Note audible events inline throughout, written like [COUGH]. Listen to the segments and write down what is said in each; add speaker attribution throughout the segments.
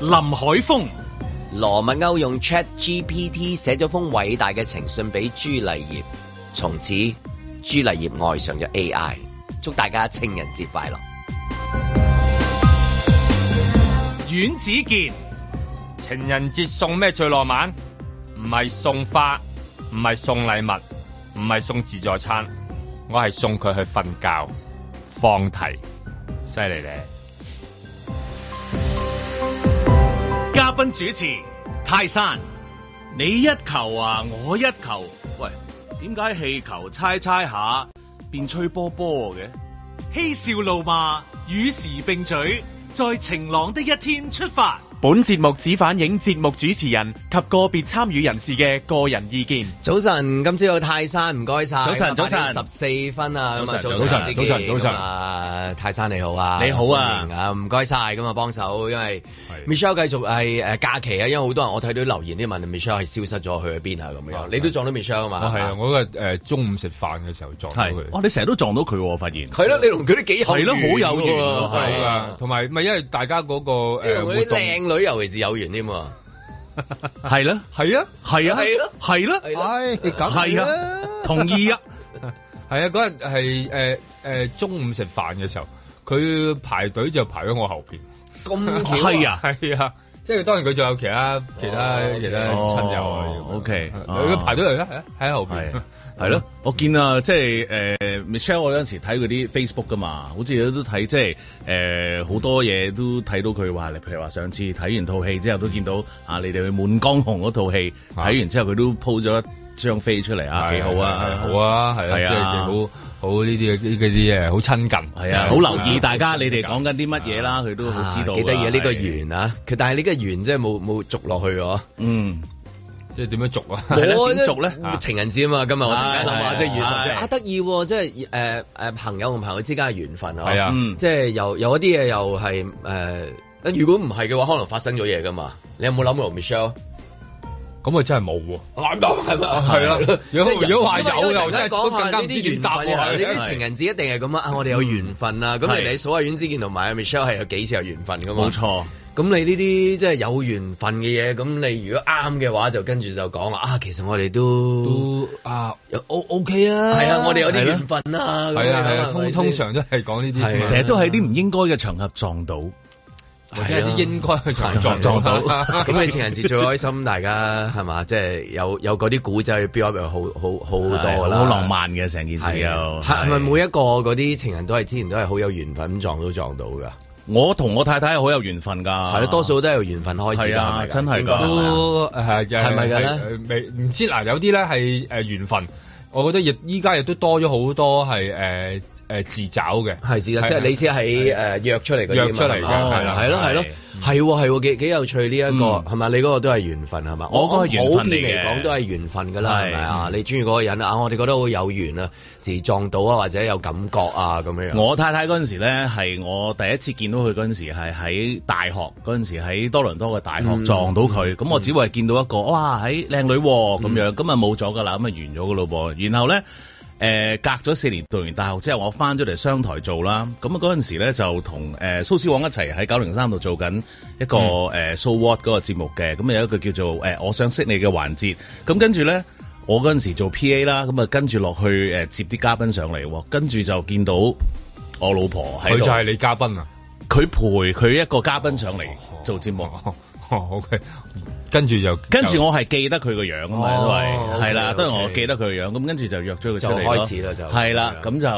Speaker 1: 林海峰、
Speaker 2: 羅密歐用 Chat GPT 寫咗封偉大嘅情信俾朱麗葉，從此朱麗葉愛上咗 AI。祝大家情人節快樂！
Speaker 1: 阮子健、
Speaker 3: 情人節送咩最浪漫？唔係送花，唔係送禮物，唔係送自助餐，我係送佢去瞓覺，放題，犀利咧！
Speaker 1: 嘉賓主持泰山。你一球啊，我一球。喂，點解氣球猜猜下變吹波波嘅？嬉笑怒罵，與時並舉，在晴朗的一天出發。
Speaker 4: 本節目只反映節目主持人及個別參與人士嘅個人意見。
Speaker 2: 早晨，今朝有泰山，唔該晒。
Speaker 1: 早晨早晨
Speaker 2: 十四分啊，咁啊，
Speaker 1: 早
Speaker 2: 早晨
Speaker 1: 晨早晨
Speaker 2: 自己
Speaker 1: 早晨早晨
Speaker 2: 咁啊，泰山你好啊，
Speaker 1: 你好啊
Speaker 2: 歡迎啊，唔該晒咁啊，幫手，因為 Michelle 繼續係誒假期啊，因為好多人我睇到留言啲問 Michelle 係消失咗去咗邊啊咁
Speaker 1: 哦
Speaker 2: 樣，你都撞到 Michelle 啊
Speaker 3: 我
Speaker 2: 嘛，
Speaker 3: 係啊，我嗰日誒中午食飯嘅時候撞到
Speaker 1: 係
Speaker 3: 佢，，
Speaker 1: 哦，你成日都撞到佢喎，我發現。
Speaker 2: 係咯，你同佢都幾有
Speaker 1: 係咯好有
Speaker 2: 緣
Speaker 1: 緣
Speaker 2: 喎
Speaker 1: 喎係
Speaker 3: 係啊，同埋咪因為大家嗰個
Speaker 2: 你
Speaker 3: 誒
Speaker 2: 同
Speaker 3: 呃活
Speaker 2: 嗰啲
Speaker 3: 動
Speaker 2: 靚女尤其是有緣添喎。
Speaker 1: 係啦，
Speaker 3: 係啊。
Speaker 1: 係啊，
Speaker 2: 係咯
Speaker 1: 係啦，
Speaker 2: 係咯
Speaker 5: 唉，咁
Speaker 1: 係啊
Speaker 5: 啦，
Speaker 1: 同意啊，
Speaker 3: 係啊，嗰日係誒誒中午食飯嘅時候，佢排隊就排咗我後邊。
Speaker 2: 咁巧
Speaker 1: 係啊。
Speaker 3: 係啊，即係當然佢仲有其他其他
Speaker 2: 哦
Speaker 3: 其他親友啊
Speaker 1: 哦。，OK，
Speaker 3: 佢排隊嚟啦，係啊喺後邊
Speaker 1: 係。
Speaker 3: [LAUGHS]
Speaker 1: 係咯，我見啊，即係誒 Michelle，我有陣時睇佢啲 Facebook 噶嘛，好似都睇即係誒好多嘢都睇到佢話，譬如話上次睇完套戲之後，都見到啊，你哋去《滿江紅》嗰套戲
Speaker 3: 啊
Speaker 1: 睇完之後，佢都 po 咗一張飛出嚟啊，幾好
Speaker 3: 係
Speaker 1: 啊，
Speaker 3: 係好，啊，係啊，
Speaker 1: 係
Speaker 3: 即
Speaker 1: 啊
Speaker 3: 係好好呢啲呢啲嘢，好親近，
Speaker 1: 係啊，好留意大家你哋講緊啲乜嘢啦，佢都好知道㗎。
Speaker 2: 幾得意啊！呢個
Speaker 1: 係，
Speaker 2: 圓啊，佢但係呢個圓真係冇冇續落去喎。
Speaker 1: 嗯，
Speaker 3: 即係點樣續啊？
Speaker 1: [LAUGHS] 係啦
Speaker 2: 我
Speaker 1: 點
Speaker 2: 即
Speaker 1: 續咧
Speaker 2: 啊情人節啊嘛，今日我突然間諗
Speaker 1: 係
Speaker 2: 下，
Speaker 1: 係
Speaker 2: 即係月十四
Speaker 1: 係
Speaker 2: 啊，得意喎！即係誒誒朋友同朋友之間嘅緣分啊。
Speaker 3: 係啊
Speaker 1: 嗯
Speaker 2: 即係又有一啲嘢又係誒，如果唔係嘅話，可能發生咗嘢噶嘛。你有冇諗過 Michelle？
Speaker 3: 咁啊真係冇喎。
Speaker 1: 嗯
Speaker 2: 諗到係咪？
Speaker 3: 係咯如果
Speaker 2: 即係
Speaker 3: 如果話有
Speaker 2: 因為因為
Speaker 3: 又真係
Speaker 2: 突然間講下
Speaker 3: 更加唔知
Speaker 2: 呢啲
Speaker 3: 點答喎
Speaker 2: 緣分啊
Speaker 3: 係嗯
Speaker 2: 呢啲情人節一定係咁啊！啊我哋有緣分啊！咁
Speaker 1: 係
Speaker 2: 人哋數下阮之健同埋 Michelle 係有幾次有緣分噶嘛？
Speaker 1: 冇錯，
Speaker 2: 咁你呢啲即係有緣分嘅嘢，咁你如果啱嘅話，就跟住就講話啊，其實我哋都
Speaker 3: 都啊，
Speaker 2: 有 O O K 啊，係啊，我哋有啲
Speaker 1: 係咯
Speaker 2: 緣分啊，咁
Speaker 3: 係啊
Speaker 2: 樣
Speaker 3: 係啊，
Speaker 2: 咪
Speaker 3: 通
Speaker 2: 先
Speaker 3: 通常都係講呢
Speaker 2: 係啊
Speaker 3: 啲，
Speaker 1: 成日都喺啲唔應該嘅場合撞到，
Speaker 3: 或者係啲應該
Speaker 2: [LAUGHS]
Speaker 3: 去撞
Speaker 1: 撞撞到
Speaker 2: 咁你情人節最開心，大家係嘛？即係有有嗰啲古仔 build up 又好好好好
Speaker 1: 係
Speaker 2: 多啦，
Speaker 1: 好浪。漫嘅成件事
Speaker 2: 係
Speaker 1: 又
Speaker 2: 啊，係咪每一個嗰啲情人都係之前都係好有緣分咁撞到撞到㗎？
Speaker 1: 我同我太太好有緣分㗎，
Speaker 2: 係咯，多數都係由緣分開始㗎，
Speaker 1: 啊係
Speaker 2: 係咪
Speaker 1: 啊
Speaker 2: 㗎
Speaker 1: 真係㗎
Speaker 2: 應該係咪啊
Speaker 3: 都係
Speaker 2: 係咪嘅咧？
Speaker 3: 係未唔知嗱，有啲咧係誒緣分，我覺得亦依家亦都多咗好多係誒誒自找嘅。
Speaker 2: 係是啦，即係你先喺誒約出嚟嗰啲
Speaker 3: 約出嚟嘅係啦
Speaker 2: 係咯係咯
Speaker 1: 係，
Speaker 2: 係喎係喎，幾幾有趣呢一個
Speaker 1: 嗯
Speaker 2: 係咪？你嗰個都係緣分係嘛？
Speaker 1: 我嗰個係緣分
Speaker 2: 普
Speaker 1: 嚟嘅
Speaker 2: 遍嚟講都係緣分㗎啦，
Speaker 1: 係
Speaker 2: 係咪啊？你中意嗰個人啊，我哋覺得好有緣啊，時撞到啊，或者有感覺啊咁樣樣。
Speaker 1: 我太太嗰陣時咧，係我第一次見到佢嗰陣時，係喺大學嗰陣時喺多倫多嘅大學
Speaker 2: 嗯嗯
Speaker 1: 撞到佢，咁、我只會係見到一個，哇，喺靚女喎咁、樣，咁啊冇咗噶啦，咁啊完咗噶咯噃，然後咧。誒、隔咗四年讀完大學之後，我翻咗嚟商台做啦。咁啊嗰陣時咧就同誒、蘇思王一齊喺九零三度做緊一個誒、So What 嗰個節目嘅。咁有一個叫做誒、我想識你嘅環節。咁跟住咧。我嗰陣時做 P.A. 啦，咁啊跟住落去誒接啲嘉賓上嚟喎，跟住就見到我老婆喺
Speaker 3: 佢
Speaker 1: 度
Speaker 3: 就，係你嘉賓啊！
Speaker 1: 佢陪佢一個嘉賓上嚟
Speaker 2: 哦
Speaker 1: 做節目，
Speaker 3: [LAUGHS] 哦，OK，跟住就
Speaker 1: 跟住我係記得佢個樣啊嘛，
Speaker 2: 哦
Speaker 1: 都係
Speaker 2: OK，
Speaker 1: 係啦，
Speaker 2: OK
Speaker 1: 當然我記得佢個樣，咁跟住就約咗佢出嚟
Speaker 2: 就
Speaker 1: 咯
Speaker 2: 開始啦就
Speaker 1: 係啦，咁就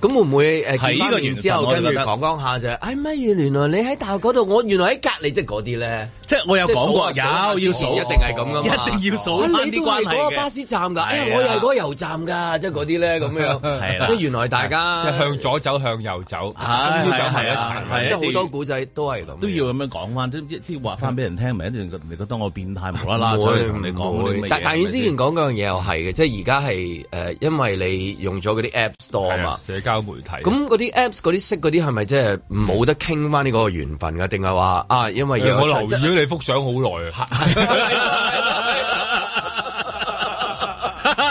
Speaker 2: 咁會唔會誒
Speaker 1: 係
Speaker 2: 見
Speaker 1: 呢個
Speaker 2: 翻面
Speaker 1: 緣分
Speaker 2: 之後，
Speaker 1: 我就
Speaker 2: 跟
Speaker 1: 覺
Speaker 2: 住
Speaker 1: 得
Speaker 2: 講講下就係，哎乜嘢？原來你喺大學嗰度，我原來喺隔離，即係嗰啲咧。
Speaker 1: 即係我有
Speaker 2: 即係
Speaker 1: 講過，
Speaker 2: 數下數
Speaker 1: 有
Speaker 2: 下
Speaker 1: 要
Speaker 2: 之前
Speaker 1: 數，
Speaker 2: 一定係咁噶嘛
Speaker 1: 一定要數
Speaker 2: 啊
Speaker 1: 翻
Speaker 2: 你
Speaker 1: 啲
Speaker 2: 都
Speaker 1: 關
Speaker 2: 係嗰
Speaker 1: 係
Speaker 2: 個巴
Speaker 1: 嘅，
Speaker 2: 士站㗎，哎
Speaker 1: 係啊
Speaker 2: 呀，我又係嗰個油站㗎，即係嗰啲 [LAUGHS] 咧咁樣，
Speaker 1: 係啦
Speaker 2: 即係原來大家
Speaker 3: 即係向左走，向右走，
Speaker 1: 係
Speaker 3: 終於走埋一
Speaker 1: 係係
Speaker 3: 齊。
Speaker 1: 係
Speaker 2: 即係好多古仔都係咁樣，
Speaker 1: 都要咁樣講翻，即係即係話翻俾人聽，咪一定你覺得我變態無啦啦，
Speaker 2: 唔
Speaker 1: 所
Speaker 2: 會
Speaker 1: 以同你講
Speaker 2: 唔
Speaker 1: 嗰啲
Speaker 2: 會
Speaker 1: 乜嘢
Speaker 2: 但但係
Speaker 1: 係咪
Speaker 2: 之
Speaker 1: 先
Speaker 2: 前講嗰樣嘢又係嘅，即係而家係誒，因為你用咗嗰啲 App Store 啊
Speaker 3: 係啊
Speaker 2: 嘛。
Speaker 3: 社交媒體
Speaker 2: 咁嗰啲 Apps 嗰啲識嗰啲係咪即係冇得傾翻呢個緣分㗎？定係話啊，因為
Speaker 3: 誒
Speaker 2: 有
Speaker 3: 我留意咗你幅相好耐啊，
Speaker 2: [LAUGHS]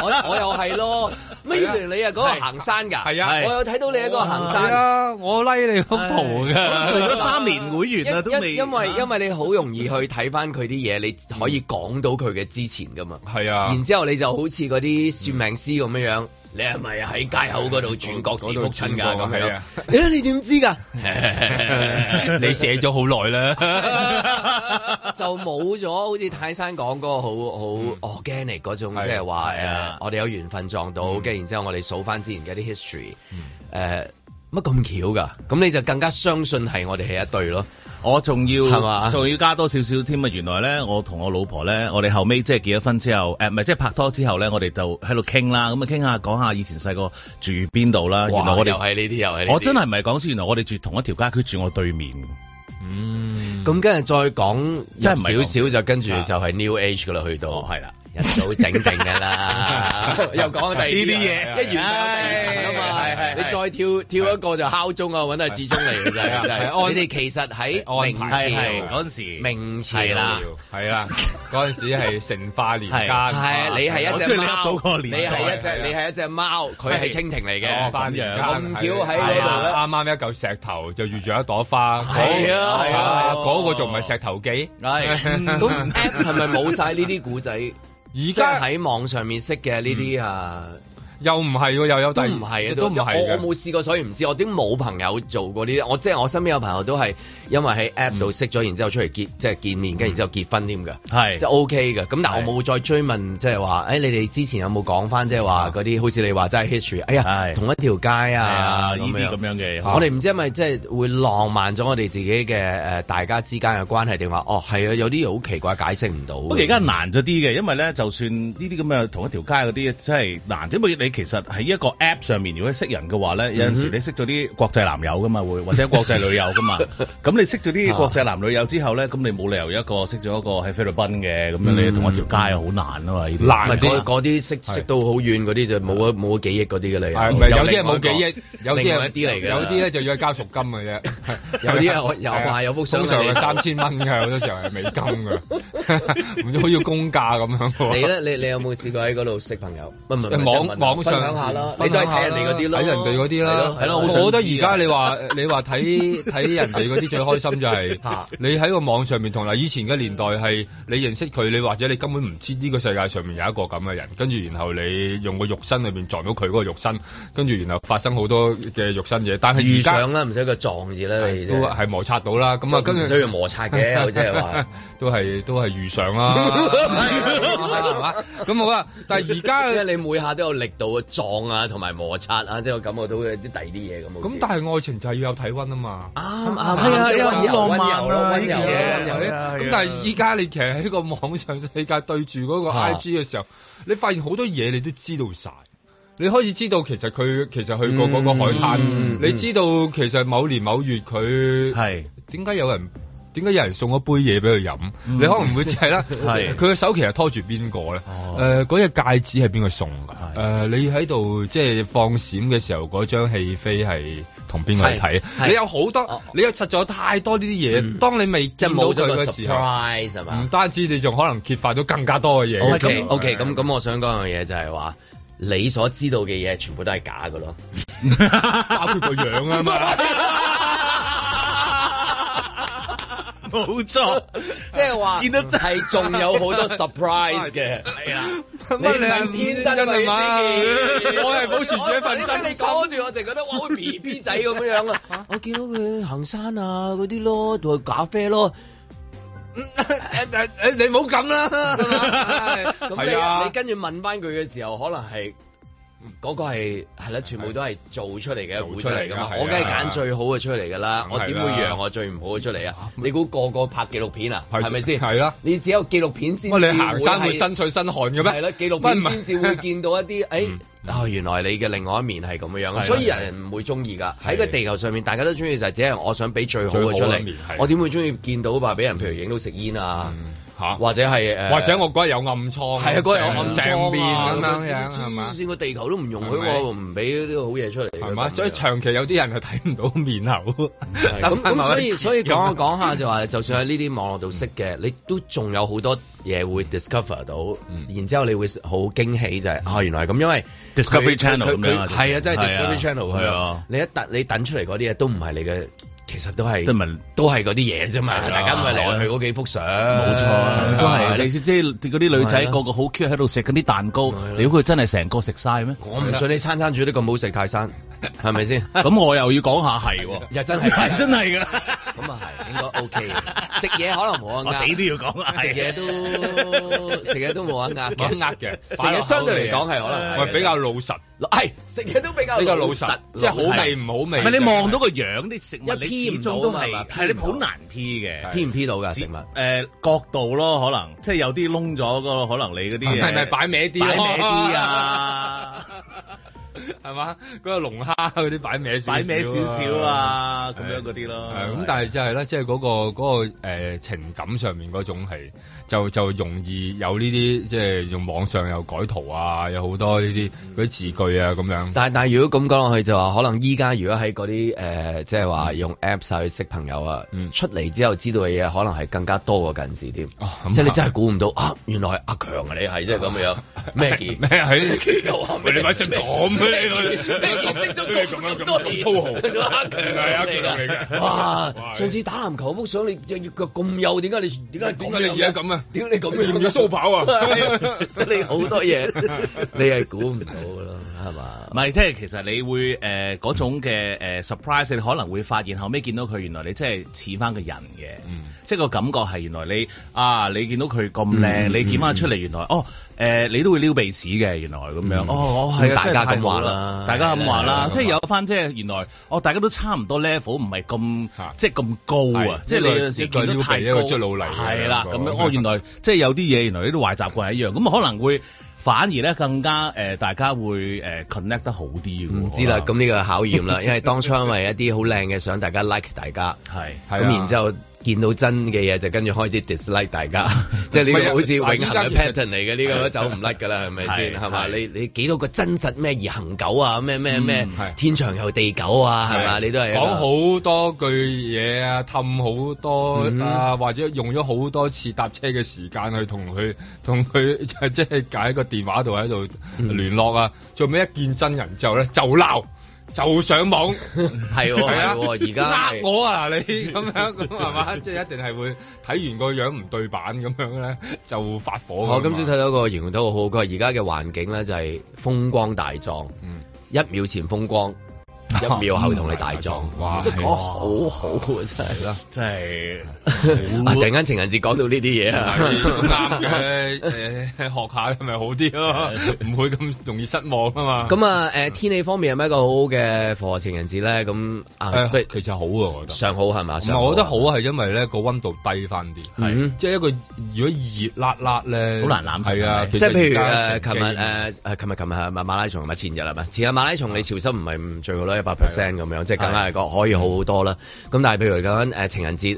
Speaker 2: 我我又係咯，乜乜原來你啊嗰個行山㗎？
Speaker 3: 係啊
Speaker 2: 我有睇到你一個行山。
Speaker 3: 啊，我拉你幅圖
Speaker 1: 唉
Speaker 3: 㗎，
Speaker 1: 做咗三年會員啦，
Speaker 2: 因
Speaker 1: 都
Speaker 2: 因
Speaker 1: 未。啊
Speaker 2: 因為因為你好容易去睇翻佢啲嘢，你可以講到佢嘅之前噶嘛。
Speaker 3: 係啊，
Speaker 2: 然之後你就好似嗰啲算命師咁樣樣，你係咪喺街口嗰度轉角時撲親㗎
Speaker 3: 嗰度轉過
Speaker 2: 咁
Speaker 3: 係
Speaker 2: 樣
Speaker 3: 啊？
Speaker 2: 誒，你點知㗎？
Speaker 3: [LAUGHS] 你寫咗好耐
Speaker 1: [LAUGHS]
Speaker 3: 啦，
Speaker 2: 就冇咗好似泰山講嗰個好好 organic 嗰種，即
Speaker 3: 係
Speaker 2: 係話
Speaker 1: 嗯係
Speaker 2: 誒
Speaker 1: 啊，
Speaker 2: 我哋有緣分撞到，
Speaker 3: 嗯
Speaker 2: 跟住然之後我哋數翻之前嘅啲 history，誒
Speaker 1: 嗯
Speaker 2: 乜咁巧㗎？咁你就更加相信係我哋係一對咯。
Speaker 1: [LAUGHS] 我仲要
Speaker 2: 係嘛
Speaker 1: 仲要加多少少添啊！原來咧，我同我老婆咧，我哋後尾即係結咗婚之後，誒唔係即係拍拖之後咧，我哋就喺度傾啦，咁啊傾下講下以前細個住邊度啦。啊原來
Speaker 2: 哇
Speaker 1: 我
Speaker 2: 又
Speaker 1: 哋
Speaker 2: 係呢啲，又係呢啲
Speaker 1: 我真係唔係講笑，原來我哋住同一條街，佢住我對面。
Speaker 3: 嗯，
Speaker 2: 咁跟住再講
Speaker 1: 真係唔係
Speaker 2: 入
Speaker 1: 講
Speaker 2: 少少就跟住就係 New Age 噶啦，去到
Speaker 1: 哦，係啦，
Speaker 2: 人早整定㗎啦，又講第二
Speaker 3: 呢啲嘢
Speaker 2: 一完就有第二層啊
Speaker 3: 係
Speaker 2: 嘛
Speaker 3: 係係，
Speaker 2: 你再跳跳一個就敲鐘啊，揾阿志忠嚟㗎
Speaker 3: 係
Speaker 2: 啫，
Speaker 3: 啊
Speaker 2: 真
Speaker 3: 係
Speaker 2: 係
Speaker 3: 安
Speaker 2: 你哋其實喺
Speaker 3: 係
Speaker 2: 明
Speaker 3: 安排
Speaker 1: 係
Speaker 2: 朝
Speaker 1: 係哎嗰陣時
Speaker 2: 哦明朝啊
Speaker 1: 係啦
Speaker 3: 係啦，嗰陣時係成化年間，
Speaker 1: 係
Speaker 2: 係你係
Speaker 1: 我
Speaker 2: 一
Speaker 1: 知
Speaker 2: 隻
Speaker 1: 你
Speaker 2: 貓，
Speaker 1: 噏到個
Speaker 2: 你
Speaker 1: 年代
Speaker 2: 係一隻
Speaker 3: 係啊
Speaker 2: 你係一隻貓，佢係蜻蜓嚟嘅，
Speaker 3: 哦咁樣
Speaker 2: 咁巧喺嗰度咧
Speaker 3: 啱啱一嚿石頭就遇著一朵花，
Speaker 2: 係啊係啊
Speaker 3: 嗰個仲唔係石頭記？
Speaker 2: [LAUGHS] 咁 App 係
Speaker 1: 係
Speaker 2: 咪冇晒呢啲古仔？
Speaker 3: 而
Speaker 2: 而家
Speaker 3: 家
Speaker 2: 喺網上面識嘅呢啲啊。
Speaker 3: 又唔係喎，又有第
Speaker 2: 都唔係啊，
Speaker 3: 都唔係
Speaker 2: 我
Speaker 3: 嘅
Speaker 2: 我冇試過，所以唔知。我點冇朋友做過呢啲。我即係我身邊有朋友都係因為喺 App 度識咗，然之後出嚟結即係見面，跟住然之後結婚添㗎，
Speaker 1: [LAUGHS] 係
Speaker 2: 即係 OK 嘅。咁但係我冇再追問，即係話誒你哋之前有冇講翻即係話嗰啲好似你話齋 history？哎呀，
Speaker 1: 係
Speaker 2: 同一條街
Speaker 1: 係啊，
Speaker 2: 啊，
Speaker 1: 呢
Speaker 2: 咁
Speaker 1: 啲咁
Speaker 2: 樣。
Speaker 1: 樣嘅。
Speaker 2: 我哋唔知係咪即係會浪漫咗我哋自己嘅誒大家之間嘅關係，定話哦係啊，有啲嘢好奇怪解釋唔到。
Speaker 1: 不過而家難咗啲嘅，因為咧，就算呢啲咁嘅同一條街嗰啲，真係難。因為你其實喺一個 App 上面，如果識人嘅話咧，有陣時你識咗啲國際男友噶嘛，會或者國際女友噶 [LAUGHS] 嘛。咁你識咗啲國際男女友之後咧，咁你冇理由一個識咗一個喺菲律賓嘅，咁樣你同一條街好難啊嘛。呢啲
Speaker 3: 難
Speaker 2: 唔係
Speaker 3: 啲
Speaker 2: 嗰嗰啲識識到好遠嗰啲就冇咗冇咗幾億嗰啲嘅你。
Speaker 3: 係唔係有啲係冇幾億，有
Speaker 2: 另外
Speaker 3: 啲
Speaker 2: 一啲嚟
Speaker 3: 係
Speaker 2: 嘅
Speaker 3: 有啲咧就要交贖
Speaker 2: [LAUGHS]
Speaker 3: 金嘅啫，
Speaker 2: 有啲啊係我有
Speaker 3: 係啊
Speaker 2: 話有幅相
Speaker 3: 通常
Speaker 2: 俾你
Speaker 3: 係三千蚊嘅，好多時候係美金
Speaker 2: [LAUGHS]
Speaker 3: 嘅，唔知好似公價咁樣喎。
Speaker 2: 你咧，你你有冇試過喺嗰度識朋友？唔唔唔，
Speaker 3: 網
Speaker 2: 即係問
Speaker 3: 網
Speaker 2: 分
Speaker 3: 上
Speaker 2: 享下啦，你都係睇人哋嗰啲咯，
Speaker 3: 睇人哋嗰啲
Speaker 2: 係
Speaker 3: 啦
Speaker 2: 咯，
Speaker 1: 係咯好
Speaker 3: 我
Speaker 1: 想
Speaker 3: 覺得
Speaker 1: 知
Speaker 3: 而
Speaker 1: 啊
Speaker 3: 家你話你話睇睇人哋嗰啲最開心就係
Speaker 2: 嚇
Speaker 3: 你喺個網上面同嗱以前嘅年代係你認識佢，你或者你根本唔知呢個世界上面有一個咁嘅人，跟住然後你用個肉身裏面撞到佢嗰個肉身，跟住然後發生好多嘅肉身嘢，但係
Speaker 2: 遇
Speaker 3: 而家
Speaker 2: 上啦，唔使個撞字啦，你
Speaker 3: 都係摩擦到啦，咁
Speaker 2: 咁
Speaker 3: 啊
Speaker 2: 啊，跟
Speaker 3: 跟
Speaker 2: 住唔
Speaker 3: 住
Speaker 2: 需要摩擦
Speaker 3: [LAUGHS]
Speaker 2: 嘅，即係話
Speaker 3: 都係都係遇上啦，係嘛咁好啊，但係而家
Speaker 2: [LAUGHS] 因為你每下都有力度嘅撞啊，同埋摩擦啊，即係我感覺到有啲第二啲嘢咁。
Speaker 3: 咁但係愛情就係要有體温啊嘛。
Speaker 2: 啱啱
Speaker 1: 係啊
Speaker 2: 即係
Speaker 1: 因為
Speaker 2: 溫柔
Speaker 1: 好浪漫
Speaker 2: 溫柔咯
Speaker 1: 啊
Speaker 2: 溫柔
Speaker 1: 呢
Speaker 2: 咯
Speaker 1: 啲嘢
Speaker 2: 溫柔咯
Speaker 1: 係啊
Speaker 3: 咁但係依家你其實喺個網上世界對住嗰個
Speaker 2: 啊
Speaker 3: IG 嘅時候，你發現好多嘢你都知道晒。你開始知道其實佢其實去過嗰個海灘，
Speaker 2: 嗯嗯嗯
Speaker 3: 你知道其實某年某月佢
Speaker 1: 係
Speaker 3: 點解有人點解有人送一杯嘢俾佢飲，
Speaker 1: 嗯
Speaker 3: 你可能會知係啦，
Speaker 1: [LAUGHS] 係
Speaker 3: 佢嘅手其實拖住邊個咧？誒
Speaker 1: 哦
Speaker 3: 呃嗰隻戒指係邊個送㗎？誒
Speaker 1: 係
Speaker 3: 你喺度即係放閃嘅時候，嗰張戲飛係同邊個去
Speaker 2: 係
Speaker 3: 睇？
Speaker 2: 係
Speaker 3: 你有好多
Speaker 2: 哦，嗯
Speaker 3: 你有實在有太多呢啲嘢，當你未
Speaker 2: 即
Speaker 3: 見
Speaker 2: 係
Speaker 3: 到
Speaker 2: 冇
Speaker 3: 佢
Speaker 2: 咗個
Speaker 3: 嘅啊時候。
Speaker 2: surprise 啊係嘛
Speaker 3: 唔？單止你仲可能揭發到更加多嘅嘢。
Speaker 2: O K O K，咁咁，我想講樣嘢就係話，你所知道嘅嘢全部都係假嘅咯。
Speaker 3: 包括個樣
Speaker 2: [LAUGHS]
Speaker 3: 啊嘛，
Speaker 1: 冇錯，
Speaker 2: [LAUGHS] 即係話
Speaker 1: 見到真
Speaker 2: 係仲有好多 surprise
Speaker 3: [LAUGHS]
Speaker 2: 嘅。
Speaker 1: 係啊，
Speaker 3: 乜你係天真啊嘛？我係保持住一份真
Speaker 2: 你
Speaker 3: 心。
Speaker 2: 講住我就覺得哇，
Speaker 3: [LAUGHS]
Speaker 2: 好似 B B 仔咁樣樣啊！我見到佢行山啊嗰啲咯，同埋咖啡咯。嗯
Speaker 3: 你唔好咁 [LAUGHS] 啦，
Speaker 2: 咁
Speaker 3: 係
Speaker 2: 你
Speaker 3: 啊
Speaker 2: 你。跟住問翻佢嘅時候，可能係嗰個係係啦，全部都係做出嚟嘅
Speaker 3: 做
Speaker 2: 估
Speaker 3: 出
Speaker 2: 出
Speaker 3: 嚟
Speaker 2: 嚟
Speaker 3: 㗎
Speaker 2: 噶嘛
Speaker 3: 係啊。
Speaker 2: 我梗係揀最好嘅出嚟㗎啦，
Speaker 3: 梗係
Speaker 2: 我
Speaker 3: 啦
Speaker 2: 點會讓我最唔好嘅出嚟啊？你估個個拍紀錄片啊？
Speaker 3: 係
Speaker 2: 係咪先？
Speaker 3: 係啦
Speaker 2: 你只有紀錄片先。
Speaker 3: 喂，你行山會
Speaker 2: 係
Speaker 3: 身水身汗嘅咩？
Speaker 2: 係啦，紀錄
Speaker 3: 唔係
Speaker 2: 片先至會見到一
Speaker 3: [LAUGHS]
Speaker 2: 啲，誒
Speaker 3: 嗯
Speaker 2: 啊，原來你嘅另外一面係咁樣
Speaker 3: 係
Speaker 2: 樣，所以
Speaker 3: 係
Speaker 2: 人唔會中意㗎。
Speaker 3: 係
Speaker 2: 喺個地球上面，大家都中哎意就係只係我想俾最好嘅出
Speaker 3: 最好嘅一面
Speaker 2: 嚟
Speaker 3: 係。
Speaker 2: 我點會中意見到話俾人譬如影到食煙啊
Speaker 3: 嗯，嚇
Speaker 2: 或者係誒，
Speaker 3: 或者我嗰日有暗瘡，
Speaker 2: 係啊，嗰日我暗
Speaker 3: 成成面咁樣樣係
Speaker 2: 係嘛
Speaker 3: 嘛？？
Speaker 2: 先個地球都唔容許
Speaker 3: 係咪
Speaker 2: 我唔俾呢個好嘢出嚟嘅，
Speaker 3: 係嘛？
Speaker 2: 咁樣
Speaker 3: 所以長期有啲人係睇唔到面口。
Speaker 1: [LAUGHS]
Speaker 2: 係咁咁，所以所以講講下就話， [LAUGHS] 就算喺呢啲網絡度識嘅，你都仲有好多嘢會 discover 到，
Speaker 3: 嗯
Speaker 2: 然之後你會好驚喜就係啊原來係咁，因為
Speaker 1: 嗯
Speaker 2: 佢
Speaker 1: Discovery Channel
Speaker 2: 佢
Speaker 1: 咁樣啊
Speaker 2: 佢係啊，真係
Speaker 1: 係啊
Speaker 2: Discovery Channel 佢
Speaker 1: 係啊
Speaker 2: 你一等你等出嚟嗰啲嘢都唔係你嘅，其實都係
Speaker 1: 都唔係
Speaker 2: 都係嗰啲嘢啫嘛，
Speaker 1: 係啊
Speaker 2: 大家咪嚟去嗰幾幅相，冇
Speaker 1: 冇錯啊，都
Speaker 2: Ờ,
Speaker 1: 係你即係嗰啲女
Speaker 2: 係
Speaker 1: 仔
Speaker 2: 啦
Speaker 1: 個個好 cute 喺度食緊啲蛋糕
Speaker 2: 係啦，
Speaker 1: 你估佢真係成個食晒咩？
Speaker 2: 我唔信你餐餐煮得咁好食泰山，係咪
Speaker 1: [LAUGHS]
Speaker 2: 先？
Speaker 1: 咁我又要講下係喎，
Speaker 2: 又真係
Speaker 1: 係 [LAUGHS] 真係㗎，
Speaker 2: 咁啊係，應該 OK 嘅。食嘢可能冇
Speaker 1: 我
Speaker 2: 咁啊
Speaker 1: 死都要講啊，
Speaker 2: 食嘢
Speaker 1: [LAUGHS]
Speaker 2: 都食嘢都冇得呃
Speaker 3: 冇
Speaker 2: 嘅，
Speaker 3: 得呃嘅
Speaker 2: 食嘢相對嚟講係可能
Speaker 3: 我係比較老實，
Speaker 2: 係食嘢都比較
Speaker 3: 比較老
Speaker 2: 實
Speaker 3: 實，，即係好味唔好味。
Speaker 1: 唔係你望到個樣，啲食物
Speaker 2: 一
Speaker 1: 你
Speaker 2: P 唔
Speaker 1: 始
Speaker 2: 到
Speaker 1: 終都
Speaker 2: 嘛係嘛
Speaker 1: 係
Speaker 2: ，P 唔
Speaker 1: 係你好
Speaker 2: 到
Speaker 1: 難 P 嘅。
Speaker 2: P 唔 P 到㗎食物？
Speaker 1: 誒角度咯，可能即係有啲窿咗個，可能你嗰啲嘢
Speaker 3: 係咪擺歪啲？
Speaker 1: 擺歪啲
Speaker 2: [LAUGHS]
Speaker 1: 啊？
Speaker 3: 係嘛？嗰個龍蝦嗰啲擺歪少
Speaker 1: 擺
Speaker 3: 少啊，
Speaker 1: 歪少少啊，咁
Speaker 3: 係
Speaker 1: 樣嗰啲咯。
Speaker 3: 係咁，但係就係咧，即係嗰個嗰、個、呃、情感上面嗰種係就就容易有呢啲，即係用網上又改圖啊，有好多呢啲嗰啲字句啊咁樣。
Speaker 2: 但但係如果咁講落去就話，可能依家如果喺嗰啲誒，即係話用 Apps 啊去識朋友啊，
Speaker 3: 嗯
Speaker 2: 出嚟之後知道嘅嘢可能係更加多過近時添。
Speaker 3: 哦咁
Speaker 2: 即係你
Speaker 3: 啊
Speaker 2: 真係估唔到啊！原來係阿強啊，你係即係咁樣咩嘢？[LAUGHS]
Speaker 3: 咩係？
Speaker 2: 又話
Speaker 3: [LAUGHS] 喂你咪識講咩你個你
Speaker 2: 識咗咁咁多年，
Speaker 3: 粗豪
Speaker 2: 你 [LAUGHS] 阿強
Speaker 3: [LAUGHS] 係
Speaker 2: [LAUGHS]
Speaker 3: 阿強啊嚟嘅
Speaker 2: 哇！
Speaker 3: 哇
Speaker 2: 上次打籃球幅相，你隻腳咁幼，點解你點解
Speaker 3: 點解你而家咁啊
Speaker 2: 點解你咁樣
Speaker 3: 要唔要蘇跑啊
Speaker 2: 係 [LAUGHS] 你好多嘢，你係估唔到噶咯，係嘛
Speaker 1: 唔？係，即係其實你會誒嗰、種嘅誒、surprise，你可能會發現後尾見到佢原來你真係似翻個人嘅，
Speaker 3: 嗯
Speaker 1: 即係個感覺係原來你啊，你見到佢咁靚，
Speaker 2: 嗯
Speaker 1: 你見翻出嚟原來哦誒、你都會撩鼻屎嘅原來咁樣，
Speaker 2: 嗯
Speaker 1: 哦，我係啊
Speaker 2: 咁大家
Speaker 1: 真係太
Speaker 2: 咁話
Speaker 1: 好
Speaker 2: 啦
Speaker 1: 大家咁話
Speaker 2: 係啦啊
Speaker 1: 啦，即係
Speaker 2: 咁話
Speaker 1: 有翻即係原來哦，大家都差唔多 level，唔係咁
Speaker 3: 嚇
Speaker 1: 即係咁高啊
Speaker 3: 係，
Speaker 1: 即係你有陣時
Speaker 3: 一個
Speaker 1: 見到
Speaker 3: 撩鼻
Speaker 1: 太
Speaker 3: 一個
Speaker 1: 高，
Speaker 3: 捽老泥
Speaker 1: 係啦
Speaker 3: 咁
Speaker 1: 咁
Speaker 3: 樣
Speaker 1: 樣，哦原來即係有啲嘢原來呢啲壞習慣係一樣，咁可能會。反而咧更加誒、呃大家會誒、呃 connect 得好啲嘅喎
Speaker 2: 唔知啦，
Speaker 1: 可
Speaker 2: 咁呢個考驗啦，因為當初因為一啲好靚嘅相，大家 like 大家，
Speaker 1: 能係
Speaker 3: 係啊
Speaker 2: 咁然之後見到真嘅嘢就跟住開始 dislike 大家，即係呢個好似永恆嘅 pattern 嚟嘅，呢個都走唔甩㗎啦，係咪先？
Speaker 1: 係
Speaker 2: 係嘛？
Speaker 1: 係
Speaker 2: 你你幾多個真實咩而恒久啊？咩咩咩
Speaker 3: 嗯係
Speaker 2: 天長又地久啊？係嘛？你都係一個
Speaker 3: 講好多句嘢啊，氹好多
Speaker 2: 嗯
Speaker 3: 啊，或者用咗好多次搭車嘅時間去同佢同佢 [LAUGHS] 即係喺個電話度喺度
Speaker 2: 嗯
Speaker 3: 聯絡啊，最尾一見真人之後咧就鬧就上網。
Speaker 2: 係喎
Speaker 3: 係
Speaker 2: 哦係
Speaker 3: 啊，
Speaker 2: 喎，而家
Speaker 3: 呃
Speaker 2: 係
Speaker 3: 我啊你咁樣咁係嘛，即係一定係會睇完個樣唔對版咁樣咧就發火啊㗎嘛。
Speaker 2: 哦我今朝睇到個形容都好好，佢話而家嘅環境咧就係風光大壯，
Speaker 3: 嗯
Speaker 2: 一秒前風
Speaker 3: [LAUGHS]
Speaker 2: 光，一秒後同你大壯，
Speaker 3: 哇
Speaker 2: 即係講好好啊，真係啦。
Speaker 1: 真係
Speaker 2: 啊！突然間情人節講到呢啲嘢啊，
Speaker 3: [LAUGHS] 啱嘅，誒學下咪好啲咯，唔會咁容易失望啊嘛。
Speaker 2: 咁啊，誒天氣方面係咪一個好好嘅符合情人節咧？咁啊，不如
Speaker 3: 誒其實好啊，我覺得。
Speaker 2: 上好啊係嘛？
Speaker 3: 唔
Speaker 2: 上
Speaker 3: 係，我覺得好係因為咧個温度低翻啲，
Speaker 2: 嗯
Speaker 3: 係即係一個如果熱辣辣咧，
Speaker 1: 好難攬上
Speaker 3: 係啊，
Speaker 1: 係
Speaker 2: 即係譬如呃啊誒，琴日
Speaker 3: 琴
Speaker 2: 誒誒，琴日琴日係咪馬拉松係咪前日係咪？前日馬拉松你潮濕啊唔係唔最好啦，一百 percent 咁樣，即係啊更加係個可以好好多啦。咁但係譬如講誒情人節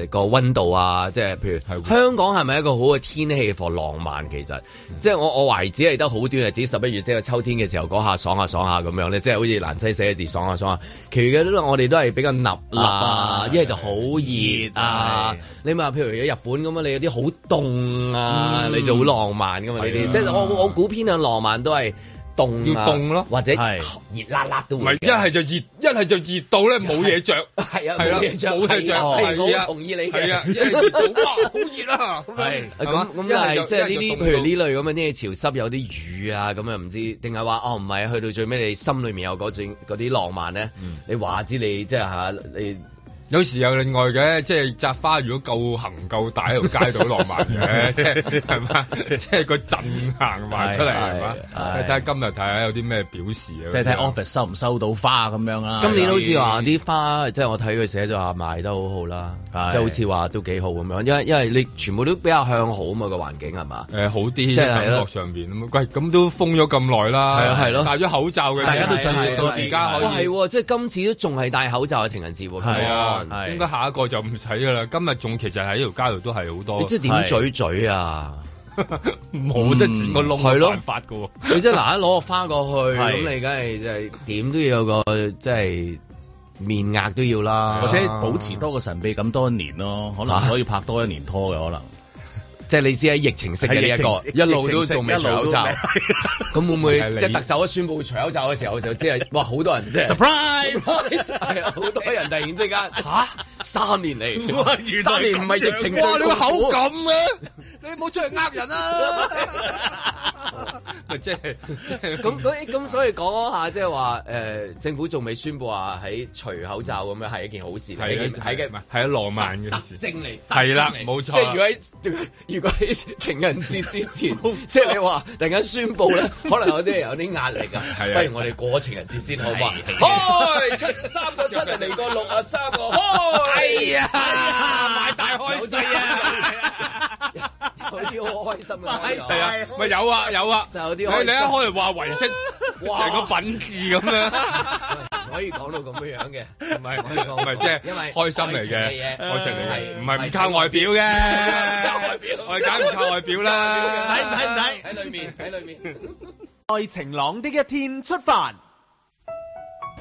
Speaker 2: 誒誒個温度啊，嗯即係譬如
Speaker 3: 係
Speaker 2: 香港係咪一個好嘅天氣 for 浪漫？其實即係我我懷疑只係得好短日子，十一月即係秋天嘅時候嗰下爽下爽下咁樣咧，即係好似蘭西寫嘅字爽下爽下。其餘嘅都我哋都係比較立
Speaker 1: 立啊
Speaker 2: 一係就好熱啊
Speaker 1: 係。
Speaker 2: 你咪話譬如有日本咁啊，你有啲好凍啊，
Speaker 3: 嗯
Speaker 2: 你就好浪漫噶嘛呢
Speaker 3: 係
Speaker 2: 啲，
Speaker 3: 啊
Speaker 2: 即係我我估偏向浪漫都係凍啊
Speaker 3: 要凍咯
Speaker 2: 或者
Speaker 1: 係
Speaker 2: 熱辣辣都
Speaker 3: 唔
Speaker 2: 會
Speaker 3: 係
Speaker 2: 嘅。
Speaker 3: 一係就熱，一係就熱到咧冇嘢着。
Speaker 2: 係啊，
Speaker 3: 係啦
Speaker 2: 冇嘢着，
Speaker 3: 冇嘢着
Speaker 2: 係我
Speaker 3: 係啊
Speaker 2: 好同意你 [LAUGHS]
Speaker 3: 係啊，一
Speaker 2: 嘅。
Speaker 3: 係熱到哇，好熱啊！咁樣
Speaker 2: 咁
Speaker 1: 係
Speaker 3: 係嘛
Speaker 2: 咁
Speaker 3: 一
Speaker 2: 但
Speaker 3: 係
Speaker 2: 哎係
Speaker 3: 就
Speaker 2: 即係呢
Speaker 3: 一
Speaker 2: 啲，
Speaker 3: 係就
Speaker 2: 譬如呢類咁嘅啲嘢潮濕有啲雨啊，咁啊唔知定係話哦唔係，去到最尾你心裏面有嗰種嗰啲浪漫咧
Speaker 3: 嗯，啊
Speaker 2: 你話知你即係嚇你
Speaker 3: 有時有另外嘅，即係摘花如果夠行夠大喺條街度浪漫
Speaker 2: [LAUGHS]
Speaker 3: 嘅，即係係嘛，即係個陣行埋出嚟係嘛
Speaker 1: 係係，
Speaker 3: 睇下今日睇下有啲咩表示啊，
Speaker 1: 即係睇 office 收唔收到花咁樣啊啦。
Speaker 2: 今年好似話啲花，即係我睇佢寫就話賣得好好啦，
Speaker 1: 係
Speaker 2: 即係好似話都幾好咁樣，因為因為你全部都比較向好啊嘛個環境係嘛？
Speaker 3: 呃誒好啲
Speaker 2: 係
Speaker 3: 感
Speaker 2: 係咯
Speaker 3: 覺上邊咁，喂咁都封咗咁耐啦，
Speaker 2: 係啊係咯啊
Speaker 3: 戴咗口罩嘅，
Speaker 1: 大家都
Speaker 2: 想
Speaker 3: 直
Speaker 2: 知道
Speaker 3: 到而家
Speaker 2: 哇
Speaker 3: 可以
Speaker 2: 係，喎，即係今次都仲係戴口罩嘅情人節喎，
Speaker 1: 係
Speaker 3: 啊啦，
Speaker 1: 係
Speaker 3: 應該下一個就唔使噶啦。今日仲其實喺條街度都係好
Speaker 2: 你
Speaker 3: 多，
Speaker 2: 即係點嘴嘴啊？
Speaker 3: [LAUGHS] 冇得剪個窿
Speaker 2: 嗯係
Speaker 3: 冇
Speaker 2: 咯
Speaker 3: 辦法噶喎。
Speaker 2: 你真係嗱一攞個花過去，
Speaker 1: 係
Speaker 2: 咁你梗係就係點都要有個即係面額都要啦，
Speaker 1: 或者保持多個神秘感多一年咯，可能可以拍多一年拖嘅
Speaker 2: [LAUGHS]
Speaker 1: 可能。
Speaker 2: 即係你知喺疫情式嘅呢一個，一路都仲未除口罩， [LAUGHS] 咁會唔會
Speaker 3: 係你
Speaker 2: 即係特首一宣布除口罩嘅時候就即係哇好多人即係
Speaker 1: surprise
Speaker 2: 係哎啊好多人突然之間嚇三年
Speaker 1: 哇原來
Speaker 2: 嚟，三年唔係疫情最
Speaker 5: 哇！你個口
Speaker 2: 痛苦
Speaker 5: 咁嘅，你冇出嚟呃人
Speaker 2: 啊
Speaker 5: 啦。
Speaker 3: 咪 [LAUGHS] 即係即係
Speaker 2: 嗯咁咁咁，所以講嗰下即係話誒，政府仲未宣布話喺除口罩咁樣係一件好事嚟，係一件
Speaker 3: [LAUGHS]
Speaker 2: 係
Speaker 3: 係
Speaker 2: 啊
Speaker 3: 係
Speaker 2: 嘅
Speaker 3: 嘅，係啊浪漫嘅事。
Speaker 2: 徵嚟，
Speaker 3: 係啦
Speaker 2: 特徵嚟
Speaker 3: 冇錯
Speaker 2: 即係如果喺 [LAUGHS] 如果喺情人節之
Speaker 3: [LAUGHS]
Speaker 2: 前，即係你話突然間宣布咧，可能有啲人有啲壓力啊。
Speaker 3: 係啊
Speaker 2: 不如我哋過情人節先好嘛？
Speaker 3: 係
Speaker 2: 開七三個七啊，嚟個六啊，三個開。
Speaker 5: 哎呀
Speaker 3: 買大開
Speaker 2: 有
Speaker 3: 市
Speaker 2: 啲
Speaker 3: 啊！
Speaker 2: 有啲好開心啊！
Speaker 5: 買
Speaker 3: [LAUGHS] 係啊，咪有啊有啊，
Speaker 2: [LAUGHS] 就有
Speaker 3: 你你一
Speaker 2: 啲開心
Speaker 3: 開嚟話維式，
Speaker 2: 哇
Speaker 3: 成個品字咁樣。
Speaker 2: 啊唔可以講到咁樣樣嘅，
Speaker 3: 唔係
Speaker 2: 可以講
Speaker 3: 唔係即係
Speaker 2: 因為
Speaker 3: 開心嚟嘅，
Speaker 2: 愛
Speaker 3: 愛
Speaker 2: 情嘅
Speaker 3: 情嚟
Speaker 2: 嘢
Speaker 3: 嘅，唔係唔靠外表嘅，
Speaker 2: 靠外表
Speaker 3: 我哋梗係唔靠外表啦，
Speaker 4: 睇唔睇唔睇
Speaker 2: 喺裏面，喺裏面。
Speaker 4: 在晴朗的一天出發。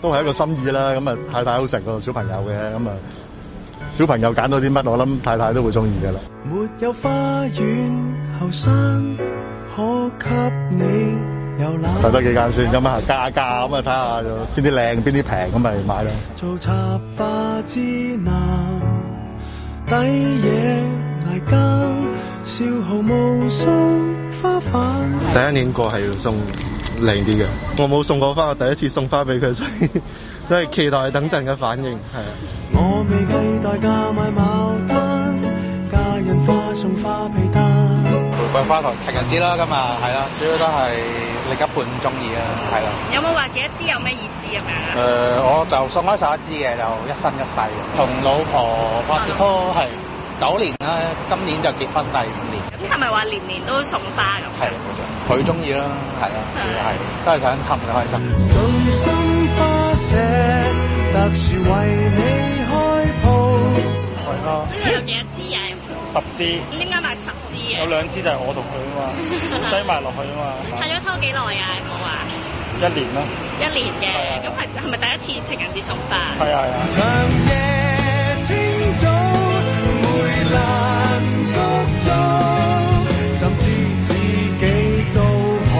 Speaker 6: 都係一個心意啦。咁啊，太太好錫個小朋友嘅，咁啊，小朋友揀到啲乜，我諗太太都會中意嘅啦。
Speaker 7: 沒有花園後山可給你遊
Speaker 6: 睇
Speaker 7: 覽，
Speaker 6: 多幾間先，咁啊價價咁啊睇下邊啲靚邊啲平，咁咪買啦。
Speaker 7: 做插花之男，抵野捱更，消耗無數花瓣。
Speaker 8: 第一年過係要送靚啲嘅，我冇送過花，我第一次送花俾佢，所以都係期待等陣嘅反應，係啊。
Speaker 7: 我未計代價買牡丹，嫁人花送花被單。
Speaker 9: 玫瑰花同情人節啦，咁啊係啦，主要都係另一半中意啦，啊係啦。
Speaker 10: 有冇話幾多支有咩意思咁樣啊
Speaker 9: 誒、？我就送開晒一支嘅，就一生一世嘅。同老婆拍咗拖係九年啦，今年就結婚第五年，
Speaker 10: 咁係咪話年年都送花
Speaker 9: 係
Speaker 10: 咁？
Speaker 9: 啦冇錯。佢中意啦，係啦，主要係都係想氹佢開心。
Speaker 7: 信心花舍，特殊為你開鋪。
Speaker 8: 係啊，
Speaker 10: 呢度有幾多支啊？
Speaker 8: 十支
Speaker 10: 咁點解買十支啊嘅？
Speaker 8: 兩支就係我同佢啊
Speaker 10: 嘛擠
Speaker 8: 埋落去啊嘛
Speaker 10: 拍咗拖幾耐啊？有冇話
Speaker 8: 一年咯，
Speaker 10: 一年嘅？咁係係咪第一次情人節送花？
Speaker 8: 係啊係啊。
Speaker 7: 長夜清早，梅蘭菊中，甚至自己都可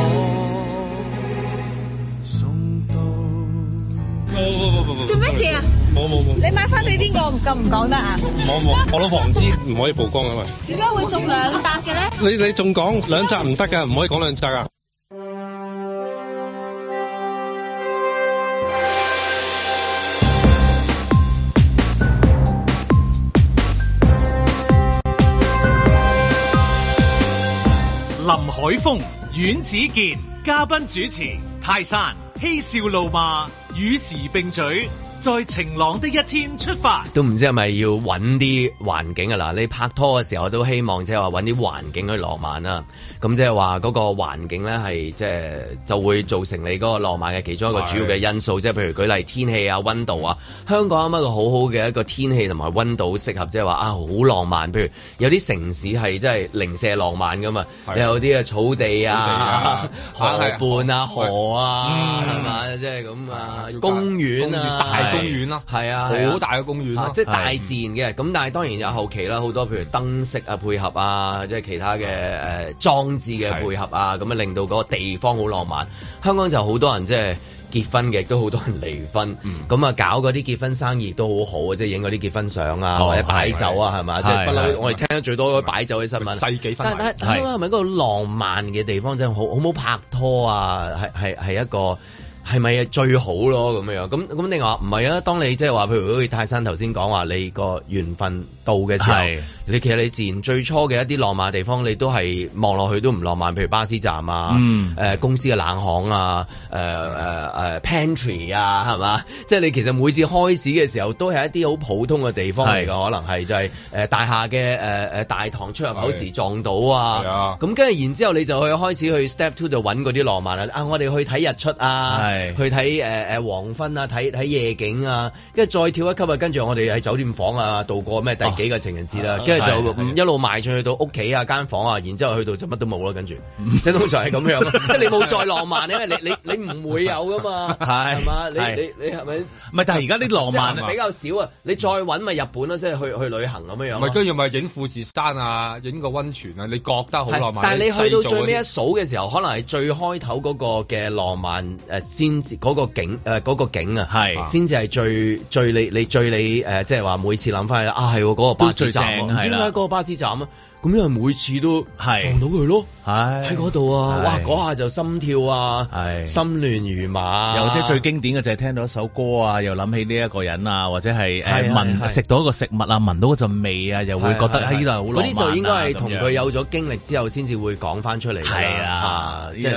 Speaker 7: 送到。
Speaker 8: 冇冇冇冇
Speaker 10: 做乜嘢啊？
Speaker 8: 冇冇冇
Speaker 10: 你買翻俾邊個？唔夠唔講得啊？
Speaker 8: 冇冇，我老婆唔知唔可以曝光啊嘛。
Speaker 10: 點解會送兩笪嘅咧？
Speaker 8: 你你仲講兩集唔得㗎，唔可以講兩集啊㗎。
Speaker 4: 林海峰、阮子健，嘉賓主持泰山，嬉笑怒罵，與時並舉，在晴朗的一天出發。
Speaker 2: 都唔知係咪要揾啲環境啊！嗱，你拍拖嘅時候都希望即係話揾啲環境去浪漫啦。咁即係話嗰個環境咧係即係就會造成你嗰個浪漫嘅其中一個主要嘅因素。即係譬如舉例天氣啊、温度啊，香港啱啱一個好好嘅一個天氣同埋温度好適合，即係話啊好浪漫。譬如有啲城市係真係零舍浪漫噶嘛，
Speaker 3: 係
Speaker 2: 你有啲啊草地啊
Speaker 3: 啊、
Speaker 2: [LAUGHS] 河畔啊、河啊，
Speaker 3: 嗯
Speaker 2: 係嘛？即係咁啊
Speaker 3: 要，
Speaker 2: 公園啊，
Speaker 3: 大公園啦
Speaker 2: 係啊，係啊
Speaker 3: 好大嘅公園
Speaker 2: 啊
Speaker 3: 咯，
Speaker 2: 即係大自然嘅。咁但係當然有後期啦，好多譬如燈飾啊配合啊，即係其他嘅誒裝置嘅配合啊，咁啊令到嗰個地方好浪漫。香港就好多人即係。結婚嘅亦都好多人離婚，咁啊、搞嗰啲結婚生意都好好啊，即係影嗰啲結婚相啊，
Speaker 1: 哦
Speaker 2: 或者擺酒啊，係嘛？即係不
Speaker 1: 係
Speaker 2: 嬲
Speaker 1: 係，
Speaker 2: 我哋聽得最多嗰啲擺酒嘅新聞。
Speaker 3: 世紀婚
Speaker 2: 但
Speaker 3: 禮
Speaker 2: 但係香港係咪一個浪漫嘅地方？真係好好冇拍拖啊，係係係一個。係咪最好咯咁樣？咁咁你話唔係啊？當你即係話，譬如好似泰山頭先講話，你個緣分到嘅時
Speaker 1: 係
Speaker 2: 候，你其實你自然最初嘅一啲浪漫地方，你都係望落去都唔浪漫，譬如巴士站啊，誒、
Speaker 1: 嗯
Speaker 2: 公司嘅冷巷啊，誒誒誒 pantry 啊，係嘛？ [LAUGHS] 即係你其實每次開始嘅時候，都係一啲好普通嘅地方嚟
Speaker 1: 係
Speaker 2: 㗎，可能係就係、誒大廈嘅誒誒大堂出入口時
Speaker 3: 係
Speaker 2: 撞到
Speaker 3: 係啊
Speaker 2: 啊，咁跟住然之後你就去開始去 step two 就揾嗰啲浪漫啦。啊，我哋去睇日出啊，係去睇誒誒黃昏啊，睇睇夜景啊，跟住再跳一級啊，跟住我哋喺酒店房啊度過咩第幾個情人節啦，跟住就嗯一路賣進去到屋企啊間房啊，然之後去到就乜都冇啦，跟住即係通常係咁樣，即係你冇再浪漫，因為你你你唔會有噶嘛，
Speaker 1: 係
Speaker 2: 係嘛？你
Speaker 1: 係
Speaker 2: 你你係咪？
Speaker 1: 唔係，但係而家啲浪漫
Speaker 2: 即係比較少啊！你再揾咪日本咯，即係去去旅行咁樣樣
Speaker 3: 唔
Speaker 2: 咯。
Speaker 3: 係跟住咪影富士山啊，影個温泉啊，你覺得好浪漫。
Speaker 2: 但係你去到最尾一
Speaker 3: 製造
Speaker 2: 數嘅時候，可能係最開頭嗰個嘅浪漫誒，先至嗰個景誒嗰個景啊，係先至係最最你你最你誒，即係話每次諗翻去啊，係喎嗰個巴士站喎，
Speaker 1: 都最
Speaker 2: 唔
Speaker 1: 正
Speaker 2: 知點
Speaker 1: 係啦
Speaker 2: 解嗰個巴士站啊，咁因為每次都撞到佢咯，喺嗰度啊，
Speaker 1: 係
Speaker 2: 哇嗰下就心跳啊，心亂如麻，啊
Speaker 1: 又即係最經典嘅就係聽到一首歌啊，又諗起呢一個人啊，或者係誒
Speaker 2: 係係係
Speaker 1: 聞食到一個食物啊，聞到嗰陣味啊，又會覺得
Speaker 2: 係係係
Speaker 1: 喺呢度好浪
Speaker 2: 嗰
Speaker 1: 漫啊
Speaker 2: 啲就應該係同
Speaker 1: 咁樣
Speaker 2: 佢有咗經歷之後先至會講翻出嚟㗎啦。
Speaker 1: 係啦
Speaker 2: 啊即
Speaker 1: 呢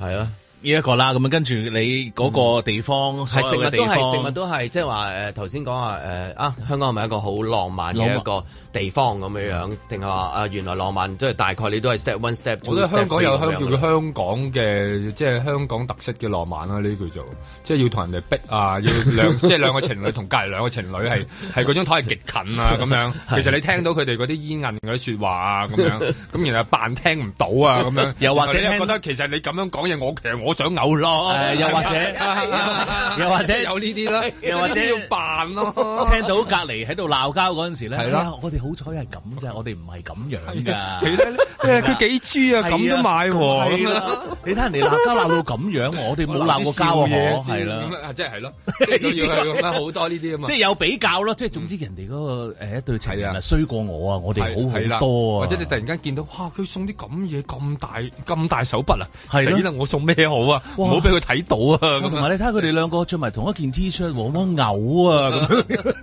Speaker 2: 係係咯。
Speaker 1: 呢一個啦，咁樣跟住你嗰個地方，所
Speaker 2: 嗯係食
Speaker 1: 有
Speaker 2: 物
Speaker 1: 嘅
Speaker 2: 都
Speaker 1: 地
Speaker 2: 係
Speaker 1: 方
Speaker 2: 食物都係，即係話誒頭先講話誒啊，香港係咪一個好浪漫嘅一個地方咁樣樣？定係話啊原來浪漫即係大概你都係 step one step two
Speaker 3: 我覺
Speaker 2: step
Speaker 3: 得香港有香
Speaker 2: three 咁
Speaker 3: 叫
Speaker 2: 樣
Speaker 3: 佢香港嘅，即係香港特色嘅浪漫啦，呢叫做即係要同人哋逼啊，要
Speaker 1: [LAUGHS]
Speaker 3: 兩即係兩個情侶同隔離兩個情侶係係嗰張台係極近啊咁
Speaker 1: [LAUGHS]
Speaker 3: 樣。其實你聽到佢哋嗰啲煙韌嗰啲説話啊咁樣，咁然後扮聽唔到啊咁樣，
Speaker 1: 又或者
Speaker 3: 然後你又覺
Speaker 1: 聽
Speaker 3: 得其實你咁樣講嘢，我其實我想嘔咯。
Speaker 1: 誒又
Speaker 3: [LAUGHS]
Speaker 1: 或者又或者
Speaker 3: 有呢啲啦，
Speaker 1: [LAUGHS] 又或者
Speaker 3: 有呢啲要扮咯。
Speaker 1: [LAUGHS] 聽到隔離喺度鬧交嗰陣時咧，
Speaker 3: 係
Speaker 1: 係
Speaker 3: 咯
Speaker 1: 啦，我哋好彩係咁咋，我哋唔係咁樣
Speaker 2: 啊
Speaker 1: 㗎。
Speaker 3: 係
Speaker 1: [LAUGHS]
Speaker 3: 啦係啦佢幾豬啊
Speaker 1: 係
Speaker 3: 咁都買喎
Speaker 1: 係啦
Speaker 3: 咁樣
Speaker 1: 你睇人哋鬧交鬧到咁樣，我哋冇鬧過交啊，可係啦。
Speaker 3: 咁啊，即係係
Speaker 1: [LAUGHS]
Speaker 3: 咯，即係都要係咁啦，好多呢啲啊嘛。
Speaker 1: 即係有比較咯，即係總
Speaker 2: 嗯
Speaker 1: 之人哋嗰個誒一對情人啊衰過我啊，我哋好
Speaker 3: 係啦
Speaker 1: 好多
Speaker 3: 或
Speaker 1: 啊，
Speaker 3: 者你突然間見到，哇！佢送啲咁嘢咁大咁大手筆啊，
Speaker 1: 係
Speaker 3: 死
Speaker 1: 咯
Speaker 3: 啦！我送咩好啊？唔
Speaker 1: 哇
Speaker 3: 好俾佢睇到啊！
Speaker 1: 同
Speaker 3: 咁啊 [LAUGHS]
Speaker 1: 埋你睇下佢哋兩個着埋同一件 T 恤，往往牛啊
Speaker 2: [LAUGHS]
Speaker 1: 咁樣。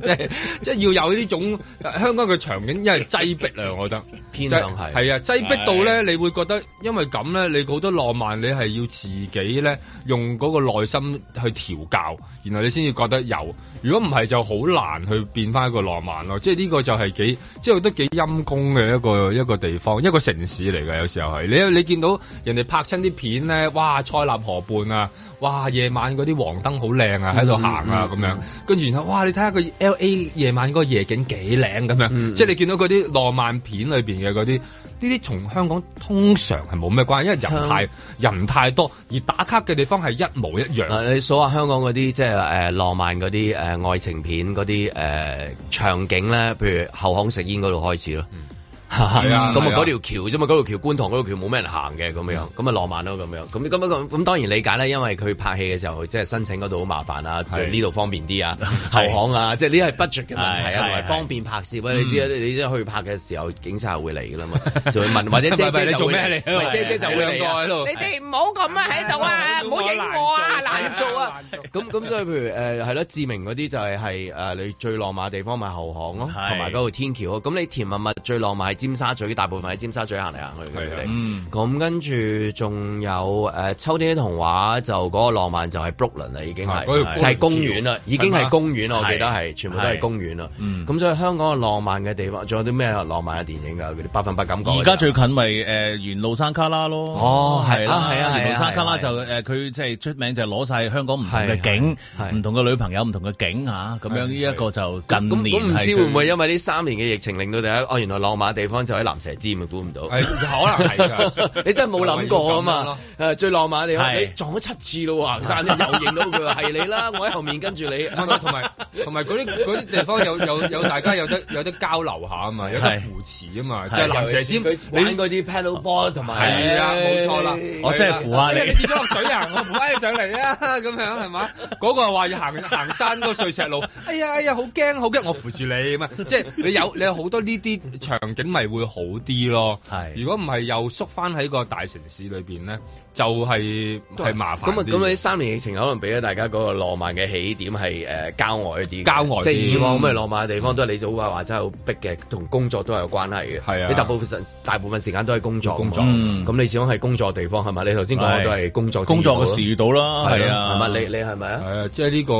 Speaker 3: 即係即係要有呢種呃香港嘅場景，因為擠逼啊，我覺得
Speaker 2: 偏向係
Speaker 3: 即係啊擠逼到咧，你會覺得因為咁咧，你好多浪漫，你係要自己咧用嗰個內心去調教，然後你先至覺得有。如果唔係就好難去變翻一個浪漫咯。即係呢個就係幾即係都幾陰公嘅一個一個地方，一個城市嚟㗎。有時候係你你見到人哋拍親啲片咧，哇！塞納河畔啊，哇！夜晚嗰啲黃燈好靚啊，喺度
Speaker 2: 嗯
Speaker 3: 行啊咁樣。跟住然後哇，你睇下佢 L A 夜晚嗰個夜景幾靚咁樣，
Speaker 2: 嗯
Speaker 3: 即係你見到嗰啲浪漫片裏邊嘅嗰啲，呢啲同香港通常係冇咩關係，因為人
Speaker 2: 啊
Speaker 3: 太人太多，而打卡嘅地方係一模一樣。
Speaker 2: 嗱，啊你數下香港嗰啲即係誒浪漫嗰啲誒愛情片嗰啲誒場景咧，譬如後巷食煙嗰度開始咯。
Speaker 3: 嗯係啊
Speaker 2: [LAUGHS] 咁啊
Speaker 3: 係啊嗯
Speaker 2: 嗰條橋啫嘛，嗰條橋觀塘嗰條橋冇咩人行嘅咁樣，咁啊浪漫咯咁樣，咁咁咁咁當然理解啦，因為佢拍戲嘅時候即係申請嗰度好麻煩啊，
Speaker 3: 係
Speaker 2: 呢度方便啲啊，後巷啊，即係呢係 budget 嘅問題啊，
Speaker 1: 係
Speaker 2: 同埋
Speaker 1: 係
Speaker 2: 方便拍攝啊，你知啊
Speaker 3: 嗯
Speaker 2: 你知去拍嘅時候警察會嚟㗎啦嘛，就會問或者姐
Speaker 3: [LAUGHS] 唔係唔係
Speaker 2: 姐
Speaker 3: 你
Speaker 2: 就
Speaker 3: 做
Speaker 2: 會
Speaker 3: 咩
Speaker 2: 嚟
Speaker 3: 嚟啊
Speaker 2: 唔係姐姐就會嚟啊
Speaker 3: 兩個喺度
Speaker 11: 你哋唔好咁啊喺度啊，唔好影我 [LAUGHS] 啊，難做啊！
Speaker 2: 咁咁所以譬如誒係咯，志明嗰啲就係係誒你最浪漫嘅地方咪後巷咯，
Speaker 1: 係
Speaker 2: 同埋嗰度天橋咯。咁你甜蜜蜜最浪漫係尖沙咀，大部分喺尖沙咀行嚟行去嘅佢哋。
Speaker 1: 嗯
Speaker 2: 咁跟住仲有誒秋天的童話就嗰個浪漫就係 Brooklyn 啦，已經
Speaker 1: 啊
Speaker 2: 係
Speaker 1: 嗰條
Speaker 2: 就係公園啦，已經
Speaker 1: 係嘛
Speaker 2: 係公園啦，我記得
Speaker 1: 係
Speaker 2: 係全部都係
Speaker 1: 係
Speaker 2: 公園啦。
Speaker 1: 嗯
Speaker 2: 咁所以香港嘅浪漫嘅地方，仲有啲咩浪漫嘅電影㗎？嗰啲百分百感覺嗰啲啊。
Speaker 1: 而家最近咪誒沿路山卡拉咯，
Speaker 2: 哦係啊
Speaker 1: 啦
Speaker 2: 係啊係啊
Speaker 1: 沿路山卡
Speaker 2: 係
Speaker 1: 拉
Speaker 2: 啊
Speaker 1: 就誒佢即係出名就係攞晒香港唔同嘅
Speaker 2: 係
Speaker 1: 景
Speaker 2: 係，
Speaker 1: 唔同嘅女朋友，唔同嘅景嚇，咁樣呢一個就近
Speaker 2: 咁
Speaker 1: 年
Speaker 2: 咁唔
Speaker 1: 係
Speaker 2: 知
Speaker 1: 最
Speaker 2: 會唔會因為呢三年嘅疫情令到大家哦原來浪漫嘅地方就喺藍蛇尖啊，估唔到。
Speaker 3: 係可能係㗎
Speaker 2: [LAUGHS] 你真係冇諗過啊嘛！誒最浪漫嘅地方，
Speaker 3: 係
Speaker 2: 你撞咗七次咯喎，行 [LAUGHS] 山你又認到佢話係你
Speaker 3: [LAUGHS]
Speaker 2: 啦，我喺後面跟住你。
Speaker 3: 唔係同埋同埋嗰啲嗰啲地方有有有大家有得有得交流下啊嘛，有得
Speaker 2: 係
Speaker 3: 扶持啊嘛，即係藍蛇尖，
Speaker 2: 尤其是佢
Speaker 3: 你
Speaker 2: 玩嗰啲 paddle board 同埋
Speaker 3: 係啊，冇錯啦，
Speaker 1: 我真哦係扶下你
Speaker 3: 係啦跌咗落水啊，我扶翻你上嚟啊，咁樣係嘛？嗰個話要行 [LAUGHS] 行山嗰個碎石路，哎呀哎呀，好驚好驚，我扶住你咁啊！即係你有你有好多呢啲場景，咪會好啲咯。係，如果唔係又縮翻喺個大城市裏邊咧，就係係麻
Speaker 2: 咁
Speaker 3: 煩
Speaker 2: 啊，
Speaker 3: 啲。
Speaker 2: 咁你三年疫情可能俾咗大家嗰個浪漫嘅起點係誒郊外一啲嘅，
Speaker 3: 郊外啲
Speaker 2: 即係以往咁嘅浪漫嘅地方都係你早話話真係好逼嘅，同工作都係有關係嘅。係
Speaker 3: 啊
Speaker 2: 你大部分時大部分時間都係工作，
Speaker 3: 工作
Speaker 2: 嗯咁你始終係工作地方係咪？你頭先講嘅都係工作先遇到咯，
Speaker 1: 工作嘅事遇到啦係啊
Speaker 2: 係咪？你你係咪啊？
Speaker 3: 係啊，即係呢個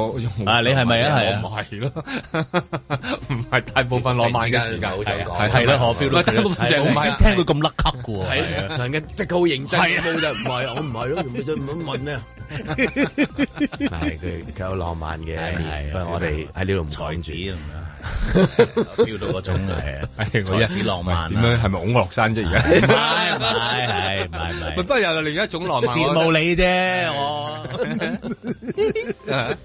Speaker 1: 啊你係咪啊係
Speaker 3: 我唔係咯，唔係大部分浪漫嘅時間， [LAUGHS]
Speaker 2: 突然之間好想講
Speaker 3: 係
Speaker 1: 係啦
Speaker 3: 係啊
Speaker 1: 何
Speaker 3: 係
Speaker 1: 笑到佢，唔係聽佢咁甩咳嘅喎，
Speaker 2: 係啊，人即係好認真，冇就唔係，我唔係咯，唔想唔好
Speaker 3: [LAUGHS]
Speaker 2: 問啊。係佢佢有浪漫嘅一面，不過我哋喺呢度唔講
Speaker 1: 子
Speaker 2: 住。
Speaker 1: 咁樣啊 feel 到嗰種係啊，
Speaker 3: 我一
Speaker 1: 才子浪漫啊
Speaker 3: 點樣係咪拱我落山啫？而
Speaker 1: 唔係唔
Speaker 3: 家
Speaker 1: 係唔係唔
Speaker 3: 不
Speaker 1: 係，
Speaker 3: 過有另一種浪漫，
Speaker 1: 羨慕你啫，
Speaker 3: 啊
Speaker 1: 我
Speaker 3: 啊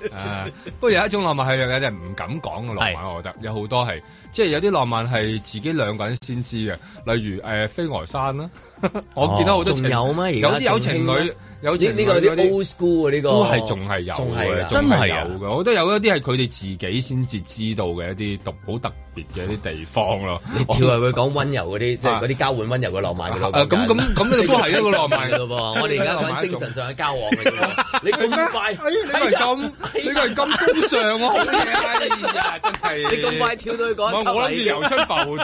Speaker 3: 不過有一種浪漫係有啲人唔敢講嘅浪漫，我覺得有好多係，即係有啲浪漫係自己兩個人先知嘅，例如誒飛鵝山啦， [LAUGHS] 我
Speaker 1: 哦
Speaker 3: 見到好多情
Speaker 2: 仲有咩？
Speaker 3: 有
Speaker 2: 而家
Speaker 3: 啲有
Speaker 2: 仲
Speaker 3: 情
Speaker 2: 興咩
Speaker 3: 侶，有
Speaker 2: 呢
Speaker 3: 情
Speaker 2: 呢個
Speaker 3: 侶
Speaker 2: 有
Speaker 3: 嗰
Speaker 2: 啲
Speaker 3: 啲
Speaker 2: old school 啊，呢個
Speaker 3: 都係仲係有
Speaker 2: 仲係啊
Speaker 3: 嘅，
Speaker 2: 㗎
Speaker 3: 仲係
Speaker 1: 真係有
Speaker 3: 有嘅。我覺得有一啲係佢哋自己先至知道嘅一啲獨好特別嘅一啲地方咯。
Speaker 2: 你跳係會講溫柔嗰啲，即係嗰啲交換溫柔嘅浪漫嘅咯。
Speaker 3: 啊咁咁咁
Speaker 2: [LAUGHS]
Speaker 3: 呢個都係一個浪漫
Speaker 2: 嘅咯噃。我哋而家講精神上嘅交往嘅啫喎。你
Speaker 3: [LAUGHS]
Speaker 2: 咁快，啊
Speaker 3: 哎你個人咁你個人咁高尚喎，好嘢！哎呀，真係
Speaker 2: 你咁快跳到去
Speaker 3: 唔
Speaker 2: 嗰一
Speaker 3: 係
Speaker 2: 輯
Speaker 3: 我諗住游出浮台，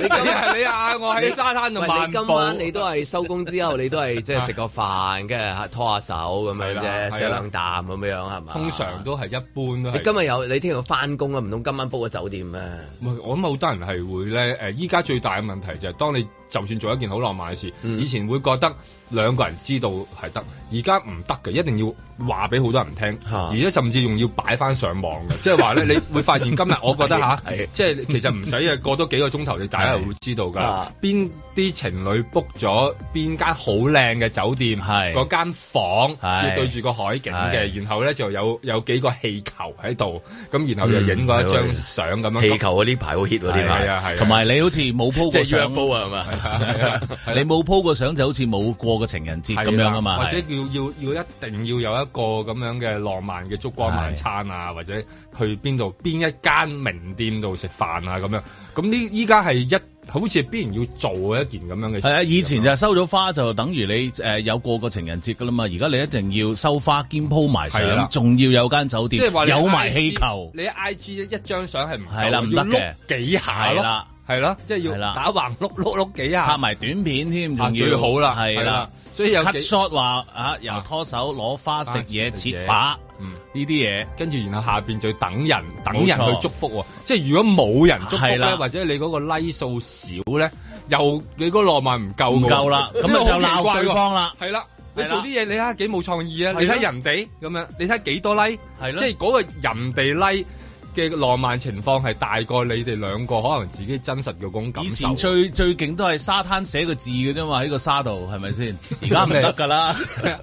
Speaker 3: 你係你嗌我喺沙灘度
Speaker 2: 喂
Speaker 3: 漫
Speaker 2: 你
Speaker 3: 步
Speaker 2: 今。晚你都係收工之後，你都係即係食個飯，跟住啊拖下手咁樣
Speaker 3: 係啦
Speaker 2: 啫，食
Speaker 3: 係啦
Speaker 2: 兩啖咁樣係嘛？
Speaker 3: 通常都係一般都
Speaker 2: 你
Speaker 3: 係。
Speaker 2: 今日有你聽日翻工啊？唔通今晚 book 個酒店啊？
Speaker 3: 唔係，我諗好多人係會咧誒，依家最大嘅問題就係當你就算做一件好浪漫嘅事，以前會覺得兩個人知道係得，而家唔得嘅，一定要話俾好多人聽，而且甚至仲要擺翻上網嘅，即係話咧，你會發現今日我覺得吓，即係其實唔使啊，過多幾個鐘頭你大家係會知道㗎啦
Speaker 2: 啊，
Speaker 3: 邊啲情侶 book 咗邊間好靚嘅酒店，嗰間房
Speaker 1: 係
Speaker 3: 要對住個海景
Speaker 1: 係
Speaker 3: 嘅，然後咧就有有幾個氣球喺度，咁然後就影過一張相咁樣。
Speaker 2: 氣球啊！呢排好 hit 喎，呢
Speaker 3: 係
Speaker 2: 排
Speaker 3: 啊係啊
Speaker 1: 同埋你好似冇 po 過
Speaker 2: 即係
Speaker 1: 相
Speaker 2: UFO 啊，係嘛？
Speaker 1: 你冇 po 過相就好似冇過個情人節咁樣啊嘛，
Speaker 3: 或者
Speaker 1: 係
Speaker 3: 要要要一定要有一個咁樣嘅浪漫嘅燭光晚餐啊，或者去邊度邊一間名店度食飯啊咁樣。咁呢依家係一好似係必然要做嘅一件咁樣嘅事。
Speaker 1: 係啊，以前就係收咗花就等於你誒有過個情人節㗎啦嘛，而家你一定要收花兼 po 埋
Speaker 3: 係啦
Speaker 1: 相，仲要有間酒
Speaker 3: 即係
Speaker 1: 店
Speaker 3: 話你
Speaker 1: 有埋
Speaker 3: IG
Speaker 1: 氣球，
Speaker 3: 你 I G 一張相係唔
Speaker 1: 係啦唔得
Speaker 3: 要
Speaker 1: 嘅
Speaker 3: 碌幾下
Speaker 1: 係
Speaker 3: 咯
Speaker 1: 啦，
Speaker 3: 係咯，即係
Speaker 1: 係
Speaker 3: 要
Speaker 1: 啦
Speaker 3: 打橫碌碌碌幾下
Speaker 1: 拍。埋短片添，仲
Speaker 3: 啊
Speaker 1: 要
Speaker 3: 最好啦
Speaker 1: 係
Speaker 3: 係啦
Speaker 1: 啦，
Speaker 3: 所以有
Speaker 1: cut
Speaker 3: 幾
Speaker 1: shot 話啊，由拖手攞花食嘢切把
Speaker 3: 嗯
Speaker 1: 呢啲嘢，
Speaker 3: 跟住然後下邊就要等人等人
Speaker 1: 冇錯
Speaker 3: 去祝福喎，即係如果冇人祝福
Speaker 1: 係
Speaker 3: 咧，
Speaker 1: 啦
Speaker 3: 或者你嗰個 like 數少咧，又你嗰個浪漫唔夠㗎喎
Speaker 1: 唔夠啦咁啊
Speaker 3: 呢 [LAUGHS] 個好
Speaker 1: 就鬧
Speaker 3: 奇怪喎
Speaker 1: 對方啦
Speaker 3: 係啦。你
Speaker 1: 係啦
Speaker 3: 做啲嘢，你睇下幾冇創意啊！
Speaker 1: 係啦
Speaker 3: 你睇人哋咁樣，你睇幾多 like，
Speaker 1: 係啦
Speaker 3: 即係嗰個人哋 like 嘅浪漫情況係大過你哋兩個可能自己真實嘅嗰種感
Speaker 1: 以
Speaker 3: 受。 [LAUGHS]
Speaker 1: 前最最勁都係沙灘寫個字嘅啫嘛，喺個沙度係
Speaker 3: [LAUGHS]
Speaker 1: 咪先？而家唔得㗎啦，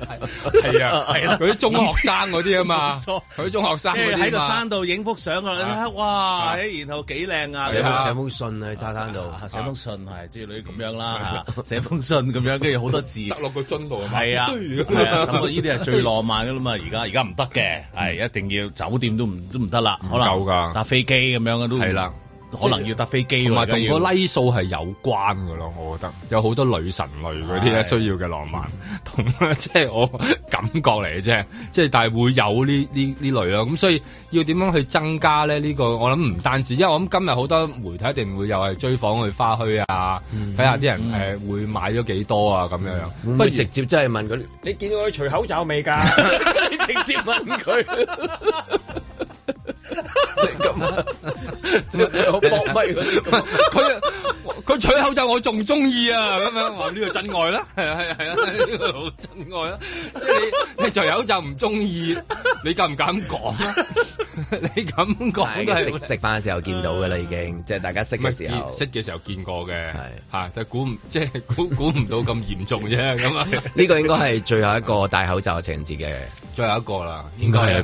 Speaker 3: 係
Speaker 1: [LAUGHS]
Speaker 3: 啊，係啊，嗰啲中學生嗰啲啊嘛，
Speaker 1: 冇錯
Speaker 3: 嗰啲中學生嗰啲啊嘛
Speaker 1: 喺個山度影幅相啊，你睇下哇，然後幾靚啊！
Speaker 2: 寫
Speaker 1: 咁
Speaker 2: 封
Speaker 1: 樣
Speaker 2: 寫封信喺沙灘度。
Speaker 1: 啊寫封信係之類咁
Speaker 3: [LAUGHS]
Speaker 1: 樣啦，嚇寫封信咁樣，跟住好多字。
Speaker 3: 塞落個樽
Speaker 1: [LAUGHS]
Speaker 3: 度啊嘛。 [LAUGHS]
Speaker 1: 係啊，係啊，咁啊，呢啲係最浪漫噶啦嘛，而家而家唔得嘅，係一定要酒店都唔都唔得啦，可能
Speaker 3: 夠㗎
Speaker 1: 搭飛機咁樣嘅都唔
Speaker 3: 係啦，
Speaker 1: 可能要搭飛機
Speaker 3: 同
Speaker 1: 喎，
Speaker 3: 埋
Speaker 1: 而家
Speaker 3: 同
Speaker 1: 要
Speaker 3: 個
Speaker 1: [LAUGHS]
Speaker 3: like 數係有關嘅咯，我覺得有好多女神類嗰啲咧
Speaker 1: 係
Speaker 3: 需要嘅浪漫， [LAUGHS] 同即係我感覺嚟嘅啫，即係但係會有呢呢呢類咯，咁所以要點樣去增加咧？呢、個我諗唔單止，因為我諗今日好多媒體一定會又係追訪去花墟啊，
Speaker 1: 嗯
Speaker 3: 睇下啲人誒、會買咗幾多啊咁樣樣，
Speaker 2: 會唔會直接真係問佢？你見到佢除口罩未㗎？你直接問佢。咁啊，即係我搏咪嗰啲咁啊
Speaker 3: 佢佢取口罩我仲中意啊咁樣，話呢個真愛啦，係啊係啊係啊，呢個好真愛啦，即係你你除口罩唔中意，你敢唔敢講啊？你咁講
Speaker 2: 係
Speaker 3: 都係
Speaker 2: 食食飯嘅時候見到㗎啦，已經即係大家識
Speaker 3: 唔係
Speaker 2: 嘅時候
Speaker 3: 見。識嘅時候見過嘅，
Speaker 2: 係
Speaker 3: 嚇，但係估唔即係估估唔到咁嚴重啫，咁啊，
Speaker 2: 呢個應該係最後一個戴口罩嘅情人節嘅，
Speaker 3: 最後一個啦，
Speaker 2: 應該係啦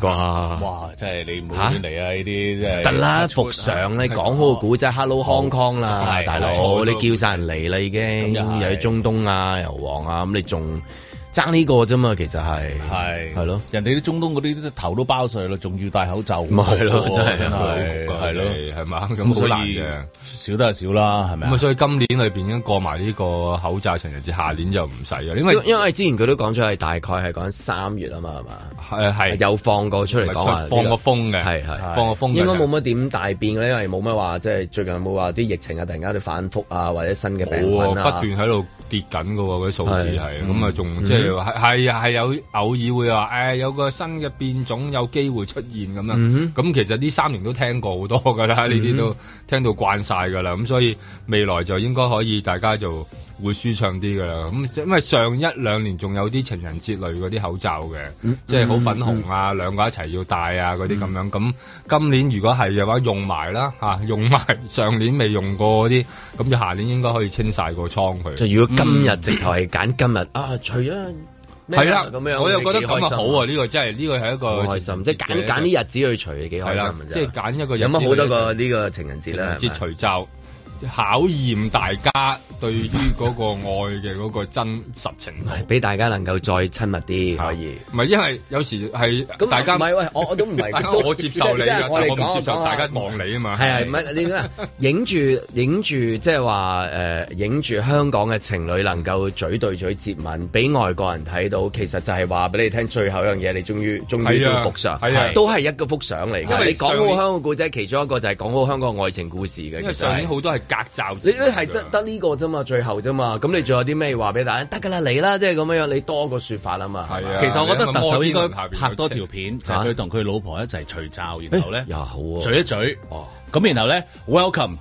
Speaker 2: 啩。
Speaker 1: 哇，真係你唔好亂嚟啊！呢啲真係
Speaker 2: 得啦，
Speaker 3: 啊
Speaker 2: 服上你講好個古仔，Hello Hong Kong 啦，
Speaker 1: 係
Speaker 2: 大
Speaker 1: 冇
Speaker 2: 佬，
Speaker 1: 錯
Speaker 2: 你叫晒人嚟啦已經，
Speaker 1: 咁又係
Speaker 2: 又喺中東啊，油王啊，咁你仲爭呢個啫嘛，其實係
Speaker 1: 係
Speaker 2: 係咯，
Speaker 1: 人哋啲中東嗰啲都頭都包碎啦，仲要戴口罩，
Speaker 2: 咪係咯
Speaker 1: 好焗喎
Speaker 2: 真係
Speaker 1: 真
Speaker 2: 好
Speaker 1: 係
Speaker 3: 係咯
Speaker 1: 係咯，，
Speaker 3: 係嘛，
Speaker 1: 咁
Speaker 3: 咁好
Speaker 1: 所
Speaker 3: 難
Speaker 1: 以
Speaker 3: 嘅。
Speaker 1: 少都係少啦，係咪
Speaker 3: 咁啊，
Speaker 1: 啊？
Speaker 3: 所以今年裏邊已經過埋呢個口罩情人節，下年就唔使啊，因為
Speaker 2: 因因為之前佢都講咗係大概係講三月啊嘛，係嘛？
Speaker 3: 係係
Speaker 2: 有放過出嚟講啊話呢個，
Speaker 3: 放個風嘅，
Speaker 2: 係係
Speaker 3: 放個風嘅，
Speaker 2: 應該冇乜點大變嘅，因為冇乜話即係最近有冇話啲疫情啊，突然間啲反覆啊，或者新嘅病
Speaker 3: 冇
Speaker 2: 菌
Speaker 3: 啊，不
Speaker 2: 啊
Speaker 3: 斷。喺度跌緊嘅喎，嗰啲數字
Speaker 2: 係
Speaker 3: 係咁啊，仲
Speaker 2: 嗯
Speaker 3: 即係譬如係係係有偶爾會話誒有個新嘅變種有機會出現咁
Speaker 2: 嗯
Speaker 3: 樣，咁其實呢三年都聽過好多㗎啦，呢啲都聽到慣晒㗎啦，咁所以未來就應該可以大家就會舒暢啲㗎啦。咁因為上一兩年仲有啲情人節類嗰啲口罩嘅，
Speaker 2: 嗯
Speaker 3: 即係好粉紅啊，兩個一齊要戴啊嗰啲咁樣。咁今年如果係嘅話，用埋啦嚇， [LAUGHS] 用埋上年未用過嗰啲，咁就下年應該可以清晒個倉佢。
Speaker 2: 就如果今日直頭係揀今日啊，除咗咩
Speaker 3: 嗯
Speaker 2: 啊
Speaker 3: 係啦，
Speaker 2: 咁樣，
Speaker 3: 我又覺得
Speaker 2: 幾
Speaker 3: 咁
Speaker 2: 開
Speaker 3: 啊
Speaker 2: 心
Speaker 3: 好啊！呢個真係呢個係一個
Speaker 2: 好開心，即係揀揀啲日子去除，幾
Speaker 3: 係
Speaker 2: 開心
Speaker 3: 啦
Speaker 2: 啊！
Speaker 3: 即係揀一個日子
Speaker 2: 有乜好多個
Speaker 3: 去
Speaker 2: 呢個情人節啦？
Speaker 3: 情人節除罩，考驗大家對於嗰個愛嘅嗰個真實情
Speaker 2: [LAUGHS]
Speaker 3: 況。
Speaker 2: 俾大家能夠再親密啲，可以。
Speaker 3: 唔係，因為有時係大家
Speaker 2: 唔係喂，我我都唔係
Speaker 3: [LAUGHS] 大家
Speaker 2: 都
Speaker 3: 我接受你
Speaker 2: 即係
Speaker 3: 啊
Speaker 2: 即係我哋
Speaker 3: 但我唔
Speaker 2: 講
Speaker 3: 接受
Speaker 2: 講
Speaker 3: 大家望你啊嘛
Speaker 2: 係係唔係你
Speaker 3: [LAUGHS]
Speaker 2: 講影住影住，即係話誒影住香港嘅情侶能夠嘴對嘴接吻，俾外國人睇到，其實就係話俾你聽，最後一樣嘢你終於終於
Speaker 3: 係
Speaker 2: 都
Speaker 3: 啊
Speaker 2: 復常
Speaker 3: 係啊，
Speaker 2: 都係一個幅相嚟
Speaker 3: 因
Speaker 2: 㗎。
Speaker 3: 為
Speaker 2: 你講
Speaker 3: 上
Speaker 2: 好
Speaker 3: 年
Speaker 2: 香港故仔，其中一個就係講好香港愛情故事嘅。
Speaker 3: 因為
Speaker 2: 其實
Speaker 3: 上年
Speaker 2: 係
Speaker 3: 好多係隔罩節
Speaker 2: 你都係得得呢個啫嘛，最後啫嘛。咁你仲有啲咩話俾大家？得㗎啦，嚟啦，即係咁樣，你多個説法啊嘛。係嘛
Speaker 1: 其實我覺得特首應該拍多條片，就係佢同佢老婆一齊除罩，然後咧
Speaker 2: 哎又好喎哦
Speaker 1: 嘴一嘴，咁然後咧 Welcome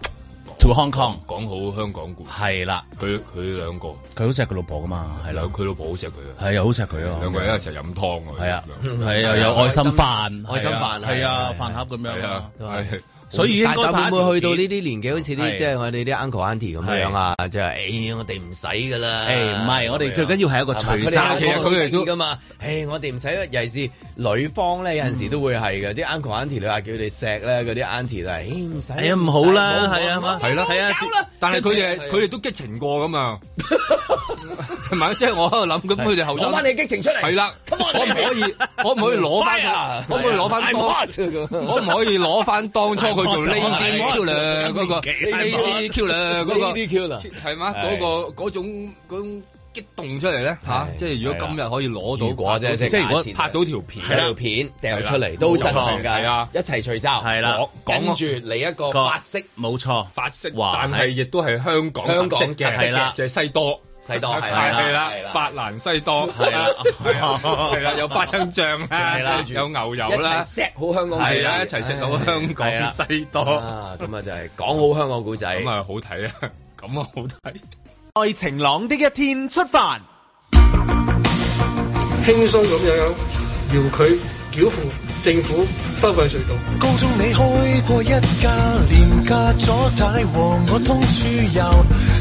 Speaker 1: to Hong Kong，
Speaker 3: 講好香港故事。
Speaker 1: 係啦，
Speaker 3: 佢佢兩個，
Speaker 1: 佢好錫佢老婆噶嘛，係
Speaker 3: 係
Speaker 1: 啦，
Speaker 3: 啦，佢老婆好錫佢啊，
Speaker 1: 係啊，好錫佢啊，
Speaker 3: 兩個人一齊飲湯啊，
Speaker 1: 係啊，
Speaker 3: 咁樣
Speaker 1: 係啊，有愛心飯，
Speaker 2: 愛心飯
Speaker 1: 係啊，飯盒咁樣啊，所以應該
Speaker 2: 但但
Speaker 1: 拍一
Speaker 2: 會唔
Speaker 1: 條
Speaker 2: 會去到
Speaker 1: 片
Speaker 2: 呢啲年紀，好似啲
Speaker 1: 係
Speaker 2: 即係我哋啲 uncle auntie 咁樣啊？即係誒，我哋唔使㗎啦。
Speaker 1: 誒唔係我哋最緊要係一個
Speaker 2: 係嘛
Speaker 1: 除
Speaker 2: 佢哋
Speaker 1: 罩
Speaker 2: 有
Speaker 1: 其實
Speaker 2: 嗰個
Speaker 1: 佢哋都
Speaker 2: 㗎嘛。誒，我哋唔使，尤其是女方咧，有陣時都會係嘅。啲 uncle auntie 你話叫你錫咧，嗰啲 auntie 就係誒唔使。
Speaker 1: 係啊，唔好啦，
Speaker 2: 唔使
Speaker 1: 係啊，嘛，
Speaker 3: 係啦，係啊，但係佢哋
Speaker 2: 啊
Speaker 3: 佢哋都激情過噶
Speaker 2: [LAUGHS]
Speaker 3: 嘛，係咪？即係我喺度諗，咁佢哋後生
Speaker 2: 攞返你激情出嚟啊哎
Speaker 3: 係啦，可
Speaker 2: ，Come on，
Speaker 3: 唔可以？可唔可
Speaker 2: [LAUGHS]
Speaker 3: 以攞翻
Speaker 2: Fire！
Speaker 3: 佢？可唔可以攞翻
Speaker 2: I'm
Speaker 3: 當
Speaker 2: hot！ [LAUGHS]
Speaker 3: 可唔可以攞翻當初佢做
Speaker 2: I'm hot！
Speaker 3: Lady Q 咧嗰個
Speaker 2: I'm hot！
Speaker 3: Lady Q 咧嗰個
Speaker 2: Lady Killer
Speaker 3: [LAUGHS] 係嘛？嗰個嗰種嗰種激動出嚟咧嚇
Speaker 2: 係，
Speaker 3: 即係如果今日可以攞到，
Speaker 2: 如果啫，
Speaker 3: 即係如果
Speaker 2: 假設
Speaker 3: 拍到條片，
Speaker 2: 有條片掉出嚟都好震撼㗎，
Speaker 3: 係啊，
Speaker 2: 一齊除罩，
Speaker 1: 係啦
Speaker 2: 講跟住嚟一個發色
Speaker 1: 冇錯，
Speaker 3: 法式，
Speaker 1: 哇
Speaker 3: 但係亦都係香港
Speaker 2: 香港
Speaker 3: 特色嘅，
Speaker 2: 特色嘅
Speaker 3: 係啦，就係西多。
Speaker 2: 西多係啦
Speaker 3: 係啦
Speaker 2: 係啦，
Speaker 3: 法蘭西多
Speaker 1: 係啦
Speaker 3: 係啦係啦，有花生醬
Speaker 1: 係啦
Speaker 3: 啦，有牛油
Speaker 2: 一
Speaker 3: 啦
Speaker 2: 齊，錫好香港故事，
Speaker 3: 係啦，一齊食到香
Speaker 1: 係啦
Speaker 3: 港西多，
Speaker 2: 啊，咁啊就係講好香港故仔。
Speaker 3: 咁啊好睇啊，咁啊好睇。
Speaker 4: 在晴朗的一天出發。
Speaker 12: 輕鬆咁樣搖佢繳付政府收費隧道。
Speaker 7: 高中你開過一家，廉價左大和我通處右。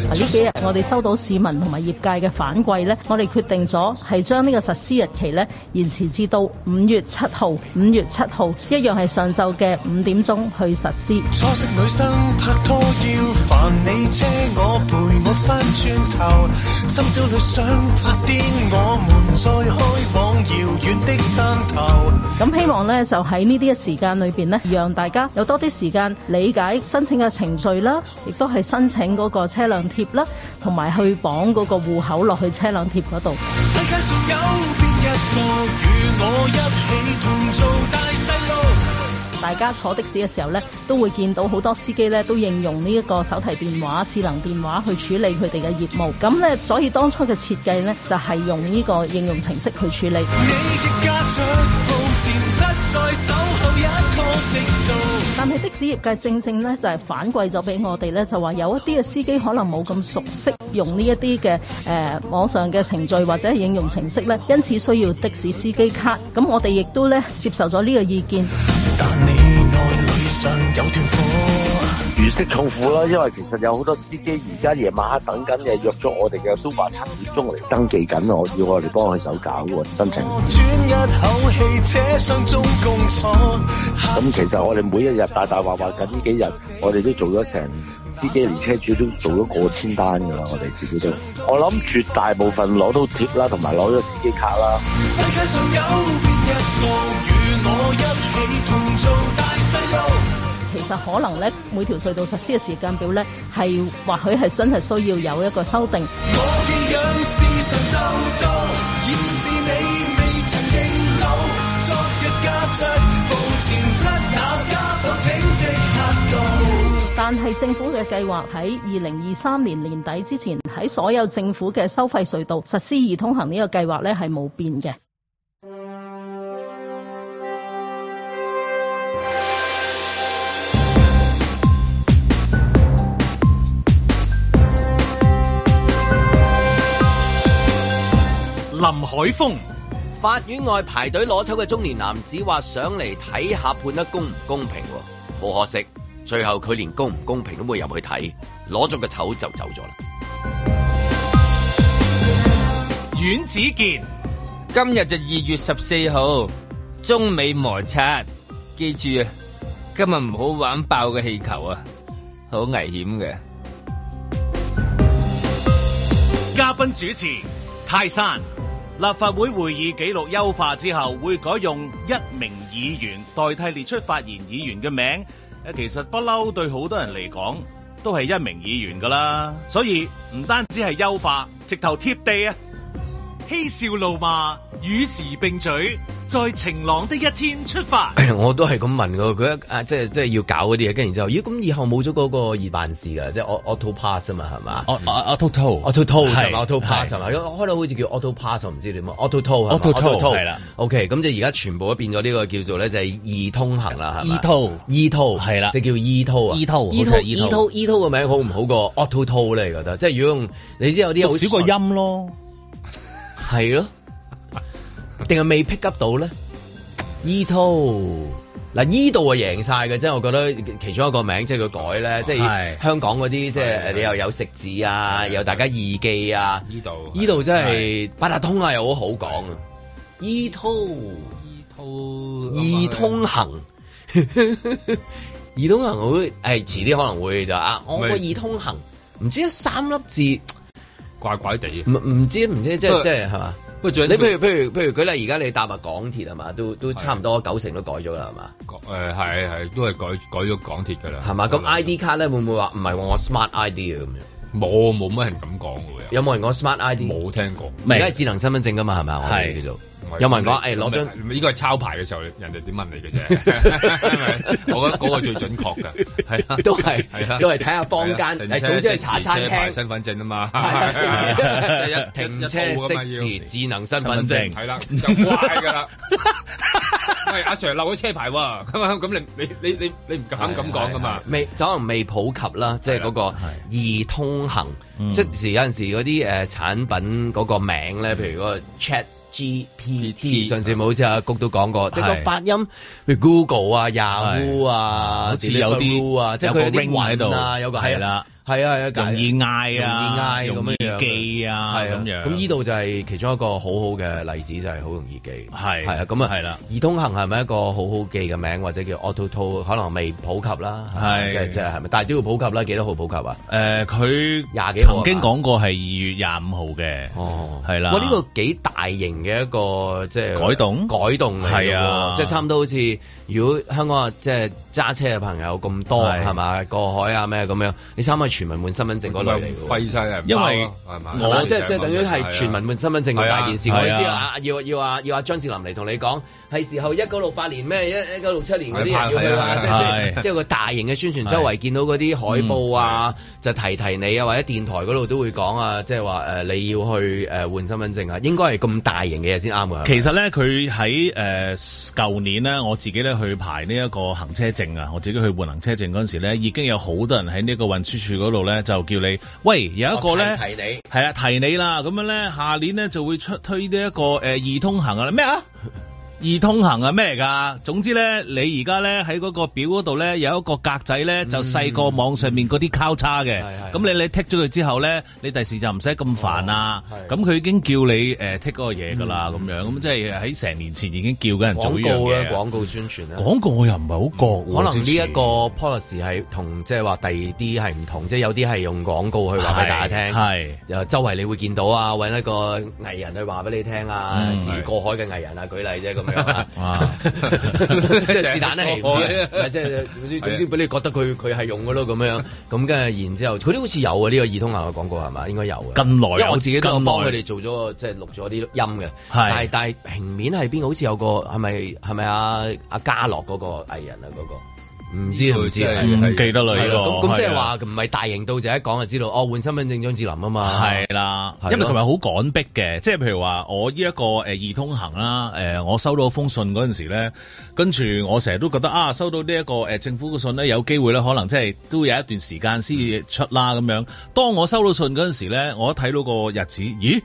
Speaker 13: 嗱，啊呢幾日我哋收到市民同埋業界嘅反饋呢，我哋決定咗係將呢個實施日期呢延遲至到五月七號，五月七號一樣係上晝嘅五點鐘去實施。
Speaker 7: 初識女生拍拖要煩你車我陪我翻轉頭，心小女想發癲，我們再開往遙遠的山頭。
Speaker 13: 咁希望呢，就喺呢啲嘅時間裏邊呢，讓大家有多啲時間理解申請嘅程序啦，亦都係申請嗰個車輛貼啦，同埋去綁嗰個戶口落去車輛貼嗰度。
Speaker 7: 世界仲有邊一個與我一起同做大細路？
Speaker 13: 大家坐的士嘅時候呢，都會見到好多司機呢都應用呢一個手提電話、智能電話去處理佢哋嘅業務。咁呢，所以當初嘅設計呢，就係用呢個應用程式去處理。
Speaker 7: 嘅家長步漸質在守候一個直道。
Speaker 13: 但係的士業界正正呢，就係反饋咗俾我哋呢，就話有一啲嘅司機可能冇咁熟悉用呢一啲嘅誒網上嘅程序或者係應用程式呢，因此需要的士司機卡。咁我哋亦都呢，接受咗呢個意見。
Speaker 14: 如釋重負啦，因為其實有好多司機而家夜晚黑等緊嘅，約咗我哋嘅都話七點鐘嚟登記緊，我要我哋幫佢手搞喎申請。
Speaker 7: 轉一口氣，車廂中共坐。
Speaker 14: 咁其實我哋每一日大大話話緊呢幾日，我哋都做咗成司機連車主都做咗過千單㗎啦，我哋自己都。我諗絕大部分攞到貼啦，同埋攞咗司機卡啦。
Speaker 7: 世界上有邊一個與我一起同做大細路？
Speaker 13: 其實可能咧，每條隧道實施嘅時間表咧，係或許係真係需要有一個修訂。
Speaker 7: 我嘅樣是神就到，掩飾你未曾認老。昨日夾著步前出，那家伙請即刻到。
Speaker 13: 但係政府嘅計劃喺二零二三年年底之前喺所有政府嘅收費隧道實施易通行呢個計劃咧係冇變嘅。
Speaker 4: 林海峰、
Speaker 2: 法院外排隊攞抽嘅中年男子話上嚟睇下判得公唔公平喎，好可惜，最後佢連公唔公平都冇入去睇，攞咗個籌就走咗啦。
Speaker 4: 阮子健、
Speaker 3: 今日就二月十四號，中美摩擦，記住啊，今日唔好玩爆嘅氣球啊，好危險嘅。
Speaker 4: 嘉賓主持泰山。立法會會議記錄優化之後，會改用一名議員代替列出發言議員嘅名。誒，其實不嬲對好多人嚟講，都係一名議員㗎啦。所以唔單止係優化，直頭貼地啊！嬉笑怒罵，與時並舉，在晴朗的一天出發。
Speaker 2: [LAUGHS] 我都係咁問㗎，佢一啊即係即係要搞嗰啲嘢，跟住之後，咦咁以後冇咗嗰個易辦事㗎，即係 au- auto pass 啊嘛，係嘛？
Speaker 1: 我我我 total
Speaker 4: 哦
Speaker 2: auto toll 係嘛
Speaker 1: 哦係
Speaker 2: ？auto pass 係
Speaker 1: 係
Speaker 2: 嘛？開到好似叫 auto pass 我唔知點啊，auto toll 係嘛
Speaker 1: Auto toll，
Speaker 2: toll，
Speaker 1: 係啦
Speaker 2: OK，咁就而家全部都變咗呢個叫做咧就係易通行啦，係嘛
Speaker 1: E-toll
Speaker 2: ？e-toll
Speaker 1: E 係啦
Speaker 2: 即係叫 e-toll 啊
Speaker 1: E-toll，好似係 E
Speaker 2: e-toll
Speaker 1: E-toll
Speaker 2: e-toll 個名好唔好過 auto toll 咧？你覺得即係如果用你知有啲好
Speaker 1: 少個
Speaker 2: 純
Speaker 1: 音咯，
Speaker 2: 係咯，定係未 pick up 到咧？依套嗱，依度啊贏晒嘅，即係我覺得其中一個名，即係佢改
Speaker 3: 哦
Speaker 2: 咧，即係
Speaker 1: 係
Speaker 2: 香港嗰啲，即係你又有食字啊，又大家易記啊，
Speaker 3: 依度
Speaker 2: 依度真係八達通啊，又好好講啊，依套易通行。 [LAUGHS] 易通行會誒遲啲可能會就啊，我個
Speaker 3: 咪
Speaker 2: 易通行唔知三粒字，
Speaker 3: 怪怪地
Speaker 2: 唔唔知唔知即
Speaker 3: 不
Speaker 2: 係
Speaker 3: 過
Speaker 2: 即係係嘛？
Speaker 3: 不過最
Speaker 2: 你譬如譬如譬如舉例，而家你搭埋港鐵係嘛，都都差唔多九成都改咗啦係嘛？
Speaker 3: 誒係係都係改改咗港鐵㗎啦，
Speaker 2: 係嘛？咁 ID 卡咧會唔會話唔係我 smart ID 啊咁樣？
Speaker 3: 冇冇乜人咁講㗎喎，
Speaker 2: 有冇人講 smart ID？
Speaker 3: 冇聽過。
Speaker 2: 而家係智能身份證㗎嘛係咪？我哋叫做有冇人講誒攞張？
Speaker 3: 呢個係抄牌嘅時候，人哋點問你
Speaker 2: [LAUGHS]
Speaker 3: 嘅啫？我覺得嗰個最準確㗎，係啊，
Speaker 2: 都係
Speaker 3: 係啊，
Speaker 2: 都係睇下坊間誒總之係查餐廳
Speaker 3: 身份證啊嘛，
Speaker 2: 停車熄匙智能身份證
Speaker 3: [LAUGHS] 係啦，就怪㗎啦。 [LAUGHS] 喂，阿 Sir 漏咗車牌喎，咁啊，咁你你你你你唔敢咁講㗎嘛？
Speaker 2: 未可能未普及啦，即係嗰個易通行，即係有陣時嗰啲誒產品嗰個名咧，譬如嗰個 Chat。GPT 上次咪好似阿谷都講過，即係個
Speaker 1: 係
Speaker 2: 發音，譬如 Google 啊、Yahoo 啊，
Speaker 1: 好似有
Speaker 2: Deliveroo
Speaker 1: 啲
Speaker 2: 啊，即係
Speaker 1: 有個
Speaker 2: 佢有啲
Speaker 1: ring 喺
Speaker 2: 韻啊，
Speaker 1: 度
Speaker 2: 有個係
Speaker 1: 係啦，
Speaker 2: 係啊，有一個
Speaker 1: 容易嗌
Speaker 2: 容
Speaker 1: 啊
Speaker 2: 易嗌咁樣樣
Speaker 1: 容易記啊
Speaker 2: 係
Speaker 1: 咁樣
Speaker 2: 咁呢度就係其中一個好好嘅例子，就係好容易記，
Speaker 1: 係
Speaker 2: 係啊，咁啊
Speaker 1: 係啦。
Speaker 2: 易通行係咪一個好好記嘅名，或者叫 Auto Toll，可能未普及啦，
Speaker 1: 係
Speaker 2: 即係即係係咪？但係都要普及啦，幾多號普及啊？
Speaker 1: 誒呃佢
Speaker 2: 廿幾號啊
Speaker 1: 曾經講過係二月廿五號嘅，
Speaker 2: 哦，
Speaker 1: 係啦，
Speaker 2: 哇！呢個幾大型嘅一個即係
Speaker 1: 改動
Speaker 2: 改動嚟嘅
Speaker 1: 係
Speaker 2: 喎，
Speaker 1: 啊
Speaker 2: 即係差唔多好似如果香港啊，即係揸車嘅朋友咁多
Speaker 1: 係
Speaker 2: 係嘛，過海啊咩咁樣，你差唔多係全民換身份證嗰類嚟嘅喎。
Speaker 3: 費晒人，
Speaker 1: 因為
Speaker 3: 係嘛？
Speaker 2: 我哦即係即係等於係啊全民換身份證咁大件事，
Speaker 1: 係啊
Speaker 2: 我意思
Speaker 1: 係
Speaker 2: 啊
Speaker 1: 啊，
Speaker 2: 要要啊要啊張智霖嚟同你講，係時候一九六八年咩一一九六七年嗰啲人
Speaker 3: 係啊
Speaker 2: 要去啊，
Speaker 3: 係啊
Speaker 2: 即
Speaker 1: 係
Speaker 2: 係
Speaker 1: 啊
Speaker 2: 即係
Speaker 1: 係
Speaker 2: 即係個大型嘅宣傳，周圍見到嗰啲海報啊，
Speaker 1: 嗯
Speaker 2: 就提提你啊，或者電台嗰度都會講啊，即係話誒你要去誒換身份證啊，應該係咁大型嘅嘢先啱㗎。
Speaker 1: 其實咧，佢喺誒舊年咧，我自己咧去排呢一個行車證啊，我自己去換行車證嗰陣時咧，已經有好多人喺呢個運輸處嗰度咧，就叫你喂有一個咧。
Speaker 2: 提提你。
Speaker 1: 係啦，提你啦，咁樣咧，下年咧就會出推呢、一個誒、呃易通行啊，
Speaker 2: [LAUGHS]
Speaker 1: 咩啊？易通行啊咩嚟㗎？總之咧，你而家咧喺嗰個表嗰度咧有一個格仔咧，就細過網上面嗰啲交叉嘅。
Speaker 2: 係
Speaker 1: 咁你你剔咗佢之後咧，你第時就唔使咁煩啦。
Speaker 2: 係
Speaker 1: 咁佢已經叫你誒剔嗰個嘢㗎啦，咁樣咁即係喺成年前已經叫緊人做
Speaker 2: 廣
Speaker 1: 呢樣
Speaker 2: 告
Speaker 1: 嘢。
Speaker 2: 咧，廣告宣傳咧。
Speaker 1: 廣告我又唔係
Speaker 2: 可
Speaker 1: 好覺
Speaker 2: 能
Speaker 1: 喎，
Speaker 2: 呢一
Speaker 1: 之前
Speaker 2: 個 policy 係同即係話第二啲係唔同，即係有啲係用廣告去話俾大家聽，
Speaker 1: 係
Speaker 2: 又呃周圍你會見到啊，揾一個藝人去話俾你聽啊，
Speaker 1: 嗯
Speaker 2: 是過海嘅藝人啊，舉例啫咁樣啊
Speaker 1: 哇，
Speaker 2: [LAUGHS] 即係是但啦，唔
Speaker 3: 過
Speaker 2: 知
Speaker 3: 海
Speaker 2: 啊，即係總之總之俾你覺得佢佢係用嘅咯咁樣，咁跟住然之後佢都好似有啊呢個易通行嘅廣告係嘛，應該有嘅。
Speaker 1: 近來
Speaker 2: 因
Speaker 1: 有
Speaker 2: 為我自己都有
Speaker 1: 近
Speaker 2: 幫
Speaker 1: 來
Speaker 2: 佢哋做咗個即係錄咗啲音嘅，但係但係平面係邊個？好似有個係咪係咪阿阿嘉樂嗰個藝人啊嗰個？唔知唔知係啊
Speaker 1: 唔記得啦呢
Speaker 2: 係
Speaker 1: 個
Speaker 2: 咁咁即
Speaker 1: 係
Speaker 2: 係
Speaker 1: 啊
Speaker 2: 話唔係大型到就一講就知道，哦換身份證張智霖啊嘛，
Speaker 1: 係啦
Speaker 2: 係咯
Speaker 1: 因為同埋好趕逼嘅，即係譬如話我呢、一個誒、呃、易通行啦，誒、我收到封信嗰陣時咧，跟住我成日都覺得啊，收到呢、一個誒、呃政府嘅信咧，有機會咧，可能即係都有一段時間先至出啦咁樣。當我收到信嗰陣時咧，我一睇到個日子，咦？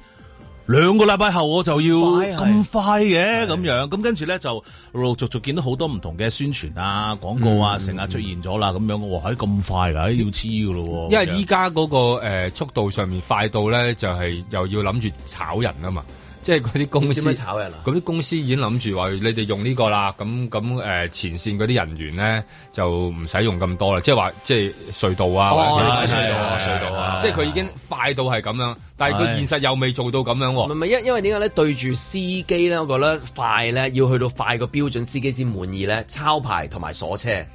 Speaker 1: 兩個禮拜後我就要咁快嘅咁樣，咁跟住咧就陸陸續續見到好多唔同嘅宣傳啊、廣告啊，成日出現咗啦咁樣，我話喺咁快㗎，要黐㗎咯喎，
Speaker 3: 因為
Speaker 1: 咁
Speaker 2: 啊
Speaker 1: 樣
Speaker 3: 依家嗰個、呃、速度上面快到咧，就係、又要諗住炒人啊嘛。即係嗰啲公司
Speaker 2: 點樣炒人啊？
Speaker 3: 嗰啲公司已經諗住話你哋用呢個啦，咁咁誒前線嗰啲人員咧就唔使用咁多啦，即係話即係隧道啊，
Speaker 2: 哦
Speaker 3: 或者
Speaker 2: 係
Speaker 3: 隧道啊，
Speaker 2: 係
Speaker 3: 隧道啊，
Speaker 2: 係
Speaker 3: 即係佢已經快到係咁樣，但係佢
Speaker 2: 係
Speaker 3: 現實又未做到咁樣
Speaker 2: 唔係 [LAUGHS]
Speaker 1: 啊
Speaker 3: 喎。
Speaker 2: 唔係，因因為點解咧？對住司機咧，我覺得快咧，要去到快個標準，司機先滿意咧。抄牌同埋鎖車，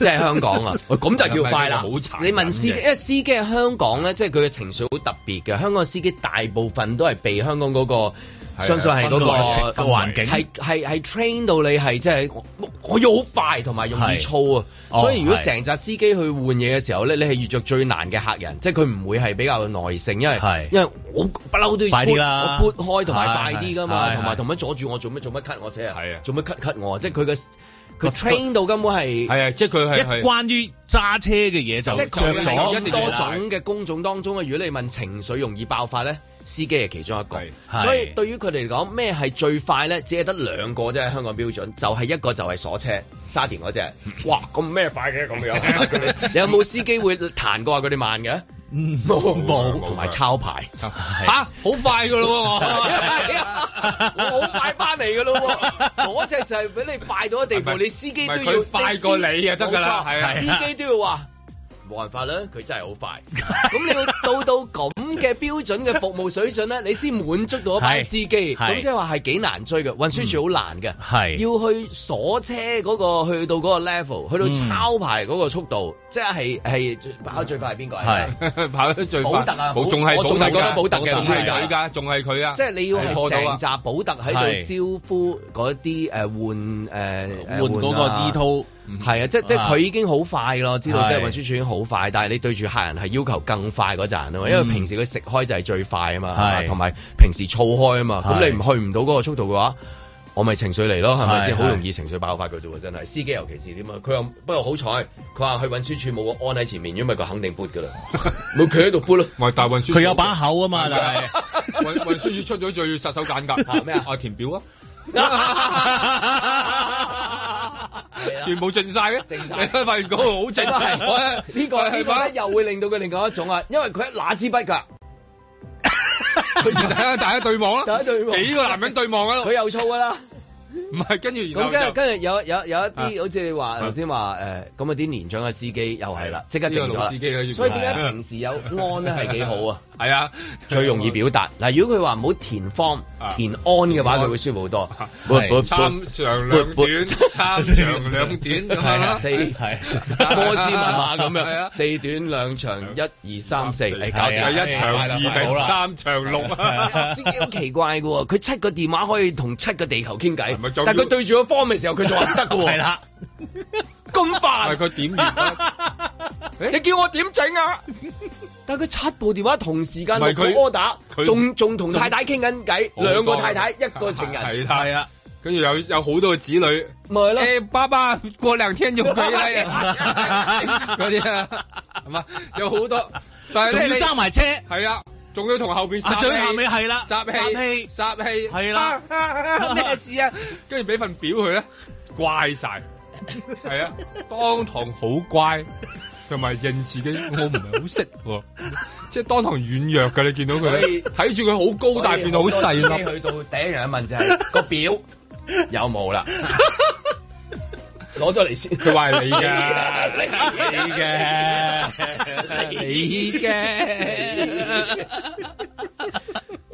Speaker 2: 即係香港啊！ [LAUGHS] 哦咁就叫快啦。
Speaker 3: 好殘忍嘅
Speaker 2: 你問司機，因為司機喺香港咧，即係佢嘅情緒好特別嘅。香港司機大部分都係被香港嗰、個。
Speaker 3: 係
Speaker 2: 相信係嗰、
Speaker 3: 氛圍
Speaker 2: 個
Speaker 3: 氛圍
Speaker 2: 係係係 train 到你係即係我我要好快同埋容易
Speaker 3: 係
Speaker 2: 燥啊，
Speaker 3: 哦
Speaker 2: 所以如果
Speaker 3: 係
Speaker 2: 成扎司機去換嘢嘅時候咧，你係遇着最難嘅客人，即係佢唔會係比較有耐性，因為因為我不嬲都要
Speaker 1: 快啲啦
Speaker 2: 撥撥開同埋快啲噶
Speaker 1: 係
Speaker 2: 嘛，
Speaker 1: 係
Speaker 2: 同埋同埋阻住我做乜做乜 cut 我車，係啊，做乜 cut cut 我，即係佢嘅佢 train 到根本係
Speaker 3: 係啊，即係佢係係
Speaker 1: 一關於揸車嘅嘢就
Speaker 2: 即係
Speaker 1: 着
Speaker 2: 佢係
Speaker 1: 咗
Speaker 2: 咁多種嘅工種當中啊，如果你問情緒容易爆發咧，司機係其中一個。
Speaker 1: 係
Speaker 2: 所以對於佢哋嚟講，咩係最快咧？只係得兩個啫，香港標準就係一個就係鎖車，沙田嗰只。
Speaker 1: 嗯
Speaker 2: 哇，咁咩快嘅咁樣？ [LAUGHS] 你有冇司機會彈過話佢哋慢嘅？
Speaker 3: 嗯
Speaker 2: 冇冇，同埋抄牌嚇，
Speaker 3: 好快噶咯 [LAUGHS] 喎！
Speaker 2: 係啊我好快翻嚟噶咯喎，嗰只就係俾你快到嘅地步，
Speaker 3: 唔係
Speaker 2: 你司機都
Speaker 3: 唔係
Speaker 2: 要
Speaker 3: 佢快過你就得㗎啦
Speaker 2: 冇錯
Speaker 3: 係啊
Speaker 2: 司機都要話。冇辦法啦，佢真係好
Speaker 3: [LAUGHS]
Speaker 2: 快。咁你要到到咁嘅標準嘅服務水準咧，你先滿足到一班司機。
Speaker 1: 係係
Speaker 2: 咁即係話係幾難追嘅，運輸署好難嘅。
Speaker 1: 係
Speaker 2: 要去鎖車嗰、個去到嗰個 level，去到
Speaker 3: 嗯
Speaker 2: 抄牌嗰個速度，即係係跑得最快係邊個？
Speaker 3: 係 [LAUGHS] 跑得最快，
Speaker 2: 保特啊
Speaker 3: 保仲係
Speaker 2: 我仲係覺得
Speaker 3: 保
Speaker 2: 保特
Speaker 3: 特
Speaker 2: 嘅
Speaker 3: 㗎仲係
Speaker 2: 保特
Speaker 3: 佢㗎，仲係佢啊！
Speaker 2: 即係你要係
Speaker 3: 破到啊
Speaker 2: 成扎保特喺度招呼嗰啲誒換誒
Speaker 1: 換嗰個
Speaker 3: E
Speaker 1: D
Speaker 2: 套，
Speaker 1: 套，
Speaker 2: 係啊，即即係佢已經好快咯，知道
Speaker 1: 嗯係
Speaker 2: 即係運輸署已經好快，但係你對住客人係要求更快嗰陣啊嘛，因為
Speaker 1: 嗯
Speaker 2: 平時佢食開就係最快啊嘛，係嘛
Speaker 1: 係
Speaker 2: 同埋平時燥開啊嘛，咁
Speaker 1: 係
Speaker 2: 你唔去唔到嗰個速度嘅話。我咪情緒嚟咯，係咪先？
Speaker 1: 係
Speaker 2: 好容易情緒爆發嘅啫喎，真係。司機尤其是點啊？佢又不過好彩，佢話去運輸署冇個安喺前面，因為佢肯定 boot 㗎啦，冇企喺度 boot 咯。
Speaker 3: 咪大 [LAUGHS] 運輸署
Speaker 1: 佢有把口啊嘛，但係。
Speaker 3: 運運輸署出咗最殺手鐧㗎，
Speaker 2: 咩啊？
Speaker 3: [LAUGHS] 啊填表啊！
Speaker 2: 啊
Speaker 3: 全部盡晒嘅，
Speaker 2: 淨啊晒
Speaker 3: 你 [LAUGHS] 發現嗰個好正， [LAUGHS]
Speaker 2: 都係
Speaker 3: 我
Speaker 2: 呢個呢
Speaker 3: 係
Speaker 2: 個
Speaker 3: 嘛
Speaker 2: 咧？又會令到佢另外一種啊，因為佢一拿支筆㗎，
Speaker 3: 佢 [LAUGHS] 就大家大家對望
Speaker 2: 大
Speaker 3: 啦，
Speaker 2: 家對望
Speaker 3: 幾個男人對望啊，
Speaker 2: [LAUGHS] 佢又粗㗎啦。
Speaker 3: 唔係跟住 [LAUGHS] 然
Speaker 2: 咁
Speaker 3: 後
Speaker 2: 跟住
Speaker 3: 就
Speaker 2: 跟住有有有一啲
Speaker 3: 啊
Speaker 2: 好似你話頭先話誒，咁啊啲年長嘅司機又係啦，即刻靜
Speaker 3: 呢
Speaker 2: 咗
Speaker 3: 個老
Speaker 2: 啦
Speaker 3: 司機啦，
Speaker 2: 所以點解平時有安咧係幾好啊？
Speaker 3: [LAUGHS] 係啊，
Speaker 2: 最容易表達嗱，如果佢話唔好填 form
Speaker 3: 啊
Speaker 2: 填安嘅話，佢會舒服好多。
Speaker 3: 參長兩短，參長兩短
Speaker 2: [LAUGHS]
Speaker 3: 咁樣啦。
Speaker 2: 四
Speaker 1: 係
Speaker 2: 波斯文馬咁
Speaker 3: [LAUGHS] 係
Speaker 2: 樣，
Speaker 3: 啊
Speaker 2: 四短兩長，一二三四，誒搞哎
Speaker 3: 係啊
Speaker 2: 掂。
Speaker 3: 一場二定三場六
Speaker 2: [LAUGHS]
Speaker 3: 啊！
Speaker 2: 司機好奇怪嘅喎，佢七個電話可以同七個地球傾偈
Speaker 3: 咪就，
Speaker 2: 但佢對住個 form 嘅時候，佢就話唔得
Speaker 3: [LAUGHS]
Speaker 2: 嘅喎。
Speaker 1: 係啦，
Speaker 2: 咁
Speaker 3: 係
Speaker 2: 煩，
Speaker 3: 佢點啊完
Speaker 2: 啊
Speaker 3: 啦？
Speaker 2: 你叫我點整啊？ [LAUGHS] 但係佢七部電話同時間
Speaker 3: 唔
Speaker 2: 六
Speaker 3: 係
Speaker 2: 個
Speaker 3: 佢
Speaker 2: order，
Speaker 3: 佢
Speaker 2: 仲仲同太太傾緊偈，
Speaker 3: 好多
Speaker 2: 兩個太太一個情人，
Speaker 3: 係啦，
Speaker 1: 係啊，
Speaker 3: 跟住有有好多個子女。
Speaker 2: 咪係咯。
Speaker 3: 誒、爸爸過兩天就
Speaker 2: [LAUGHS]
Speaker 3: 回來啦，嗰啲啊，係嘛？有好多，但
Speaker 1: 仲
Speaker 3: 係
Speaker 1: 要
Speaker 3: 咧
Speaker 1: 揸埋車，
Speaker 3: 你係啊，仲要同後邊
Speaker 1: 啊
Speaker 3: 殺氣，
Speaker 1: 最後尾係啦，
Speaker 3: 殺氣，殺氣，
Speaker 1: 係啦
Speaker 3: 啊啊啊 [LAUGHS] 咩事啊？跟住俾份表佢咧，乖晒，係啊，當堂好乖，同埋認自己我唔係好識喎。即係當堂軟弱㗎，你見到
Speaker 2: 所
Speaker 3: 佢
Speaker 2: 以
Speaker 3: 睇住佢好高大變到好細
Speaker 2: [LAUGHS] 所以好多司機
Speaker 3: 粒，
Speaker 2: 去到第一樣問就係個表有冇啦，攞咗嚟先。
Speaker 3: 佢話係你㗎，
Speaker 2: 你
Speaker 3: 嘅，你嘅。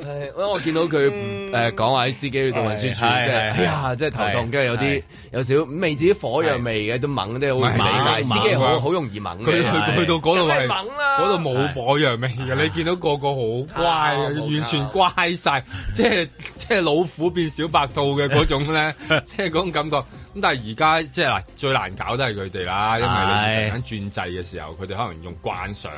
Speaker 2: 係因為我見到佢誒講話啲司機去到運輸處，即
Speaker 1: 係
Speaker 2: 係
Speaker 1: 係
Speaker 2: 哎呀，即係頭
Speaker 1: 係
Speaker 2: 痛，跟住有啲有少未至於火藥味嘅，都猛啲好理解，司機好好容易猛
Speaker 3: 佢
Speaker 2: 嘅。
Speaker 3: 去去到嗰度係
Speaker 2: 猛
Speaker 3: 嗰度冇火藥味嘅，你見到個個好乖嘅，完全乖晒， [LAUGHS] 即係即係老虎變小白兔嘅嗰
Speaker 2: [LAUGHS]
Speaker 3: 種咧，即係嗰種感覺。咁但係而家即係嗱，最難搞都係佢哋啦，因為你突然間轉制嘅時候，佢哋可能用慣常，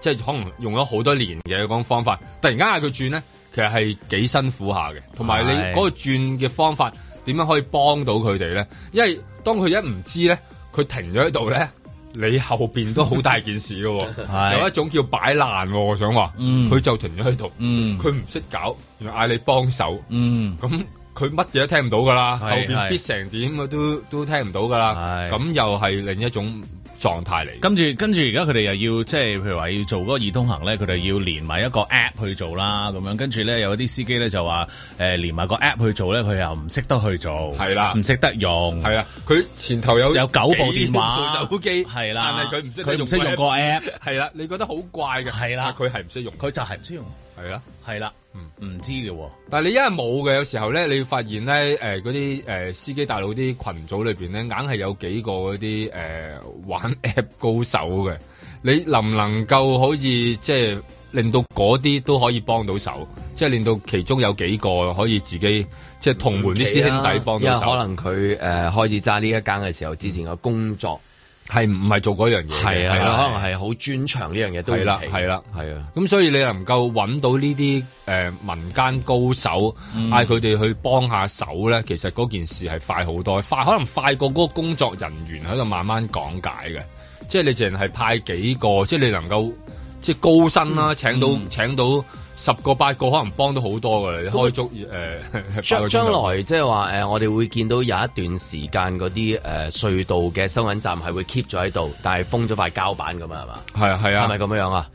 Speaker 3: 即係可能用咗好多年嘅嗰種方法，突然間嗌佢轉咧，其實係幾辛苦下嘅，同埋你
Speaker 1: 係
Speaker 3: 嗰個轉嘅方法點樣可以幫到佢哋咧？因為當佢一唔知咧，佢停咗喺度咧。你後邊都好大件
Speaker 1: [LAUGHS]
Speaker 3: 事嘅喎，
Speaker 1: 係
Speaker 3: 有一種叫擺爛喎，我想話，
Speaker 1: 嗯
Speaker 3: 佢就停咗喺度，
Speaker 1: 嗯
Speaker 3: 佢唔識搞，原來嗌你幫手，
Speaker 1: 嗯，
Speaker 3: 咁佢乜嘢都聽唔到㗎啦，後
Speaker 1: 係
Speaker 3: 邊
Speaker 1: 係
Speaker 3: 必成點嘅都都聽唔到㗎啦，啊咁又係另一種狀態嚟。
Speaker 1: 跟住跟住而家佢哋又要即係譬如話要做嗰個 E 易通行咧，佢哋要連埋一個 app 去做啦，咁樣跟住咧有啲司機咧就話誒、呃、連埋個 app 去做咧，佢又唔識得去做，
Speaker 3: 係啊啦
Speaker 1: 唔識得用，係
Speaker 3: 啦，佢前頭有
Speaker 1: 有九部
Speaker 3: 幾
Speaker 1: 電話，
Speaker 3: 部手機
Speaker 1: 係
Speaker 3: 但
Speaker 1: 啦，
Speaker 3: 係佢唔識得
Speaker 1: 佢唔識用
Speaker 3: 用
Speaker 1: 個
Speaker 3: 個
Speaker 1: app，
Speaker 3: 係啦，你覺得好怪嘅，係啦，佢係唔識用，
Speaker 1: 佢就係唔識用，
Speaker 3: 係啦，
Speaker 1: 係啦，唔知嘅喎。
Speaker 3: 但係你因為冇嘅，有時候咧，你會發現咧，誒呃嗰啲誒司機大佬啲群組裏邊咧，硬係有幾個嗰啲誒玩 [LAUGHS] app 高手嘅。你能唔能夠好似即係令到嗰啲都可以幫到手，即係令到其中有幾個可以自己即係同門啲師兄弟幫
Speaker 2: 因
Speaker 3: 到
Speaker 2: 為
Speaker 3: 手
Speaker 2: 啊可。能佢誒、呃、開始揸呢一間嘅時候，之前嘅工作
Speaker 3: 係唔係做嗰樣嘢
Speaker 2: 係
Speaker 3: 嘅
Speaker 2: 啊，
Speaker 3: 係啊
Speaker 2: 可能係好專長呢樣嘢都
Speaker 3: 係啦係啦
Speaker 2: 係啊。
Speaker 3: 咁所以你能夠揾到呢啲誒民間高手，
Speaker 2: 嗯
Speaker 3: 嗌佢哋去幫下手咧，其實嗰件事係快好多，快可能快過嗰個工作人員喺度慢慢講解嘅，即係你淨係派幾個，即係你能夠即係高薪
Speaker 2: 嗯
Speaker 3: 啦，請到請到十個八個，可能幫到好多㗎啦，你開足誒
Speaker 2: 將
Speaker 3: [LAUGHS] 八個鐘頭
Speaker 2: 將來即係話誒，我哋會見到有一段時間嗰啲誒隧道嘅收銀站係會 keep 咗喺度，但係封咗塊膠板咁啊，係嘛？
Speaker 3: 係啊係啊，
Speaker 2: 係咪咁樣啊？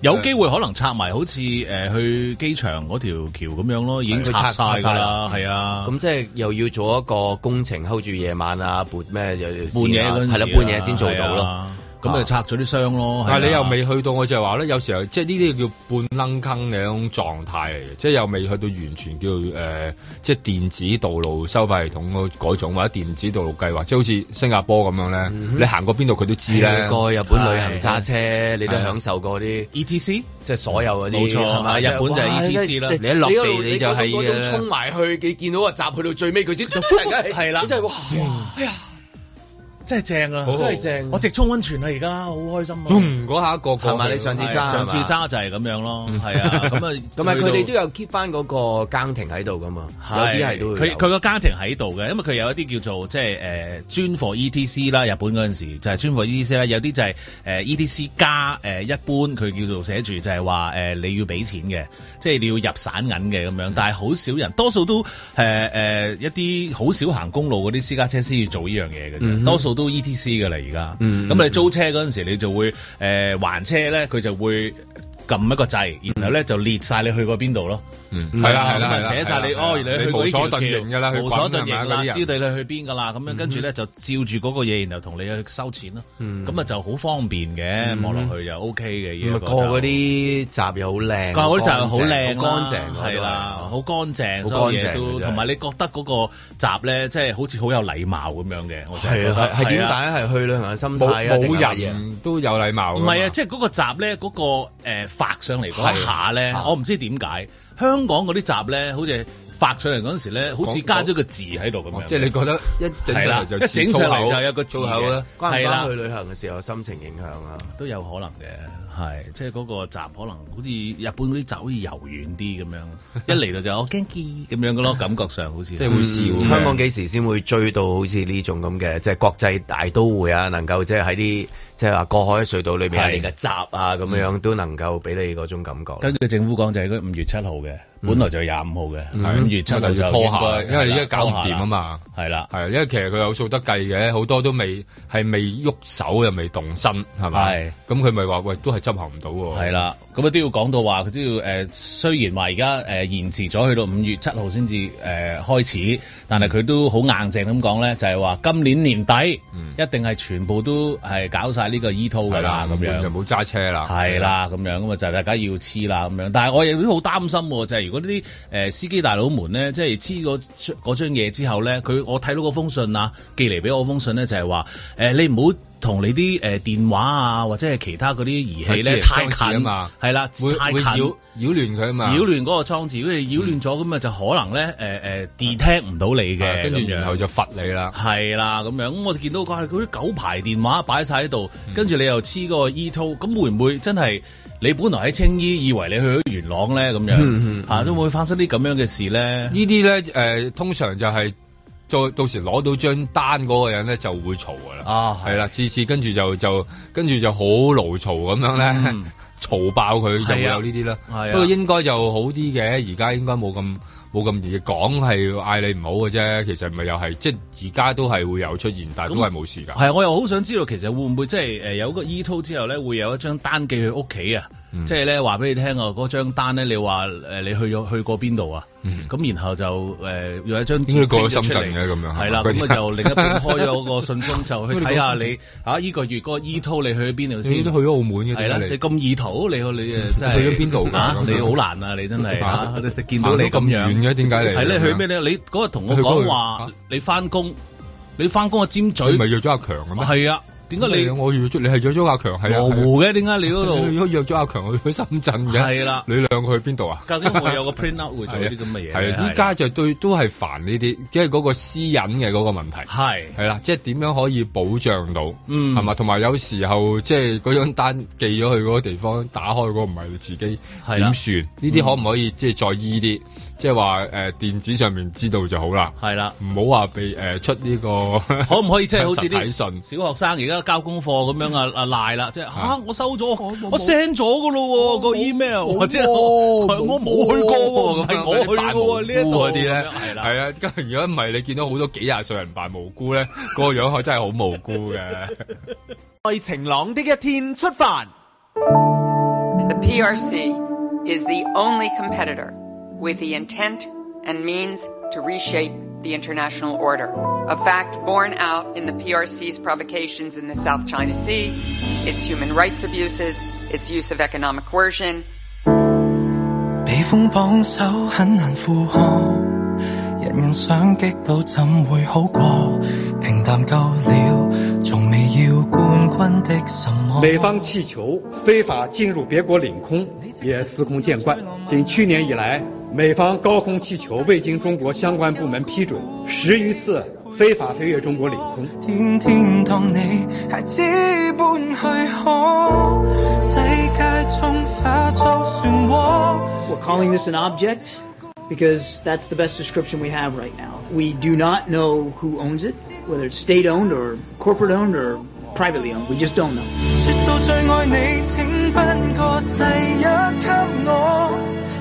Speaker 1: 有機會可能拆埋好似誒、呃去機場嗰條橋咁樣咯，已經拆晒㗎啦，係啊。
Speaker 2: 咁即係又要做一個工程，hold 住夜晚啊，半咩又要
Speaker 1: 半夜嗰陣
Speaker 2: 係
Speaker 1: 時
Speaker 2: 啦
Speaker 1: 啊，
Speaker 2: 半夜先做到
Speaker 1: 係
Speaker 2: 咯
Speaker 1: 啊。咁咪拆咗啲箱咯。
Speaker 3: 但係
Speaker 1: 係
Speaker 3: 你
Speaker 1: 啊
Speaker 3: 又未去到，我就係話咧，有時候即係呢啲叫半愣坑嘅一種狀態嚟嘅，即係又未去到完全叫誒、呃即係電子道路收費系統嗰嗰種，或者電子道路計劃，即係好似新加坡咁樣咧，
Speaker 1: 嗯
Speaker 3: 你行過邊度佢都知咧。
Speaker 2: 去過日本旅行揸車，你都
Speaker 3: 係
Speaker 2: 享受過啲
Speaker 1: ETC，
Speaker 2: 即係所有嗰啲
Speaker 3: 冇錯
Speaker 2: 係嘛
Speaker 3: 係日本就係
Speaker 2: 哇
Speaker 3: ETC 啦
Speaker 2: 即係
Speaker 3: 你一落地
Speaker 2: 嗰度
Speaker 3: 你就係
Speaker 2: 嗰種嗰種
Speaker 3: 嘅
Speaker 2: 衝埋去，你見到個閘去到最尾，佢先係啦，真係哇！
Speaker 1: 真係正啊！
Speaker 2: 哎好真係正
Speaker 1: 我直沖温泉啊，而家好開心啊！
Speaker 3: 嗰下一個
Speaker 2: 係咪你上次揸
Speaker 1: 係啊
Speaker 2: 係
Speaker 1: 上次
Speaker 2: 嘛
Speaker 1: 揸就係咁樣咯，係啊， [LAUGHS] 咁啊，
Speaker 2: 同埋
Speaker 1: 去
Speaker 2: 佢
Speaker 1: 到
Speaker 2: 哋都有 keep 翻嗰個更停喺度噶嘛，有
Speaker 1: 係
Speaker 2: 啲係都會
Speaker 1: 佢
Speaker 2: 有
Speaker 1: 佢個家庭喺度嘅，因為佢有一啲叫做即呃係誒專貨 ETC E 啦，日本嗰陣時就係專貨 ETC E 啦，有啲就呃係、誒 ETC 加誒、呃一般佢叫做寫住就係話誒你要俾錢嘅，即係你要入散銀嘅咁樣，
Speaker 2: 嗯
Speaker 1: 但係好少人，多數都誒誒、一啲好少行公路嗰啲私家車先要做呢樣嘢嘅啫，
Speaker 2: 嗯哼
Speaker 1: 多數都 ETC 㗎啦而家，咁、
Speaker 2: 嗯
Speaker 1: 你租車嗰陣時你就呃會誒、還車咧，佢就會撳一個掣，然後咧就列晒你去過邊度咯。
Speaker 3: 嗯
Speaker 1: 係啦，咁啊寫晒你哦，原來去過
Speaker 3: 無
Speaker 1: 呢條
Speaker 3: 所
Speaker 1: 橋
Speaker 3: 遁形㗎啦，去滾
Speaker 1: 無所遁
Speaker 3: 係咪
Speaker 1: 形
Speaker 3: 嗰
Speaker 1: 啦，
Speaker 3: 啲人
Speaker 1: 知道你去邊㗎啦，咁樣跟住咧就照住嗰個嘢，然後同你去收錢咯，
Speaker 2: 嗯
Speaker 1: 咁啊啊就好方
Speaker 3: 嗯
Speaker 1: 便嘅，望落去就 OK 嘅
Speaker 2: 咪
Speaker 1: 嘢。
Speaker 2: 啊過嗰啲閘又好靚，
Speaker 1: 個嗰啲就好靚啦，
Speaker 2: 乾淨嗰度
Speaker 1: 係啦，好乾淨，
Speaker 2: 好
Speaker 1: 所
Speaker 2: 乾
Speaker 1: 有
Speaker 2: 淨
Speaker 1: 嘢
Speaker 2: 嘅
Speaker 1: 都
Speaker 2: 啫
Speaker 1: 同埋你覺得嗰個閘咧，即係好似好有禮貌咁樣嘅，我就
Speaker 2: 係
Speaker 1: 覺
Speaker 2: 啊，
Speaker 1: 得
Speaker 2: 係係點解？係去旅行嘅心態
Speaker 3: 冇
Speaker 2: 啊？定係乜
Speaker 3: 冇
Speaker 2: 嘢啊
Speaker 3: 人都有禮貌㗎
Speaker 1: 唔
Speaker 3: 嘛。
Speaker 1: 係啊，即係嗰個閘咧，嗰、個誒發上嚟嗰
Speaker 3: 係
Speaker 1: 一下咧，我唔知點解香港嗰啲閘咧，好似發上嚟嗰陣時咧，好似加咗個字喺度咁
Speaker 3: 哦
Speaker 1: 樣。
Speaker 3: 即係你覺得一整
Speaker 1: 係
Speaker 3: 上
Speaker 1: 啦
Speaker 3: 嚟就
Speaker 1: 一整上嚟就有一個字
Speaker 2: 粗口
Speaker 1: 嘅
Speaker 2: 咧，關唔
Speaker 1: 係啦
Speaker 2: 關去旅行嘅時候心情影響啊？
Speaker 1: 都有可能嘅，係即係嗰個閘可能好似日本嗰啲閘好似柔軟啲咁
Speaker 3: [LAUGHS]
Speaker 1: 樣，一嚟到就我哦驚機咁樣嘅咯，感覺上好似
Speaker 2: 嗯香港幾時先會追到好似呢種咁嘅，即係國際大都會啊，能夠即係喺啲即係話過海隧道裏面
Speaker 1: 係
Speaker 2: 有你嘅閘啊，咁樣都能夠俾你嗰種感覺。
Speaker 1: 根據政府講就係嗰五月七號嘅，
Speaker 3: 嗯
Speaker 1: 本來就廿五號
Speaker 3: 係
Speaker 1: 嘅，五月七號
Speaker 3: 咁嗯就
Speaker 1: 就
Speaker 3: 要拖
Speaker 1: 應
Speaker 3: 下啦，
Speaker 1: 該
Speaker 3: 因為你而家搞唔
Speaker 1: 拖下啦
Speaker 3: 掂啊嘛。
Speaker 1: 係啦，
Speaker 3: 係因為其實佢有數得計嘅，好多都未係未喐手又未動身，係咪
Speaker 1: 係？
Speaker 3: 咁佢咪話喂，都係執行唔到喎。
Speaker 1: 係啦，咁啊都要講到話佢都要誒、呃，雖然話而家誒延遲咗去到五月七號先至誒開始，但嗯係佢都好硬淨咁講咧，就係、話今年年底、一定係全部都係搞晒晒呢個 e 套㗎啦，咁樣就
Speaker 3: 冇揸車啊啦，
Speaker 1: 係啦，咁樣咁啊就大家要黐啦咁樣。但係我亦都好擔心喎，就係、如果呢啲誒司機大佬們咧，即係黐嗰張嗰張嘢之後咧，佢我睇到嗰封信啊，寄嚟俾我封信咧就係話誒你唔好。同你啲誒、呃、電話啊，或者係其他嗰啲儀器咧
Speaker 3: 佢智能
Speaker 1: 太
Speaker 3: 裝置啊
Speaker 1: 近
Speaker 3: 嘛
Speaker 1: 係啦，
Speaker 3: 會
Speaker 1: 太
Speaker 3: 會
Speaker 1: 近
Speaker 3: 擾擾亂佢啊嘛，
Speaker 1: 擾亂嗰個裝置，如果你擾亂咗咁啊，就可能咧誒誒 detect 唔到你
Speaker 3: 啊
Speaker 1: 嘅，
Speaker 3: 跟住
Speaker 1: 咁樣
Speaker 3: 然後就罰你啦。
Speaker 1: 係啦，咁樣咁我就見到佢嗰啲九排電話擺晒喺度，跟住你又黐嗰個 e 套，咁會唔會真係你本來喺青衣，以為你去咗元朗咧咁樣嚇，都會發生啲咁樣嘅事咧？
Speaker 3: 呢啲咧誒，通常就係、再到時攞到張單嗰個人咧就會嘈噶啦，
Speaker 1: 啊
Speaker 3: 係啦，次次跟住就就跟住就好勞嘈咁樣咧，
Speaker 1: 嗯
Speaker 3: 嘈、爆佢就會
Speaker 1: 係啊
Speaker 3: 有呢啲啦。
Speaker 1: 係啊
Speaker 3: 不過應該就好啲嘅，而家應該冇咁冇咁易講係嗌你唔好嘅啫，其實咪又係即係而家都係會有出現，但係都係冇事㗎。
Speaker 1: 係啊，我又好想知道其實會唔會即係誒有個 e 套之後咧，會有一張單寄去屋企啊？
Speaker 3: 嗯
Speaker 1: 即係咧話俾你聽啊，嗰張單咧，你話誒你去咗去過邊度啊？
Speaker 3: 嗯
Speaker 1: 咁然後就誒有一張
Speaker 3: 應該
Speaker 1: 紙
Speaker 3: 過咗
Speaker 1: 咗
Speaker 3: 深圳嘅咁樣
Speaker 1: 係啦，
Speaker 3: 嗰啲
Speaker 1: 咁啊就另一邊開咗個信
Speaker 3: [LAUGHS]
Speaker 1: 封，就去睇下
Speaker 3: 咁你
Speaker 1: 你嚇呢個月嗰個 e 套你去咗邊度先？
Speaker 3: 你都去咗澳門嘅，
Speaker 1: 係啦，
Speaker 3: 點解
Speaker 1: 你咁意圖，你去你誒真係
Speaker 3: 去咗邊度㗎
Speaker 1: 啊
Speaker 3: 咁樣
Speaker 1: 你好難啊！你真係
Speaker 3: 啊
Speaker 1: 啊！你見到你
Speaker 3: 行到
Speaker 1: 咁
Speaker 3: 咁
Speaker 1: 樣
Speaker 3: 遠嘅點解你
Speaker 1: 係咧？
Speaker 3: 咁樣
Speaker 1: 去咩咧？你嗰日同我
Speaker 3: 去嗰
Speaker 1: 講
Speaker 3: 度
Speaker 1: 話你翻工，你翻工啊尖嘴，
Speaker 3: 你咪約咗阿強啊嘛？
Speaker 1: 係啊，點解你
Speaker 3: 我約咗你係約咗阿強係啊
Speaker 1: 模糊嘅？點解你
Speaker 3: [LAUGHS]
Speaker 1: 嗰度
Speaker 3: 你約約咗阿強去去深圳嘅？
Speaker 1: 係啦
Speaker 3: 你兩個去邊度啊？
Speaker 1: 究竟會有個 print out 會做啲咁嘅嘢？
Speaker 3: 係啊，依家就對都係煩呢啲，即係嗰個私隱嘅嗰個問題。
Speaker 1: 係
Speaker 3: 係啦，即係點樣可以保障到？
Speaker 1: 嗯
Speaker 3: 係嘛？同埋有時候即係嗰張單寄咗去嗰個地方，打開嗰個唔係你自己，
Speaker 1: 係啦嗯
Speaker 3: 點算？呢啲可唔可以即係再醫啲？即係話誒電子上面知道就好啦。
Speaker 1: 係啦，
Speaker 3: 唔好話被誒出呢個
Speaker 1: [LAUGHS]
Speaker 3: [LAUGHS]
Speaker 1: 可唔可以即係好似
Speaker 3: 實體信
Speaker 1: 啲小學生而家交功課咁樣啊啊賴啦，即係
Speaker 3: 啊
Speaker 1: 嚇我收咗，我 send 咗噶咯喎個 email，或者我
Speaker 3: 冇喎
Speaker 1: 我冇去過喎，係我去
Speaker 3: 扮無
Speaker 1: 過
Speaker 3: 辜
Speaker 1: 喎呢一度
Speaker 3: 嗰啲咧，
Speaker 1: 係啦。
Speaker 3: 係啊，跟住如果唔係你見到好多幾廿歲人扮無辜咧，嗰個樣可真係好無辜
Speaker 1: [LAUGHS]
Speaker 3: 嘅。
Speaker 15: 在晴朗的一天出發。
Speaker 16: The PRC is the only competitor with the intent and means to reshape the international order, a fact borne out in the PRC's provocations in the South China Sea, its human rights abuses, its use of economic coercion,
Speaker 7: 被封榜首很難負荷，人人想激到怎會好過？平淡夠了，從未要冠軍的什麼？
Speaker 17: 美方气球非法进入别国领空也司空见惯。仅去年以来，美方高空气球未经中国相关部门批准，十余次非法飞越中国领空。
Speaker 7: 天天當你孩子般去可，世界中化作漩渦。
Speaker 18: We're calling this an object because that's the best description we have right now. We do not know who owns it, whether it's state owned or corporate owned or privately owned. We just don't know.
Speaker 7: 說到最愛你，請頒個誓約給我。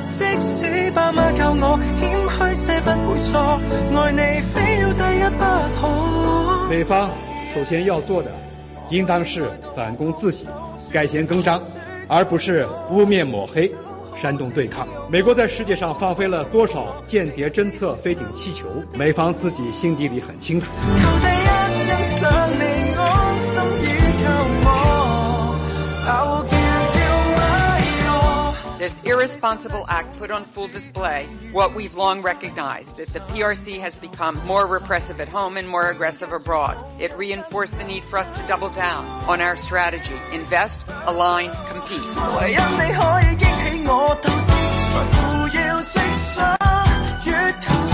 Speaker 7: 即使爸媽教我謙虛些不會錯，愛你非要第一不可。
Speaker 17: 美方首先要做的，应当是反躬自省、改弦更张，而不是污蔑抹黑、煽动对抗。美国在世界上放飞了多少间谍侦测飞艇气球，美方自己心底里很清楚。
Speaker 7: 求第一欣賞你安心倚靠我。I will give you my all。
Speaker 16: This irresponsible act put on full display what we've long recognized that the PRC has become more repressive at home and more aggressive abroad. It reinforced the need for us to double down on our strategy invest, align, compete.
Speaker 7: 唯因你可以激起我鬥志，財富要積想越投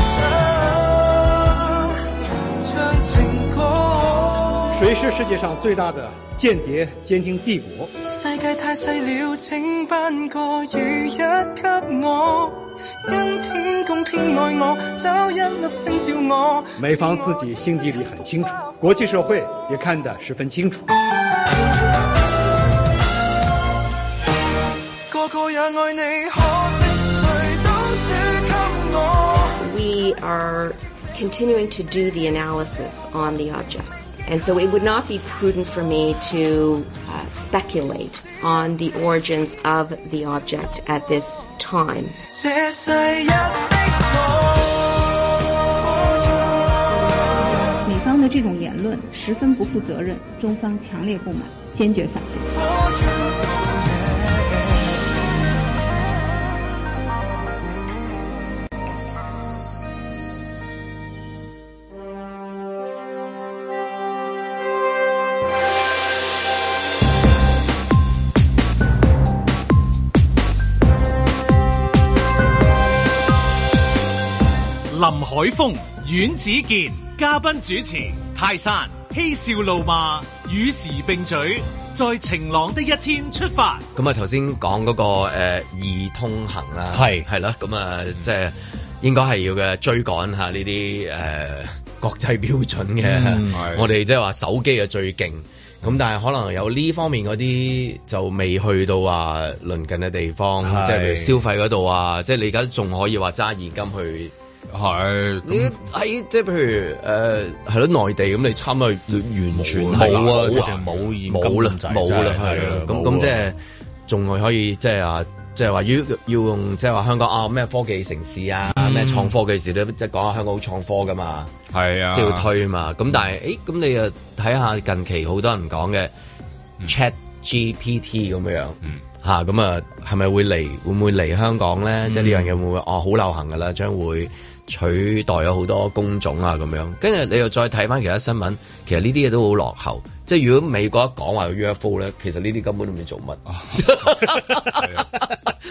Speaker 7: 想，將情歌。
Speaker 17: 谁是世界上最大的间谍监听帝国？
Speaker 7: 世界太細了，請頒個如一給我，因天公偏愛我，找一粒星照我。
Speaker 17: 美方自己心底里很清楚，国际社会也看得十分清楚。
Speaker 7: 個個也愛你，可惜誰都輸給我。
Speaker 19: we are continuing to do the analysis on the objects. And so it would not be prudent for me to uh, speculate on the origins of the object at this time.
Speaker 7: 這世一的我。
Speaker 20: 美方的这种言论十分不负责任，中方强烈不满，坚决反对。
Speaker 4: 林海峰、阮子健，嘉賓主持泰山，嬉笑怒罵，與時並舉，在晴朗的一天出發。
Speaker 2: 咁啊，頭先講嗰個誒易通行啦，係係啦，咁啊，即係應該係要嘅追趕下呢啲呃誒國際標準 [LAUGHS] 嘅
Speaker 3: 嗯係，
Speaker 2: 我哋即係話手機啊最勁。咁但係可能有呢方面嗰啲就未去到話鄰近嘅地方，
Speaker 3: 係
Speaker 2: 即係譬如消費嗰度啊，即係你而家仲可以話揸現金去。
Speaker 1: 嗯
Speaker 2: 係，你喺即係譬如誒係咯，內地咁你參與完全係
Speaker 1: 冇啊
Speaker 2: 冇
Speaker 1: 直情冇現金
Speaker 2: 冇啦
Speaker 1: 咁，滯
Speaker 2: 冇啦，
Speaker 1: 真係
Speaker 2: 係
Speaker 1: 係
Speaker 2: 啦
Speaker 1: 啊，
Speaker 2: 咁
Speaker 1: 冇
Speaker 2: 咁
Speaker 1: 啊
Speaker 2: 即係仲係可以即係話。即係話要要用即係話香港啊咩科技城市啊
Speaker 1: 嗯
Speaker 2: 咩創科嘅時都即係講下香港好創科噶嘛，
Speaker 3: 係啊
Speaker 2: 即係要推嘛。咁但係
Speaker 1: 嗯
Speaker 2: 誒咁你又睇下近期好多人講嘅
Speaker 1: 嗯
Speaker 2: Chat GPT 咁樣。嚇咁啊，係咪會嚟？會唔會嚟香港咧？
Speaker 1: 嗯
Speaker 2: 即係呢樣嘢會唔會哦好流行㗎啦，將會取代咗好多工種啊咁樣。跟住你又再睇翻其他新聞，其實呢啲嘢都好落後。即係如果美國一講話有 UFO 咧，其實呢啲根本都唔知做乜。 [LAUGHS]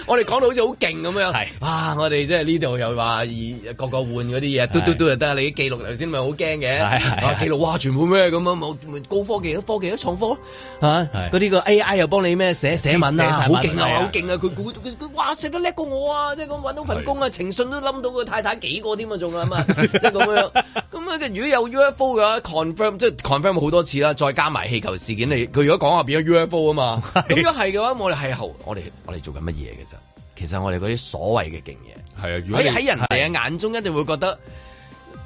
Speaker 2: 我哋講到好似好勁咁樣，哇！我哋即係呢度又話以個個換嗰啲嘢，嘟嘟嘟就得啦。你啲記錄頭先咪好驚嘅，啊記錄哇全部咩咁啊樣冇高科技科技都創科嚇，嗰啲個 AI 又幫你咩寫寫文啊，好勁啊，好勁！勁啊！佢估佢佢哇食得叻過我啊！即係咁揾到份工啊，情信都冧到個太太幾個添啊，仲啊嘛， [LAUGHS] 即係咁樣。咁啊，如果有 UFO 嘅話，confirm 即係 confirm 好多次啦，再加埋氣球事件，你佢如果講話變咗 UFO 啊嘛，咁如果係嘅話，我哋係後我哋我哋做緊乜嘢其實？其實我哋嗰啲所謂嘅勁嘢，
Speaker 3: 係啊，如果你
Speaker 2: 哎喺喺人哋嘅眼中一定會覺得。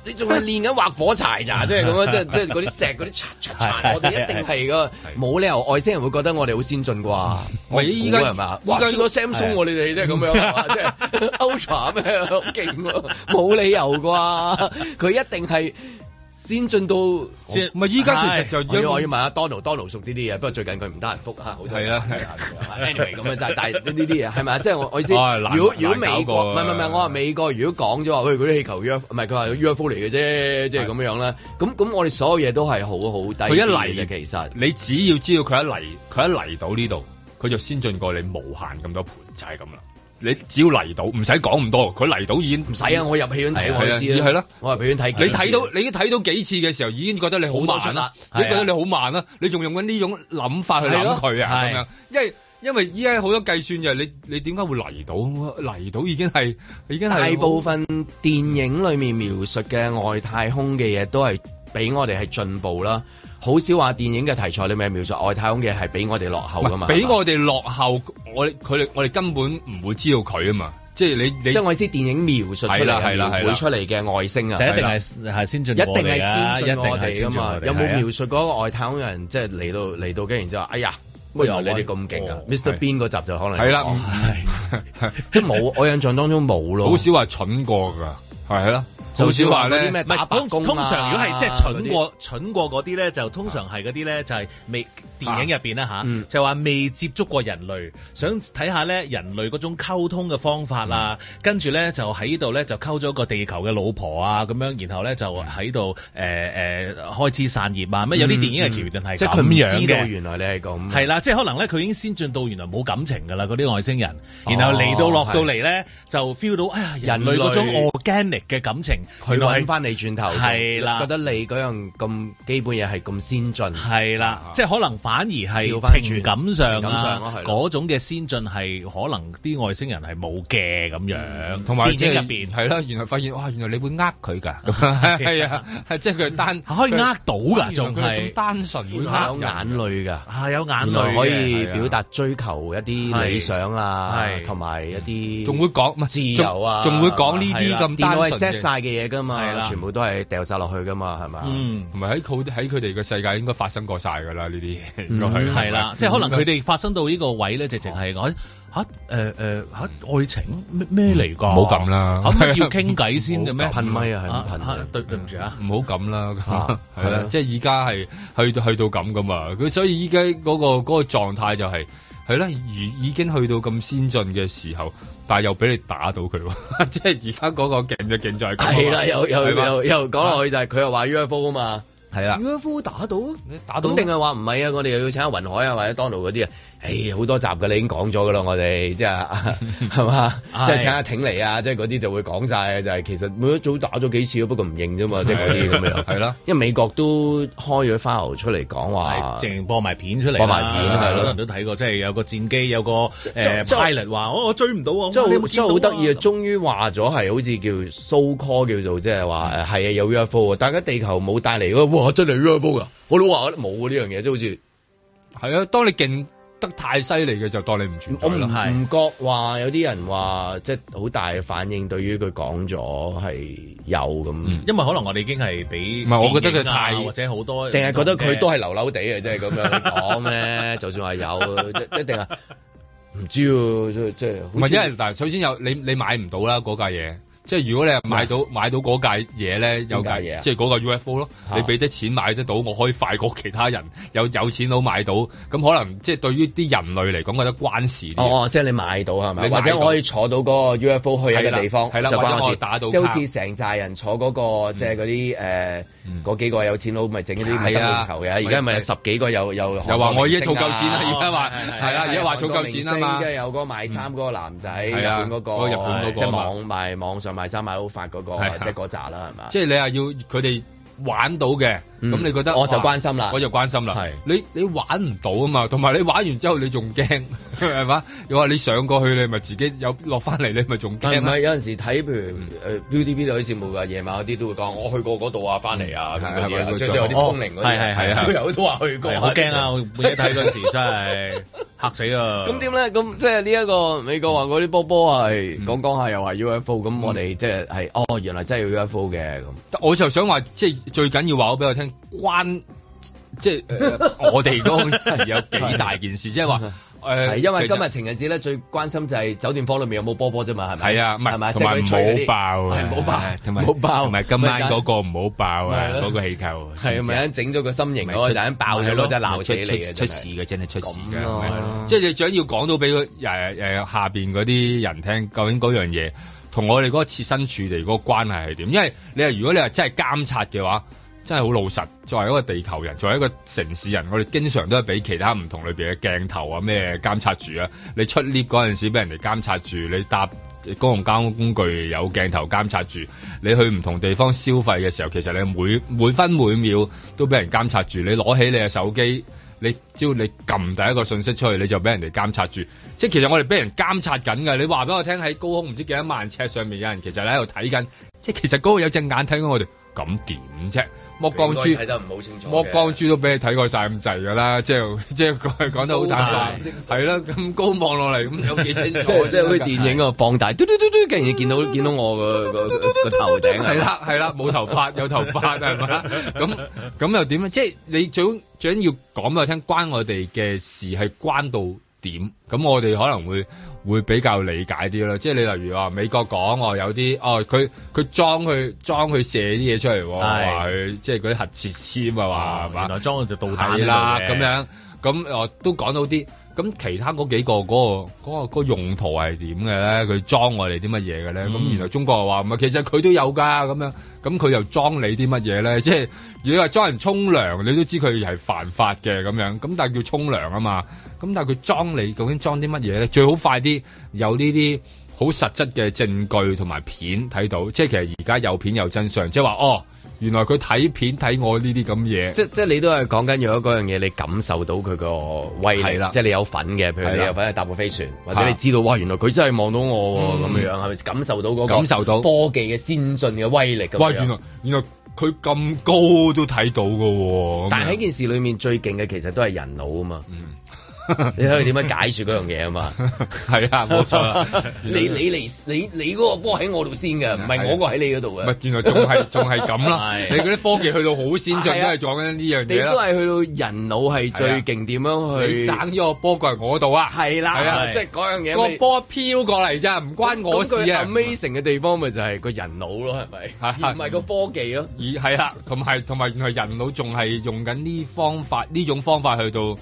Speaker 2: 你仲係練緊畫火柴
Speaker 3: [LAUGHS]
Speaker 2: 咋？即係咁樣，即係即係嗰啲石嗰啲刷刷刷，我哋一定係噶，冇理由外星人會覺得我哋好先進啩。
Speaker 3: 喂
Speaker 2: 我估啊
Speaker 3: 依家
Speaker 2: 係嘛？
Speaker 3: 依家
Speaker 2: 哇！轉個 Samsung 喎，你哋真係咁樣係
Speaker 3: [LAUGHS]
Speaker 2: 嘛，即係 Ultra 咩好勁喎，冇理由啩？佢一定係。先進到
Speaker 3: 即係唔係依家其實就
Speaker 2: 我要我要問下 Donald，Donald 熟啲啲嘢，不過最近佢唔得人覆嚇，好多人
Speaker 3: 係啊係
Speaker 2: [LAUGHS] anyway 咁樣就係但係呢啲嘢係咪啊？即係我我意思，
Speaker 3: 哦難
Speaker 2: 如果如果
Speaker 3: 難搞
Speaker 2: 美國
Speaker 3: 過
Speaker 2: 唔
Speaker 3: 啊
Speaker 2: 係唔係唔係，我話美國如果講咗話，喂嗰啲氣球 UFO 唔係佢話 UFO 嚟嘅啫，即係咁樣啦。咁咁我哋所有嘢都係好好低
Speaker 3: 佢一
Speaker 2: 調嘅
Speaker 3: 嚟
Speaker 2: 啫，其實
Speaker 3: 你只要知道佢一嚟，佢一嚟到呢度，佢就先進過你無限咁多盤，就係咁啦。你只要嚟到，唔使講咁多，佢嚟到已經唔
Speaker 2: 使啊！我入戲院睇我
Speaker 3: 係
Speaker 2: 就
Speaker 3: 啊
Speaker 2: 知啦，
Speaker 3: 係咯，
Speaker 2: 我入戲院睇
Speaker 3: 你
Speaker 2: 幾次
Speaker 3: 睇到你已經睇到幾次嘅時候，已經覺得你好
Speaker 2: 好多
Speaker 3: 慢
Speaker 2: 出啦
Speaker 3: 啦，
Speaker 2: 係
Speaker 3: 已
Speaker 2: 啊
Speaker 3: 經覺得你好慢啦，你仲用緊呢種諗法去諗佢啊
Speaker 2: 係
Speaker 3: 咁樣
Speaker 2: 咯，
Speaker 3: 因為因為依家好多計算就係你你點解會嚟到嚟到已經係已經
Speaker 2: 大
Speaker 3: 係
Speaker 2: 部分電影裏面描述嘅外太空嘅嘢都係俾我哋係進步啦，好少話電影嘅題材裏面描述外太空嘅係俾我哋落後
Speaker 3: 唔係
Speaker 2: 噶嘛。
Speaker 3: 俾
Speaker 2: 係嘛
Speaker 3: 我哋落後，我哋佢哋我哋根本唔會知道佢啊嘛，即係你你
Speaker 2: 即係我意思電影描述出
Speaker 3: 係
Speaker 2: 嚟
Speaker 3: 啦
Speaker 2: 嘅
Speaker 3: 係啦
Speaker 2: 描
Speaker 3: 係啦
Speaker 2: 繪出嚟嘅外星啊，
Speaker 1: 就一定
Speaker 2: 啦
Speaker 1: 係係先進
Speaker 2: 一定
Speaker 1: 我哋
Speaker 2: 係
Speaker 1: 㗎
Speaker 2: 先進我
Speaker 1: 一定係
Speaker 2: 哋噶
Speaker 1: 先進
Speaker 2: 嘛
Speaker 1: 我？哋
Speaker 2: 有
Speaker 1: 係啊
Speaker 2: 冇描述嗰個外太空人即係嚟到嚟到跟然之後，哎呀，
Speaker 1: 喂
Speaker 2: 原來
Speaker 1: 我
Speaker 2: 你哋咁勁啊
Speaker 1: 哦
Speaker 2: ！Mr. Bean 嗰集就可能
Speaker 3: 係啦
Speaker 2: 講即係冇我印象當中冇咯，
Speaker 3: 好少話蠢過㗎，係啦，
Speaker 2: 就
Speaker 3: 好少話
Speaker 2: 嗰
Speaker 3: 咧
Speaker 2: 啲咩
Speaker 1: 唔係
Speaker 2: 打白
Speaker 1: 通
Speaker 2: 工啊
Speaker 1: 通常如果係即係蠢過蠢過嗰啲咧，就通常係嗰啲咧就係未電影入
Speaker 2: 啊
Speaker 1: 邊啦吓，
Speaker 2: 嗯
Speaker 1: 就話未接觸過人類，想睇下咧人類嗰種溝通嘅方法啊，
Speaker 2: 嗯
Speaker 1: 跟住咧就喺度咧就溝咗個地球嘅老婆啊咁樣，然後咧就喺度誒誒開枝散葉啊，乜有啲電影嘅橋段係
Speaker 2: 嗯即係
Speaker 1: 咁
Speaker 2: 佢唔
Speaker 1: 樣
Speaker 2: 知道
Speaker 1: 嘅。
Speaker 2: 原來你係咁。
Speaker 1: 係啦，即係可能咧，佢已經先進到原來冇感情㗎啦，嗰啲外星人，然後嚟到落到嚟咧，就 feel 到哎呀人類嗰種
Speaker 2: 哦人類
Speaker 1: organic 嘅感情，
Speaker 2: 佢
Speaker 1: 原來係
Speaker 2: 揾翻你轉頭，
Speaker 1: 係啦
Speaker 2: 覺得你嗰樣咁基本嘢係咁先進，
Speaker 1: 係啦，即係可能反而
Speaker 2: 調
Speaker 1: 係
Speaker 2: 返轉
Speaker 1: 情感上
Speaker 2: 情感上咯
Speaker 1: 啊
Speaker 2: 係，
Speaker 1: 嗰種嘅先進係可能啲外星人係冇嘅咁樣，
Speaker 3: 同埋即
Speaker 1: 電影
Speaker 3: 係
Speaker 1: 入邊
Speaker 3: 係啦，原來發現哇，原來你會呃
Speaker 2: [LAUGHS]
Speaker 3: 佢㗎，係啊，係即係佢單
Speaker 1: 可以呃到
Speaker 3: 原來
Speaker 1: 㗎，仲
Speaker 3: 佢哋咁
Speaker 1: 係
Speaker 3: 單純
Speaker 2: 原
Speaker 3: 會
Speaker 2: 來
Speaker 3: 呃
Speaker 2: 有
Speaker 3: 人
Speaker 2: 眼淚㗎，
Speaker 1: 係有眼
Speaker 2: 原來
Speaker 1: 淚
Speaker 2: 可以
Speaker 1: 嘅啊
Speaker 2: 表達追求一啲理想啊
Speaker 1: 係，
Speaker 2: 同埋一啲
Speaker 3: 仲會講唔係
Speaker 2: 自由啊，
Speaker 3: 仲仲會講呢啲咁
Speaker 2: 係啦電腦係
Speaker 3: 單純
Speaker 2: set
Speaker 3: 嘅
Speaker 2: 晒嘅嘅嘢㗎
Speaker 3: 係啦
Speaker 2: 嘛，全部都係掉晒落去㗎嘛，係咪啊？
Speaker 3: 嗯，唔係喺佢喺佢哋嘅世界應該發生過晒㗎啦，呢啲嘢應該
Speaker 2: 嗯
Speaker 3: 係啊
Speaker 1: 係啦，即係可能佢哋發生到呢個位咧，直情係我嚇誒誒嚇愛情咩咩嚟㗎？
Speaker 3: 唔好咁啦
Speaker 1: 嚇乜要傾偈先嘅咩？
Speaker 2: 噴咪啊，係咁噴嗯
Speaker 1: 嚇對對唔住啊，
Speaker 3: 唔好咁啦，
Speaker 2: 啊
Speaker 3: 係
Speaker 2: 係
Speaker 3: 啦
Speaker 2: 咯，
Speaker 3: 即係而家係去去到咁噶嘛，佢所以依家嗰個嗰、個狀態就係係啦，已已經去到咁先進嘅時候，但係又俾你打到佢喎， [LAUGHS] 即係而家嗰個勁就勁在係咁啊嘛
Speaker 2: 係啦，又又
Speaker 3: 係嘛
Speaker 2: 又又講落去就係佢又話 UFO 啊嘛。
Speaker 3: 係啦
Speaker 2: ，UFO 打到打
Speaker 3: 到
Speaker 2: 到定係話唔係啊？我哋又要請阿雲海啊，或者 Donald 嗰啲啊，誒好多集㗎啦，已經講咗㗎啦，我哋即係
Speaker 3: [LAUGHS]
Speaker 2: 係嘛，即係請阿挺嚟啊，即係嗰啲就會講晒嘅，就係其實每一組打咗幾次咯，不過唔認啫嘛，即係嗰啲咁樣。
Speaker 3: 係啦，
Speaker 2: 因為美國都開咗 file 出嚟講話
Speaker 1: 係，淨播埋片出嚟啦，
Speaker 2: 啊播埋片係咯
Speaker 1: 好多人都睇過，即係有個戰機，有個誒
Speaker 2: 即
Speaker 1: pilot 話我我追唔到啊，
Speaker 2: 即係
Speaker 1: 你有
Speaker 2: 好
Speaker 1: 冇
Speaker 2: 即係好
Speaker 1: 見到
Speaker 2: 得
Speaker 1: 啊
Speaker 2: 意啊！終於話咗係好似叫 so call 叫做即係話誒係啊有 UFO 啊，但係地球冇帶嚟喎，哇真係 UFO 㗎！我都話冇呢樣嘢，即係好似
Speaker 3: 係啊，當你勁得太犀利嘅就當你唔存在
Speaker 2: 我唔
Speaker 3: 啦，
Speaker 2: 唔覺話有啲人話即係好大嘅反應，對於佢講咗係有咁，
Speaker 1: 因為可能我哋已經係俾
Speaker 2: 唔係我覺得佢
Speaker 1: 電影啊
Speaker 2: 太
Speaker 1: 或者好多，
Speaker 2: 定係覺得佢都係流流地啊嘅，即係咁樣你講咧，就算話有，即即定係唔知喎，即即係
Speaker 3: 唔
Speaker 2: 好似
Speaker 3: 係因為嗱，首先有你你買唔到啦嗰架嘢。即係如果你係買到買到嗰架嘢咧，有架
Speaker 2: 邊架嘢啊
Speaker 3: 即係嗰個 UFO 咯，
Speaker 2: 嚇
Speaker 3: 你俾得錢買得到，我可以快過其他人，有有錢佬買到，咁可能即係對於啲人類嚟講覺得關事啲。
Speaker 2: 哦，即係你買到係咪？
Speaker 3: 你
Speaker 2: 或
Speaker 3: 買到
Speaker 2: 者我可以坐到嗰個 UFO 去一個地方，
Speaker 3: 係啦係啦
Speaker 2: 就
Speaker 3: 或者
Speaker 2: 關
Speaker 3: 我
Speaker 2: 我事。
Speaker 3: 打到
Speaker 2: 即係好
Speaker 3: 卡嗯
Speaker 2: 似成扎人坐嗰、個即係嗰啲誒嗰幾個有錢佬，咪整嗰啲咪
Speaker 3: 係
Speaker 2: 得
Speaker 3: 啊
Speaker 2: 籃球嘅。而家咪有十幾個有有
Speaker 3: 又話我已經儲夠錢啦
Speaker 2: 韓國明星啊
Speaker 3: 而家話
Speaker 2: 哦
Speaker 3: 係啦而家話儲夠錢啊嘛
Speaker 2: 韓國明星跟住有嗰個賣衫嗰個男仔，日
Speaker 3: 係啊
Speaker 2: 本嗰
Speaker 3: 嗰個
Speaker 2: 個
Speaker 3: 日本嗰個
Speaker 2: 即係
Speaker 3: 嘛
Speaker 2: 網賣網上賣衫賣好發嗰個
Speaker 3: 係啊，
Speaker 2: 即係嗰扎啦，係嘛？
Speaker 3: 即係你係要佢哋玩到嘅，咁、
Speaker 2: 嗯
Speaker 3: 你覺得
Speaker 2: 我就
Speaker 3: 哇
Speaker 2: 關心啦
Speaker 3: 我就關心啦。你你玩唔到啊嘛，同埋你玩完之後你仲驚 [LAUGHS] 係嘛？又話你上過去你咪自己有落翻嚟你咪仲
Speaker 2: 但係
Speaker 3: 驚
Speaker 2: 唔
Speaker 3: 啦
Speaker 2: 係有陣時睇譬
Speaker 3: 嗯
Speaker 2: 如誒呃 ViuTV 嗰啲節目㗎，夜晚嗰啲都會講我去過嗰度啊，翻嚟啊咁嗰
Speaker 3: 係
Speaker 2: 啲啊
Speaker 3: 嗯哦係
Speaker 2: 即係有啲通靈嗰啲啊，
Speaker 1: 係係係
Speaker 2: 都有都話去過
Speaker 1: 係
Speaker 2: 啊，
Speaker 1: 好驚啊！我每一睇嗰陣時真係嚇死 [LAUGHS] 啊！
Speaker 2: 咁點咧？咁即係呢一個美國話嗰啲波波
Speaker 3: 嗯
Speaker 2: 係講講下又話 UFO，咁我哋即係係哦，原來真係有 UFO 嘅咁。
Speaker 3: 我就想話，即係最緊要話我俾我聽，關即係、
Speaker 2: [LAUGHS]
Speaker 3: 呃我哋嗰陣時有幾大件事，即係話誒，
Speaker 2: 係因為
Speaker 3: 其實
Speaker 2: 今日情人節咧，最關心就係酒店房裏面有冇波波啫嘛，係咪？
Speaker 3: 係啊，唔
Speaker 2: 係
Speaker 3: 係
Speaker 2: 咪？
Speaker 3: 同
Speaker 2: 即
Speaker 3: 埋
Speaker 2: 係佢
Speaker 3: 唔
Speaker 2: 吹嗰
Speaker 3: 好
Speaker 2: 啲
Speaker 3: 爆啊，
Speaker 2: 係唔好爆，
Speaker 3: [LAUGHS] 同埋
Speaker 2: 唔好爆，
Speaker 3: 同埋今晚嗰
Speaker 2: 咪
Speaker 3: 個唔好爆啊
Speaker 2: 咪，咯
Speaker 3: 嗰個氣球
Speaker 2: 係啊咪一陣整咗個心形嗰個，就咁爆咗咯，真係鬧死你嘅，
Speaker 3: 出
Speaker 2: 真
Speaker 3: 事
Speaker 2: 係。
Speaker 3: 嘅真係出事嘅，
Speaker 2: 咁咯
Speaker 3: 係咪即係你最緊要講到俾佢誒誒下邊嗰啲人聽，究竟嗰樣嘢同我哋嗰個切身處地嗰個關係係點？因為你係如果你係真係監察嘅話。真係好老實，作為一個地球人，作為一個城市人，我哋經常都係俾其他唔同裏邊嘅鏡頭啊咩監察住啊。你出 lift 嗰陣時俾人哋監察住，你搭公共交通工具有鏡頭監察住，你去唔同地方消費嘅時候，其實你每每分每秒都俾人監察住。你攞起你嘅手機，你只要你撳第一個信息出去，你就俾人哋監察住。即係其實我哋俾人監察緊㗎。你話俾我聽喺高空唔知幾多萬尺上面有人其實喺度睇緊，即係其實嗰個有隻眼睇緊我哋，咁點啫？剝光
Speaker 2: 應該睇
Speaker 3: 豬。
Speaker 2: 得唔好清楚嘅。
Speaker 3: 剝光豬都俾你睇過晒咁滯㗎啦，即係即係講講得好大話，係啦，咁高望落嚟咁有幾清
Speaker 2: 即
Speaker 3: 楚
Speaker 2: 係
Speaker 3: 先得㗎？
Speaker 2: 即係好似電影啊，放大嘟嘟嘟嘟，竟然見到見到我個個個頭頂啊
Speaker 3: 係啦，係啦，冇頭髮有頭髮係咪啦？咁咁又點咧？即係你最好最緊要講俾我聽，關我哋嘅事係關到點？咁我哋可能會會比較理解啲啦。即係你例如話美國講哦，有啲哦，佢佢裝佢裝佢射啲嘢出嚟喎，話佢即係嗰啲核設施啊嘛，話係嘛？
Speaker 1: 原來裝就導彈
Speaker 3: 係啦，
Speaker 1: 喺度
Speaker 3: 咁
Speaker 1: 嘅
Speaker 3: 樣咁我都講到啲。咁其他嗰幾個嗰、個嗰、個嗰個用途係點嘅咧？佢裝我哋啲乜嘢嘅咧？咁、原來中國話唔係，其實佢都有㗎咁樣。咁佢又裝你啲乜嘢咧？ [LAUGHS] 即係如果話裝人沖涼，你都知佢係犯法嘅咁樣。咁但係叫沖涼啊嘛。咁但係佢裝你究竟裝啲乜嘢咧？最好快啲有呢啲好實質嘅證據同埋片睇到。即係其實而家有片有真相，即係話哦，原來佢睇片睇我呢啲咁嘢。
Speaker 2: 即即你都係講緊，如果嗰樣嘢你感受到佢個威
Speaker 3: 係
Speaker 2: 力
Speaker 3: 啦，
Speaker 2: 即係你有份嘅，譬
Speaker 3: 係
Speaker 2: 如
Speaker 3: 啦
Speaker 2: 你有份去搭過飛船，或者你知道哇，原來佢真係望到我喎
Speaker 3: 嗯
Speaker 2: 咁樣，係咪感受到嗰個
Speaker 3: 感受到
Speaker 2: 科技嘅先進嘅威力咁
Speaker 3: 哇！
Speaker 2: 樣？
Speaker 3: 原來原來佢咁高都睇到㗎喎，咁樣
Speaker 2: 但係喺件事裏面最勁嘅其實都係人腦啊嘛。你睇佢點樣解説嗰樣嘢啊嘛？
Speaker 3: 係啊，冇錯啦。
Speaker 2: 你你嚟你你嗰個波喺我度先嘅，唔係我個喺你嗰度嘅。
Speaker 3: 咪原來仲
Speaker 2: [LAUGHS]
Speaker 3: 係仲係咁啦。
Speaker 2: 係
Speaker 3: 你嗰啲科技去到好先進，
Speaker 2: 係啊
Speaker 3: 都係做緊呢樣
Speaker 2: 你
Speaker 3: 嘢
Speaker 2: 都
Speaker 3: 啦。啊
Speaker 2: 係去到人腦係最勁點樣去
Speaker 3: 你省咗個波過嚟我度啊！
Speaker 2: 係
Speaker 3: 係
Speaker 2: 啦
Speaker 3: 啊，
Speaker 2: 即係嗰樣嘢咪
Speaker 3: 個波飄過嚟咋，唔關我事啊！
Speaker 2: amazing 嘅地方咪就係個人腦咯，係咪？而唔係個科技咯。
Speaker 3: 而係啦，同埋同埋原來人腦仲係用緊呢方法呢種方法去到，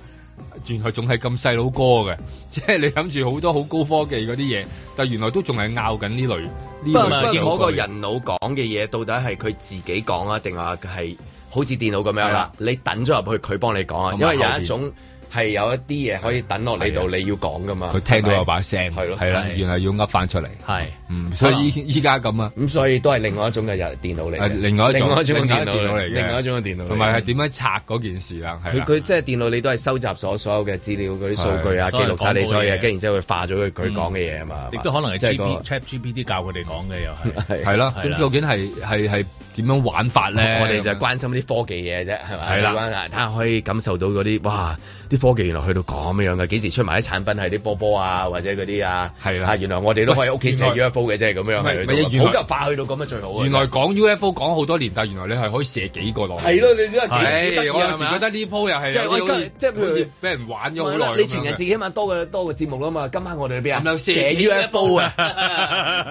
Speaker 3: 原來仲係咁細佬哥嘅， [LAUGHS] 即係你諗住好多好高科技嗰啲嘢，但原來都仲係拗緊呢類呢
Speaker 2: 不過不
Speaker 3: 類
Speaker 2: 過嗰個人腦講嘅嘢，到底係佢自己講啊，定話係好似電腦咁樣
Speaker 3: 係啊
Speaker 2: 啦
Speaker 3: 啦？
Speaker 2: 你等咗入去，佢幫你講啊。
Speaker 3: 同
Speaker 2: 因
Speaker 3: 埋
Speaker 2: 為有
Speaker 3: 後
Speaker 2: 一
Speaker 3: 邊
Speaker 2: 種係有一啲嘢可以等落你度，你要講噶嘛。
Speaker 3: 啊佢聽到
Speaker 2: 啊係咪啊
Speaker 3: 有把聲，係咯，係啦，原來要噏翻出嚟，
Speaker 1: 係，
Speaker 3: 嗯，所以依依家咁啊，
Speaker 2: 咁所以都係另外一種嘅人電腦嚟
Speaker 3: 係
Speaker 2: 嘅，
Speaker 3: 另外一種
Speaker 2: 另外一種嘅
Speaker 3: 另外
Speaker 2: 電腦
Speaker 3: 一種電
Speaker 2: 嚟
Speaker 3: 腦嚟
Speaker 2: 嘅，
Speaker 3: 嘅
Speaker 2: 另外一種嘅電腦嚟嘅，
Speaker 3: 同埋係點樣拆嗰件事啦，係
Speaker 2: 佢
Speaker 3: 啦
Speaker 2: 佢即係電腦，你都係收集咗所有嘅資料、嗰啲數據啊，記
Speaker 1: 係
Speaker 2: 錄晒你所有嘢，
Speaker 1: 所有講過嘅
Speaker 2: 跟
Speaker 1: 嘢
Speaker 2: 住然之後佢化咗佢佢講嘅嘢啊嘛，
Speaker 1: 亦都可能係
Speaker 2: 即
Speaker 1: G
Speaker 2: 個
Speaker 1: P Chat GPT 教佢哋講嘅又係。
Speaker 2: 係
Speaker 3: 係啦，
Speaker 1: 係
Speaker 3: 咁
Speaker 1: 啦
Speaker 3: 究竟係係係點樣玩法
Speaker 2: [LAUGHS]
Speaker 3: 咧？
Speaker 2: 我哋就係關心啲科技嘢啫，係咪？
Speaker 3: 係啦
Speaker 2: 最關睇下可以感受到嗰啲哇，啲科技原來去到咁樣嘅，幾時出埋啲產品係啲波波啊，或者嗰啲啊，
Speaker 3: 係啦
Speaker 2: 啊，原來我哋都可以喺屋企射
Speaker 3: 喂原來
Speaker 2: UFO 嘅啫，咁樣
Speaker 3: 唔係
Speaker 2: 係去
Speaker 3: 唔係
Speaker 2: 到
Speaker 3: 原來
Speaker 2: 普及化去到咁啊最好啊。
Speaker 3: 原來講 UFO 講好多年，但原來你係可以射幾個落去。
Speaker 2: 係咯你真係幾幾得意
Speaker 3: 係
Speaker 2: 啊
Speaker 3: 我有
Speaker 2: 係
Speaker 3: 時
Speaker 2: 咪啊
Speaker 3: 覺得呢鋪又係
Speaker 2: 即係我
Speaker 3: 有啲好似
Speaker 2: 即係譬如
Speaker 3: 好似俾人玩咗好
Speaker 2: 係
Speaker 3: 耐咁啊
Speaker 2: 啦
Speaker 3: 樣嘅。
Speaker 2: 你前日自己晚多個多個節目啦嘛，今晚我哋去邊啊？
Speaker 3: 咁有
Speaker 2: 射
Speaker 3: 射
Speaker 2: UFO 啊！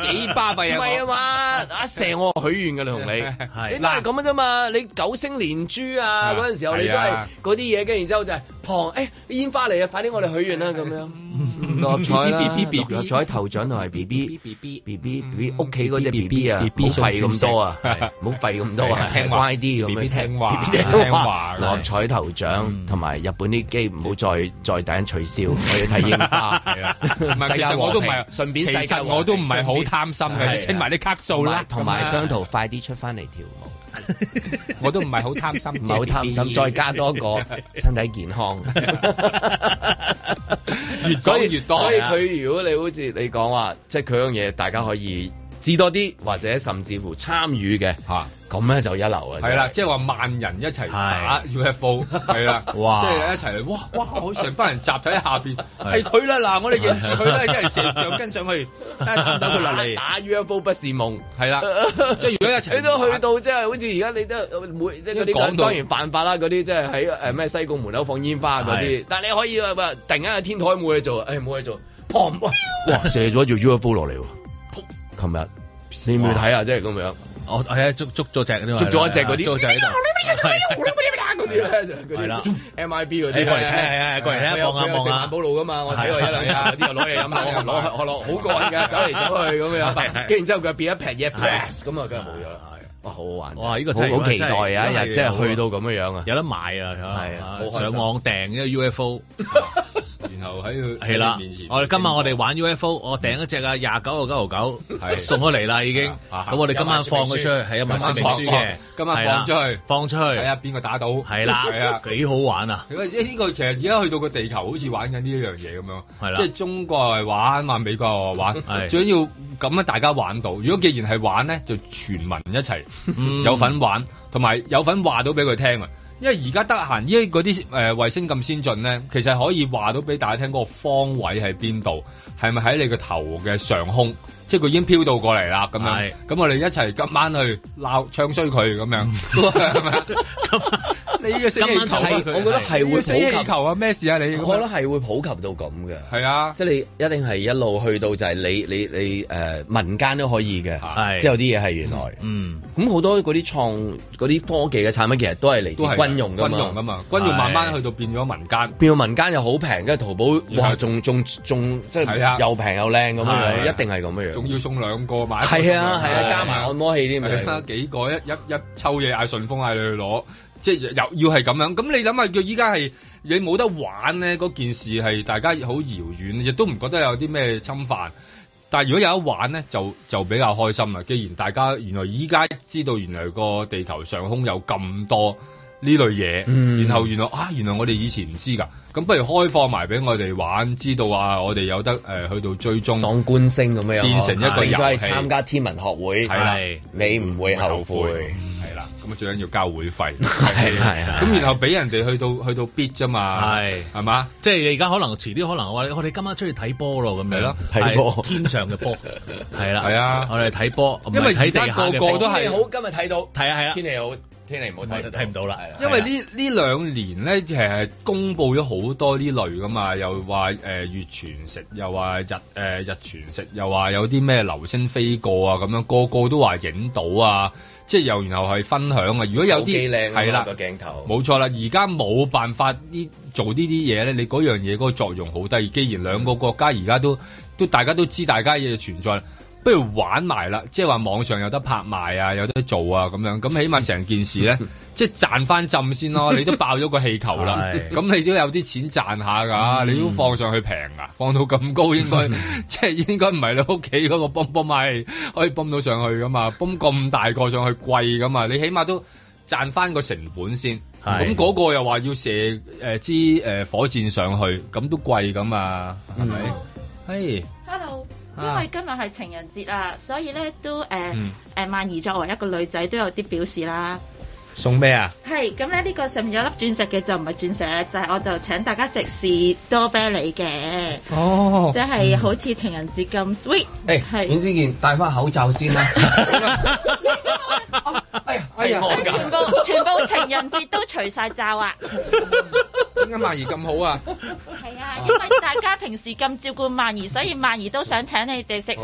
Speaker 2: [LAUGHS]
Speaker 3: 幾巴閉啊
Speaker 2: 唔係啊嘛，一射我就許願㗎啦，同你
Speaker 1: 係
Speaker 2: 你都係咁嘅啫嘛。你九星連珠啊
Speaker 1: 係
Speaker 2: 嗰陣時候，你都
Speaker 1: 係
Speaker 2: 係
Speaker 1: 啊
Speaker 2: 嗰啲嘢，跟住然之後就係旁誒煙花嚟啊，快啲我哋許願啦咁樣。六合彩啦，六合彩頭獎同埋 B B B B B B 屋企嗰只 B B 啊，唔好費咁多啊，唔好費咁多啊，聽乖啲咁樣，聽話聽話，六合彩頭
Speaker 3: 嗯
Speaker 2: 獎同埋日本啲機唔好再 [LAUGHS] 再等取消，我要睇櫻花， [LAUGHS]
Speaker 3: 唔 [LAUGHS] 係，
Speaker 2: 世
Speaker 3: 其
Speaker 2: 界
Speaker 3: 實
Speaker 2: 和
Speaker 3: 我都唔
Speaker 2: 平
Speaker 3: 係，，
Speaker 2: 順便
Speaker 3: 其
Speaker 2: 世界
Speaker 3: 實我都唔係好貪心
Speaker 2: 係啊
Speaker 3: 嘅，你清埋啲卡數啦。啊
Speaker 2: 同埋同埋
Speaker 3: 咁樣
Speaker 2: 姜濤快啲出翻嚟跳
Speaker 3: [LAUGHS]
Speaker 2: 舞。
Speaker 1: [LAUGHS]
Speaker 3: 我都唔係好貪心，
Speaker 2: 唔係好貪心，啊再加多一個身體健康。
Speaker 3: [LAUGHS] 越講越多。啊
Speaker 2: 所以佢如果你好似你講話，即係佢樣嘢，大家可以知多啲，或者甚至乎參與嘅嚇，咁咧就一流啊！
Speaker 3: 係啦，即係話萬人一齊打
Speaker 1: [LAUGHS]
Speaker 3: UFO，係啦，
Speaker 2: 哇
Speaker 3: 即係一齊嚟，哇哇！我成班人集體喺下邊，係佢啦，
Speaker 2: [LAUGHS]
Speaker 3: 嗱，我哋認住佢啦，一人成就跟上
Speaker 1: [LAUGHS]
Speaker 3: 去，睇下等唔等佢落嚟。
Speaker 2: 打 UFO 不是夢，
Speaker 3: 係啦，啊即係如果一齊
Speaker 2: 你都去到即係好似而家你都每即係嗰
Speaker 3: 因為
Speaker 2: 啲
Speaker 3: 講到
Speaker 2: 當然犯法啦，嗰啲即係喺誒咩西貢門口放煙花嗰啲
Speaker 1: 係，
Speaker 2: 但係你可以話話突然間有天台冇嘢做，誒冇嘢做，砰！哇射咗條 UFO 落嚟喎，琴日你有冇睇啊？即係咁樣。
Speaker 1: 我係啊，捉捉咗只
Speaker 2: 捉咗一隻嗰啲
Speaker 1: 啊捉咗隻喺
Speaker 2: 嗰
Speaker 1: 度。
Speaker 2: 啲咧就嗰
Speaker 1: 啊係啦
Speaker 2: 啲 MIB 嗰啲
Speaker 1: 你過嚟睇下係啊過嚟睇下
Speaker 2: 佢有
Speaker 1: 望下
Speaker 2: 佢有
Speaker 1: 望
Speaker 2: 食
Speaker 1: 下
Speaker 2: 萬寶路噶嘛，我睇過一兩
Speaker 1: 係
Speaker 2: 日
Speaker 1: 啊
Speaker 2: 嗰啲又攞嘢飲，攞攞可樂，好過癮㗎，走嚟走去咁
Speaker 1: 係
Speaker 2: 樣，跟
Speaker 1: 係
Speaker 2: 住然之後佢變一劈嘢 p
Speaker 1: 係
Speaker 2: r 咁啊，佢就冇咗啦。哇，好好玩！啊
Speaker 1: 哇！呢個真係
Speaker 2: 好好期待啊！一日即
Speaker 1: 真
Speaker 2: 係去到咁樣樣啊！
Speaker 1: 有得買啊！
Speaker 2: 係啊好開心
Speaker 1: 上網訂一個 UFO
Speaker 3: 然後喺佢
Speaker 1: 係
Speaker 3: 喺
Speaker 1: 啦
Speaker 3: 佢面前。
Speaker 1: 我哋今晚我哋玩 UFO，我訂一隻啊，廿九個九毫九，
Speaker 3: 係
Speaker 1: 送咗嚟啦已經。
Speaker 3: 啊
Speaker 1: 咁我哋今晚放佢出去，係啊，買說明書嘅，
Speaker 3: 今晚
Speaker 1: 係啦
Speaker 3: 放出去，
Speaker 1: 放出去，
Speaker 3: 睇下邊個打到。
Speaker 1: 係
Speaker 3: 係啊
Speaker 1: 啦，。幾好玩啊！
Speaker 3: 因為呢個其實而家去到個地球好似玩緊呢一樣嘢咁樣，
Speaker 1: 係啦
Speaker 3: 即係中國係玩，話美國又玩，
Speaker 1: 係
Speaker 3: 最緊要咁樣大家玩到。如果既然係玩咧，就全民一齊
Speaker 1: 嗯
Speaker 3: 有份玩，同埋有份話到俾佢聽啊！因為而家得閒，依嗰啲誒衛星咁先進咧，其實可以話到俾大家聽嗰個方位喺邊度，係咪喺你個頭嘅上空？即係佢已經飄到過嚟啦，咁樣
Speaker 1: 係。
Speaker 3: 咁我哋一齊今晚去鬧唱衰佢咁樣，係咪？ [LAUGHS] 你呢個星期
Speaker 1: 今晚
Speaker 3: 球
Speaker 1: 就
Speaker 3: 啊
Speaker 1: 係
Speaker 2: 我覺得係會普
Speaker 3: 死氣
Speaker 2: 及，
Speaker 3: 球啊！咩事啊你？
Speaker 2: 我覺得係會普及到咁嘅。
Speaker 3: 係啊，
Speaker 2: 即係你一定係一路去到就係你你你誒、呃民間都可以嘅，
Speaker 1: 係
Speaker 2: 即係有啲嘢係原來
Speaker 1: 嗯，
Speaker 2: 咁好多嗰啲創嗰啲科技嘅產品其實都係嚟自
Speaker 3: 都係
Speaker 2: 軍用㗎
Speaker 3: 軍用
Speaker 2: 嘛。
Speaker 3: 噶嘛，軍用慢慢去到變咗民間。
Speaker 2: 變到民間又好平，跟住淘寶哇，仲仲仲即
Speaker 3: 係啊
Speaker 2: 係又平又靚咁樣樣，
Speaker 3: 係
Speaker 2: 一定係咁樣
Speaker 3: 仲
Speaker 2: 樣。
Speaker 3: 要送兩個買一個送
Speaker 2: 係
Speaker 3: 兩個，
Speaker 2: 啊係啊，加埋按摩器添咪係
Speaker 3: 係啊幾個一一一抽嘢嗌順豐嗌你去攞，即係又要係咁樣。咁你諗下佢依家係你冇得玩咧，嗰件事係大家好遙遠，亦都唔覺得有啲咩侵犯。但係如果有得玩咧，就就比較開心啦。啊既然大家原來依家知道原來個地球上空有咁多呢類嘢，
Speaker 2: 嗯
Speaker 3: 然後原來啊，原來我哋以前唔知㗎，咁不如開放埋俾我哋玩，知道啊，我哋有得誒、呃去到追蹤。
Speaker 2: 當觀星咁啊樣樣，
Speaker 3: 變成一個
Speaker 2: 淨係
Speaker 3: 遊戲
Speaker 2: 參加天文學會，
Speaker 3: 係啦
Speaker 2: 啊你唔會後
Speaker 3: 後
Speaker 2: 悔
Speaker 3: 悔。係啦，咁咁啊最緊要交會費，
Speaker 2: [LAUGHS] 係係係
Speaker 3: 咁然後俾人哋去到去到 bid 啫嘛，係係
Speaker 2: 啊
Speaker 3: 嘛？
Speaker 1: 即係你而家可能遲啲可能哎我哋我哋今晚出去睇波咯咁樣，
Speaker 3: 係咯
Speaker 1: 係
Speaker 3: 睇波
Speaker 1: 天上
Speaker 3: [LAUGHS]
Speaker 1: 嘅波，係啦，
Speaker 3: 係啊，
Speaker 1: 我哋睇波，唔係
Speaker 3: 因為
Speaker 1: 睇地
Speaker 3: 而
Speaker 1: 下
Speaker 3: 家
Speaker 1: 嘅
Speaker 3: 個
Speaker 1: 波
Speaker 3: 個都係
Speaker 2: 天氣好今日睇到，
Speaker 1: 係啊係啊
Speaker 2: 天氣好，天氣唔好睇
Speaker 1: 睇唔到啦，
Speaker 3: 啊
Speaker 1: 啊
Speaker 3: 因為呢呢兩年咧，其實公布咗好多呢類噶嘛，又話誒、呃月全食，又話日誒、呃日全食，又話有啲咩流星飛過啊咁樣，個個都話影到啊，即係又然後係分享啊。如果有
Speaker 2: 手機
Speaker 3: 啲
Speaker 2: 靚啊
Speaker 3: 係
Speaker 2: 嘛
Speaker 3: 啦
Speaker 2: 個鏡頭，
Speaker 3: 冇錯啦，而家冇辦法呢做呢啲嘢咧，你嗰樣嘢嗰個作用好低。既然兩個國家而家都都大家都知大家嘢存在，不如玩埋啦，即係話網上有得拍賣啊，有得做啊咁樣，咁起碼成件事咧，即係賺翻浸先咯。你都爆咗個氣球啦，
Speaker 2: 係
Speaker 3: 咁你都有啲錢賺下㗎，你都放上去平啊，放到咁高應該即係應該唔係你屋企嗰個泵泵係可以泵到上去㗎嘛，泵咁大個上去貴㗎嘛，你起碼都。賺翻個成本先。
Speaker 2: 係
Speaker 3: 咁嗰個又話要射誒支誒火箭上去，咁都貴咁啊，係咪？係
Speaker 10: Hello，
Speaker 3: 啊
Speaker 10: 因為今日係情人節啊，所以咧都呃誒
Speaker 3: 嗯
Speaker 10: 誒曼兒作為一個女仔都有啲表示啦。
Speaker 3: 送咩啊？
Speaker 10: 係咁咧，呢個上面有粒鑽石嘅就唔係鑽石，就係我就請大家食士多啤梨嘅，
Speaker 2: 哦
Speaker 10: 即係好似情人節咁 sweet。
Speaker 2: 誒，阮之哎健戴翻口罩先啦。哎呀，係我
Speaker 10: 全
Speaker 2: 㗎。
Speaker 10: 部全部情人節都除晒罩啊！
Speaker 3: 點解萬兒咁好啊？
Speaker 10: 係啊，因為大家平時咁照顧曼兒，所以曼兒都想請你哋食士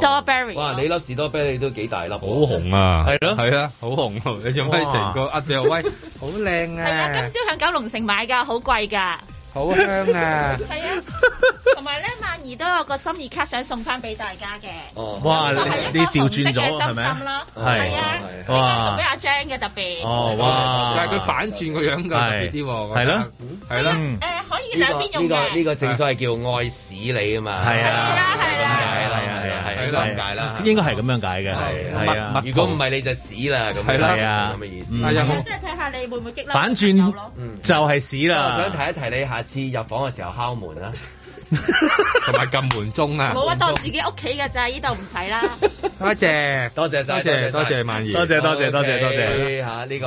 Speaker 10: 多啤梨。
Speaker 2: 哦哇！你粒士多啤梨都幾大粒，好
Speaker 3: 好紅啊！係咯，係啊，好紅啊！你做咩成個呃掉威？ [LAUGHS] 好靚
Speaker 10: 係啊，今朝喺九龍城買㗎，好
Speaker 2: [LAUGHS]
Speaker 10: 貴㗎。
Speaker 3: 好香啊！
Speaker 10: 係啊，同埋咧，曼兒都有個心意卡想送翻俾大家嘅。
Speaker 2: 哦
Speaker 1: 哇！
Speaker 10: 就係一個
Speaker 1: 你你調轉咗係咪
Speaker 10: 紅色嘅心心咯
Speaker 1: 啊？
Speaker 10: 係啊
Speaker 1: 係
Speaker 10: 送俾
Speaker 1: 哇！
Speaker 10: 阿 Jane 嘅特別。
Speaker 1: 哦哇！
Speaker 3: 但係佢反轉個樣㗎，特別啲喎。
Speaker 1: 係咯，
Speaker 3: 係咯。
Speaker 10: 誒，可以
Speaker 2: 呢
Speaker 10: 兩
Speaker 2: 個
Speaker 10: 邊
Speaker 2: 呢
Speaker 10: 用
Speaker 2: 個
Speaker 10: 嘅。
Speaker 2: 呢個正所謂叫愛屎你啊嘛。
Speaker 1: 係啊啊
Speaker 2: 係啦，係
Speaker 3: 啊
Speaker 2: 啦，係啦，係啦，咁解啦。
Speaker 1: 應該係咁樣解嘅，係係啊。
Speaker 2: 如果唔係你就屎啦，咁
Speaker 1: 係啦係啊
Speaker 2: 咁嘅意思。
Speaker 1: 嗯係啊
Speaker 10: 即係睇下你會唔會激嬲。
Speaker 1: 反轉就係屎
Speaker 2: 我想
Speaker 1: 啦。
Speaker 2: 提一提你，下次入房嘅時候敲門啊
Speaker 1: [LAUGHS]
Speaker 2: 啦，
Speaker 3: 同埋撳門鐘啊！
Speaker 10: 冇啊，當自己屋企㗎咋，呢度唔使啦。
Speaker 3: 多謝，
Speaker 2: 多謝晒，
Speaker 3: 多謝
Speaker 2: 多
Speaker 3: 多
Speaker 2: 謝
Speaker 3: 謝萬兒
Speaker 1: 多謝多謝多謝
Speaker 2: OK，
Speaker 1: 多謝
Speaker 2: 嚇呢個誒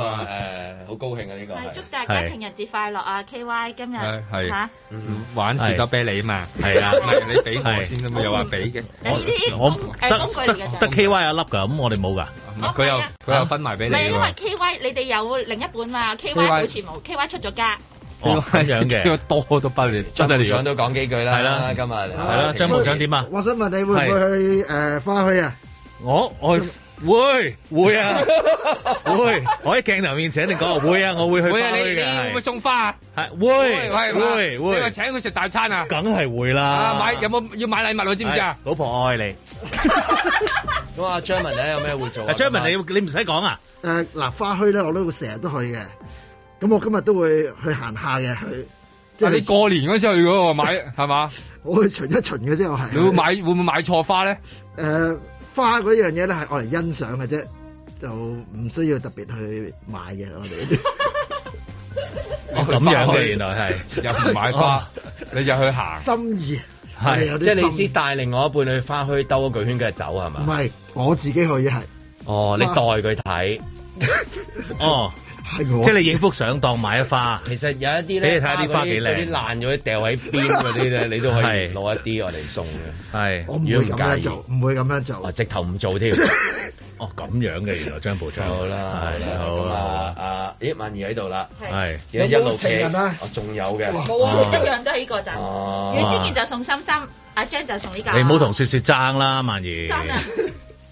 Speaker 2: 好高興啊！呢個
Speaker 10: 係
Speaker 2: 係
Speaker 10: 祝大家情人節快樂啊！KY 今日
Speaker 3: 係
Speaker 10: 嚇，
Speaker 2: 嗯
Speaker 1: 嗯
Speaker 3: 玩士多啤梨嘛，
Speaker 1: 係啊哦
Speaker 3: 唔係你俾我先啫嘛，又話俾嘅，
Speaker 10: 你呢啲
Speaker 1: 我
Speaker 10: 工誒工具嚟㗎
Speaker 1: 得得
Speaker 10: 咋
Speaker 1: 得 K Y 一粒㗎，咁我哋冇㗎。
Speaker 3: 唔係哦佢又佢又分埋俾
Speaker 10: 哦啊唔
Speaker 3: 你
Speaker 10: 係因為
Speaker 3: 喎，
Speaker 10: KY 你哋有另一本嘛，KY
Speaker 3: KY
Speaker 10: 好似冇，KY 出咗家。
Speaker 1: 哦咁樣
Speaker 3: [LAUGHS]
Speaker 1: [LAUGHS] 嘅，
Speaker 3: 多都不了，
Speaker 2: 張
Speaker 3: 真
Speaker 2: 部
Speaker 3: 係
Speaker 2: 長都講幾句啦，
Speaker 1: 係啦
Speaker 2: 今日係
Speaker 1: 係啦，張部長點啊？
Speaker 5: 我想問你會唔會去誒花墟啊？
Speaker 1: 我我會會啊 [LAUGHS] 會，我喺鏡頭面前一定講話會啊，我會去花
Speaker 3: 會
Speaker 1: 墟
Speaker 3: 啊！你你會唔會
Speaker 1: 嘅，
Speaker 3: 送花啊？
Speaker 1: 係
Speaker 3: 係
Speaker 1: 會
Speaker 3: 嘛
Speaker 1: 會
Speaker 3: 你話
Speaker 1: 會，
Speaker 3: 請佢食大餐啊？
Speaker 1: 梗係會啦。
Speaker 3: 啊買有冇要買禮物啊？知唔知啊？
Speaker 1: 係？老婆愛你。
Speaker 3: [LAUGHS]
Speaker 2: 咁啊，張文咧有咩會做啊？
Speaker 1: 阿張文，你你唔使講啊，
Speaker 5: 誒呃嗱，花墟咧我都會成日都去嘅，咁我今日都會去行下嘅，去即
Speaker 2: 啊
Speaker 3: 即係啊你
Speaker 5: 係
Speaker 3: 過年嗰時候去嗰個買係嘛？
Speaker 5: 我會巡一巡嘅啫，我係。
Speaker 3: 你會買會唔會買錯花咧？
Speaker 5: 誒花嗰樣嘢咧係我嚟欣賞嘅啫，就唔需要特別去買嘅，我
Speaker 2: [LAUGHS]
Speaker 5: 哋。
Speaker 1: 哦咁樣嘅原來係，
Speaker 3: 又唔
Speaker 1: Ờ.
Speaker 3: 買花，你就去行。
Speaker 5: 心意
Speaker 1: 係
Speaker 5: 有
Speaker 2: 即係
Speaker 5: 啲
Speaker 2: 你
Speaker 5: 心
Speaker 2: 先帶另外一半去花墟兜一個圈，跟住走係
Speaker 5: 唔
Speaker 2: 嘛？
Speaker 5: 係我自己去嘅係，
Speaker 2: [LAUGHS] 哦，你代佢睇。
Speaker 1: 哦，
Speaker 5: 係我
Speaker 1: 即係你影幅相當買一花，
Speaker 2: 其實有一啲咧，啊
Speaker 1: 俾你睇下啲花幾靚
Speaker 2: 嗰啲爛咗掉喺邊嗰啲
Speaker 1: [LAUGHS]
Speaker 2: 咧，你都可以攞一啲我嚟送嘅。
Speaker 1: 係
Speaker 5: 我唔會
Speaker 2: 如
Speaker 5: 咁
Speaker 2: 果唔介
Speaker 5: 樣
Speaker 2: 意
Speaker 5: 做，唔會咁樣做
Speaker 2: 啊，。直頭唔做添。
Speaker 1: [LAUGHS] 哦咁樣嘅原來張部長，
Speaker 2: 好啦，好
Speaker 1: 係
Speaker 2: 啦，
Speaker 1: 好
Speaker 2: 咁
Speaker 1: 啦
Speaker 2: 啊，，啊，咦，萬兒喺度啦，
Speaker 1: 係
Speaker 2: 而家一路
Speaker 5: 有冇情人啊
Speaker 2: 我仲有嘅。
Speaker 10: 冇
Speaker 1: Ờ.
Speaker 10: 啊，一樣都係呢個咋。
Speaker 2: 哦
Speaker 10: 阮之健就送心心，阿 Jane 就送呢個。
Speaker 1: 你唔好同雪雪爭啦，萬兒，
Speaker 10: 真啊！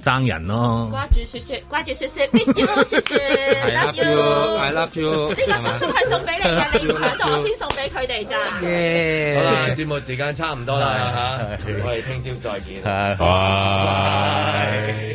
Speaker 1: 爭人咯，
Speaker 10: 掛住雪雪，掛住雪雪，miss you 雪雪
Speaker 3: I
Speaker 10: ，love
Speaker 1: [LAUGHS]
Speaker 3: love you,
Speaker 10: you。
Speaker 3: I love you。
Speaker 10: 呢個心心係送俾你㗎，你唔喺度我先送俾佢哋咋。
Speaker 2: 好啦，節目時間差唔多啦嚇，我哋聽朝再見。
Speaker 1: 係
Speaker 2: 拜。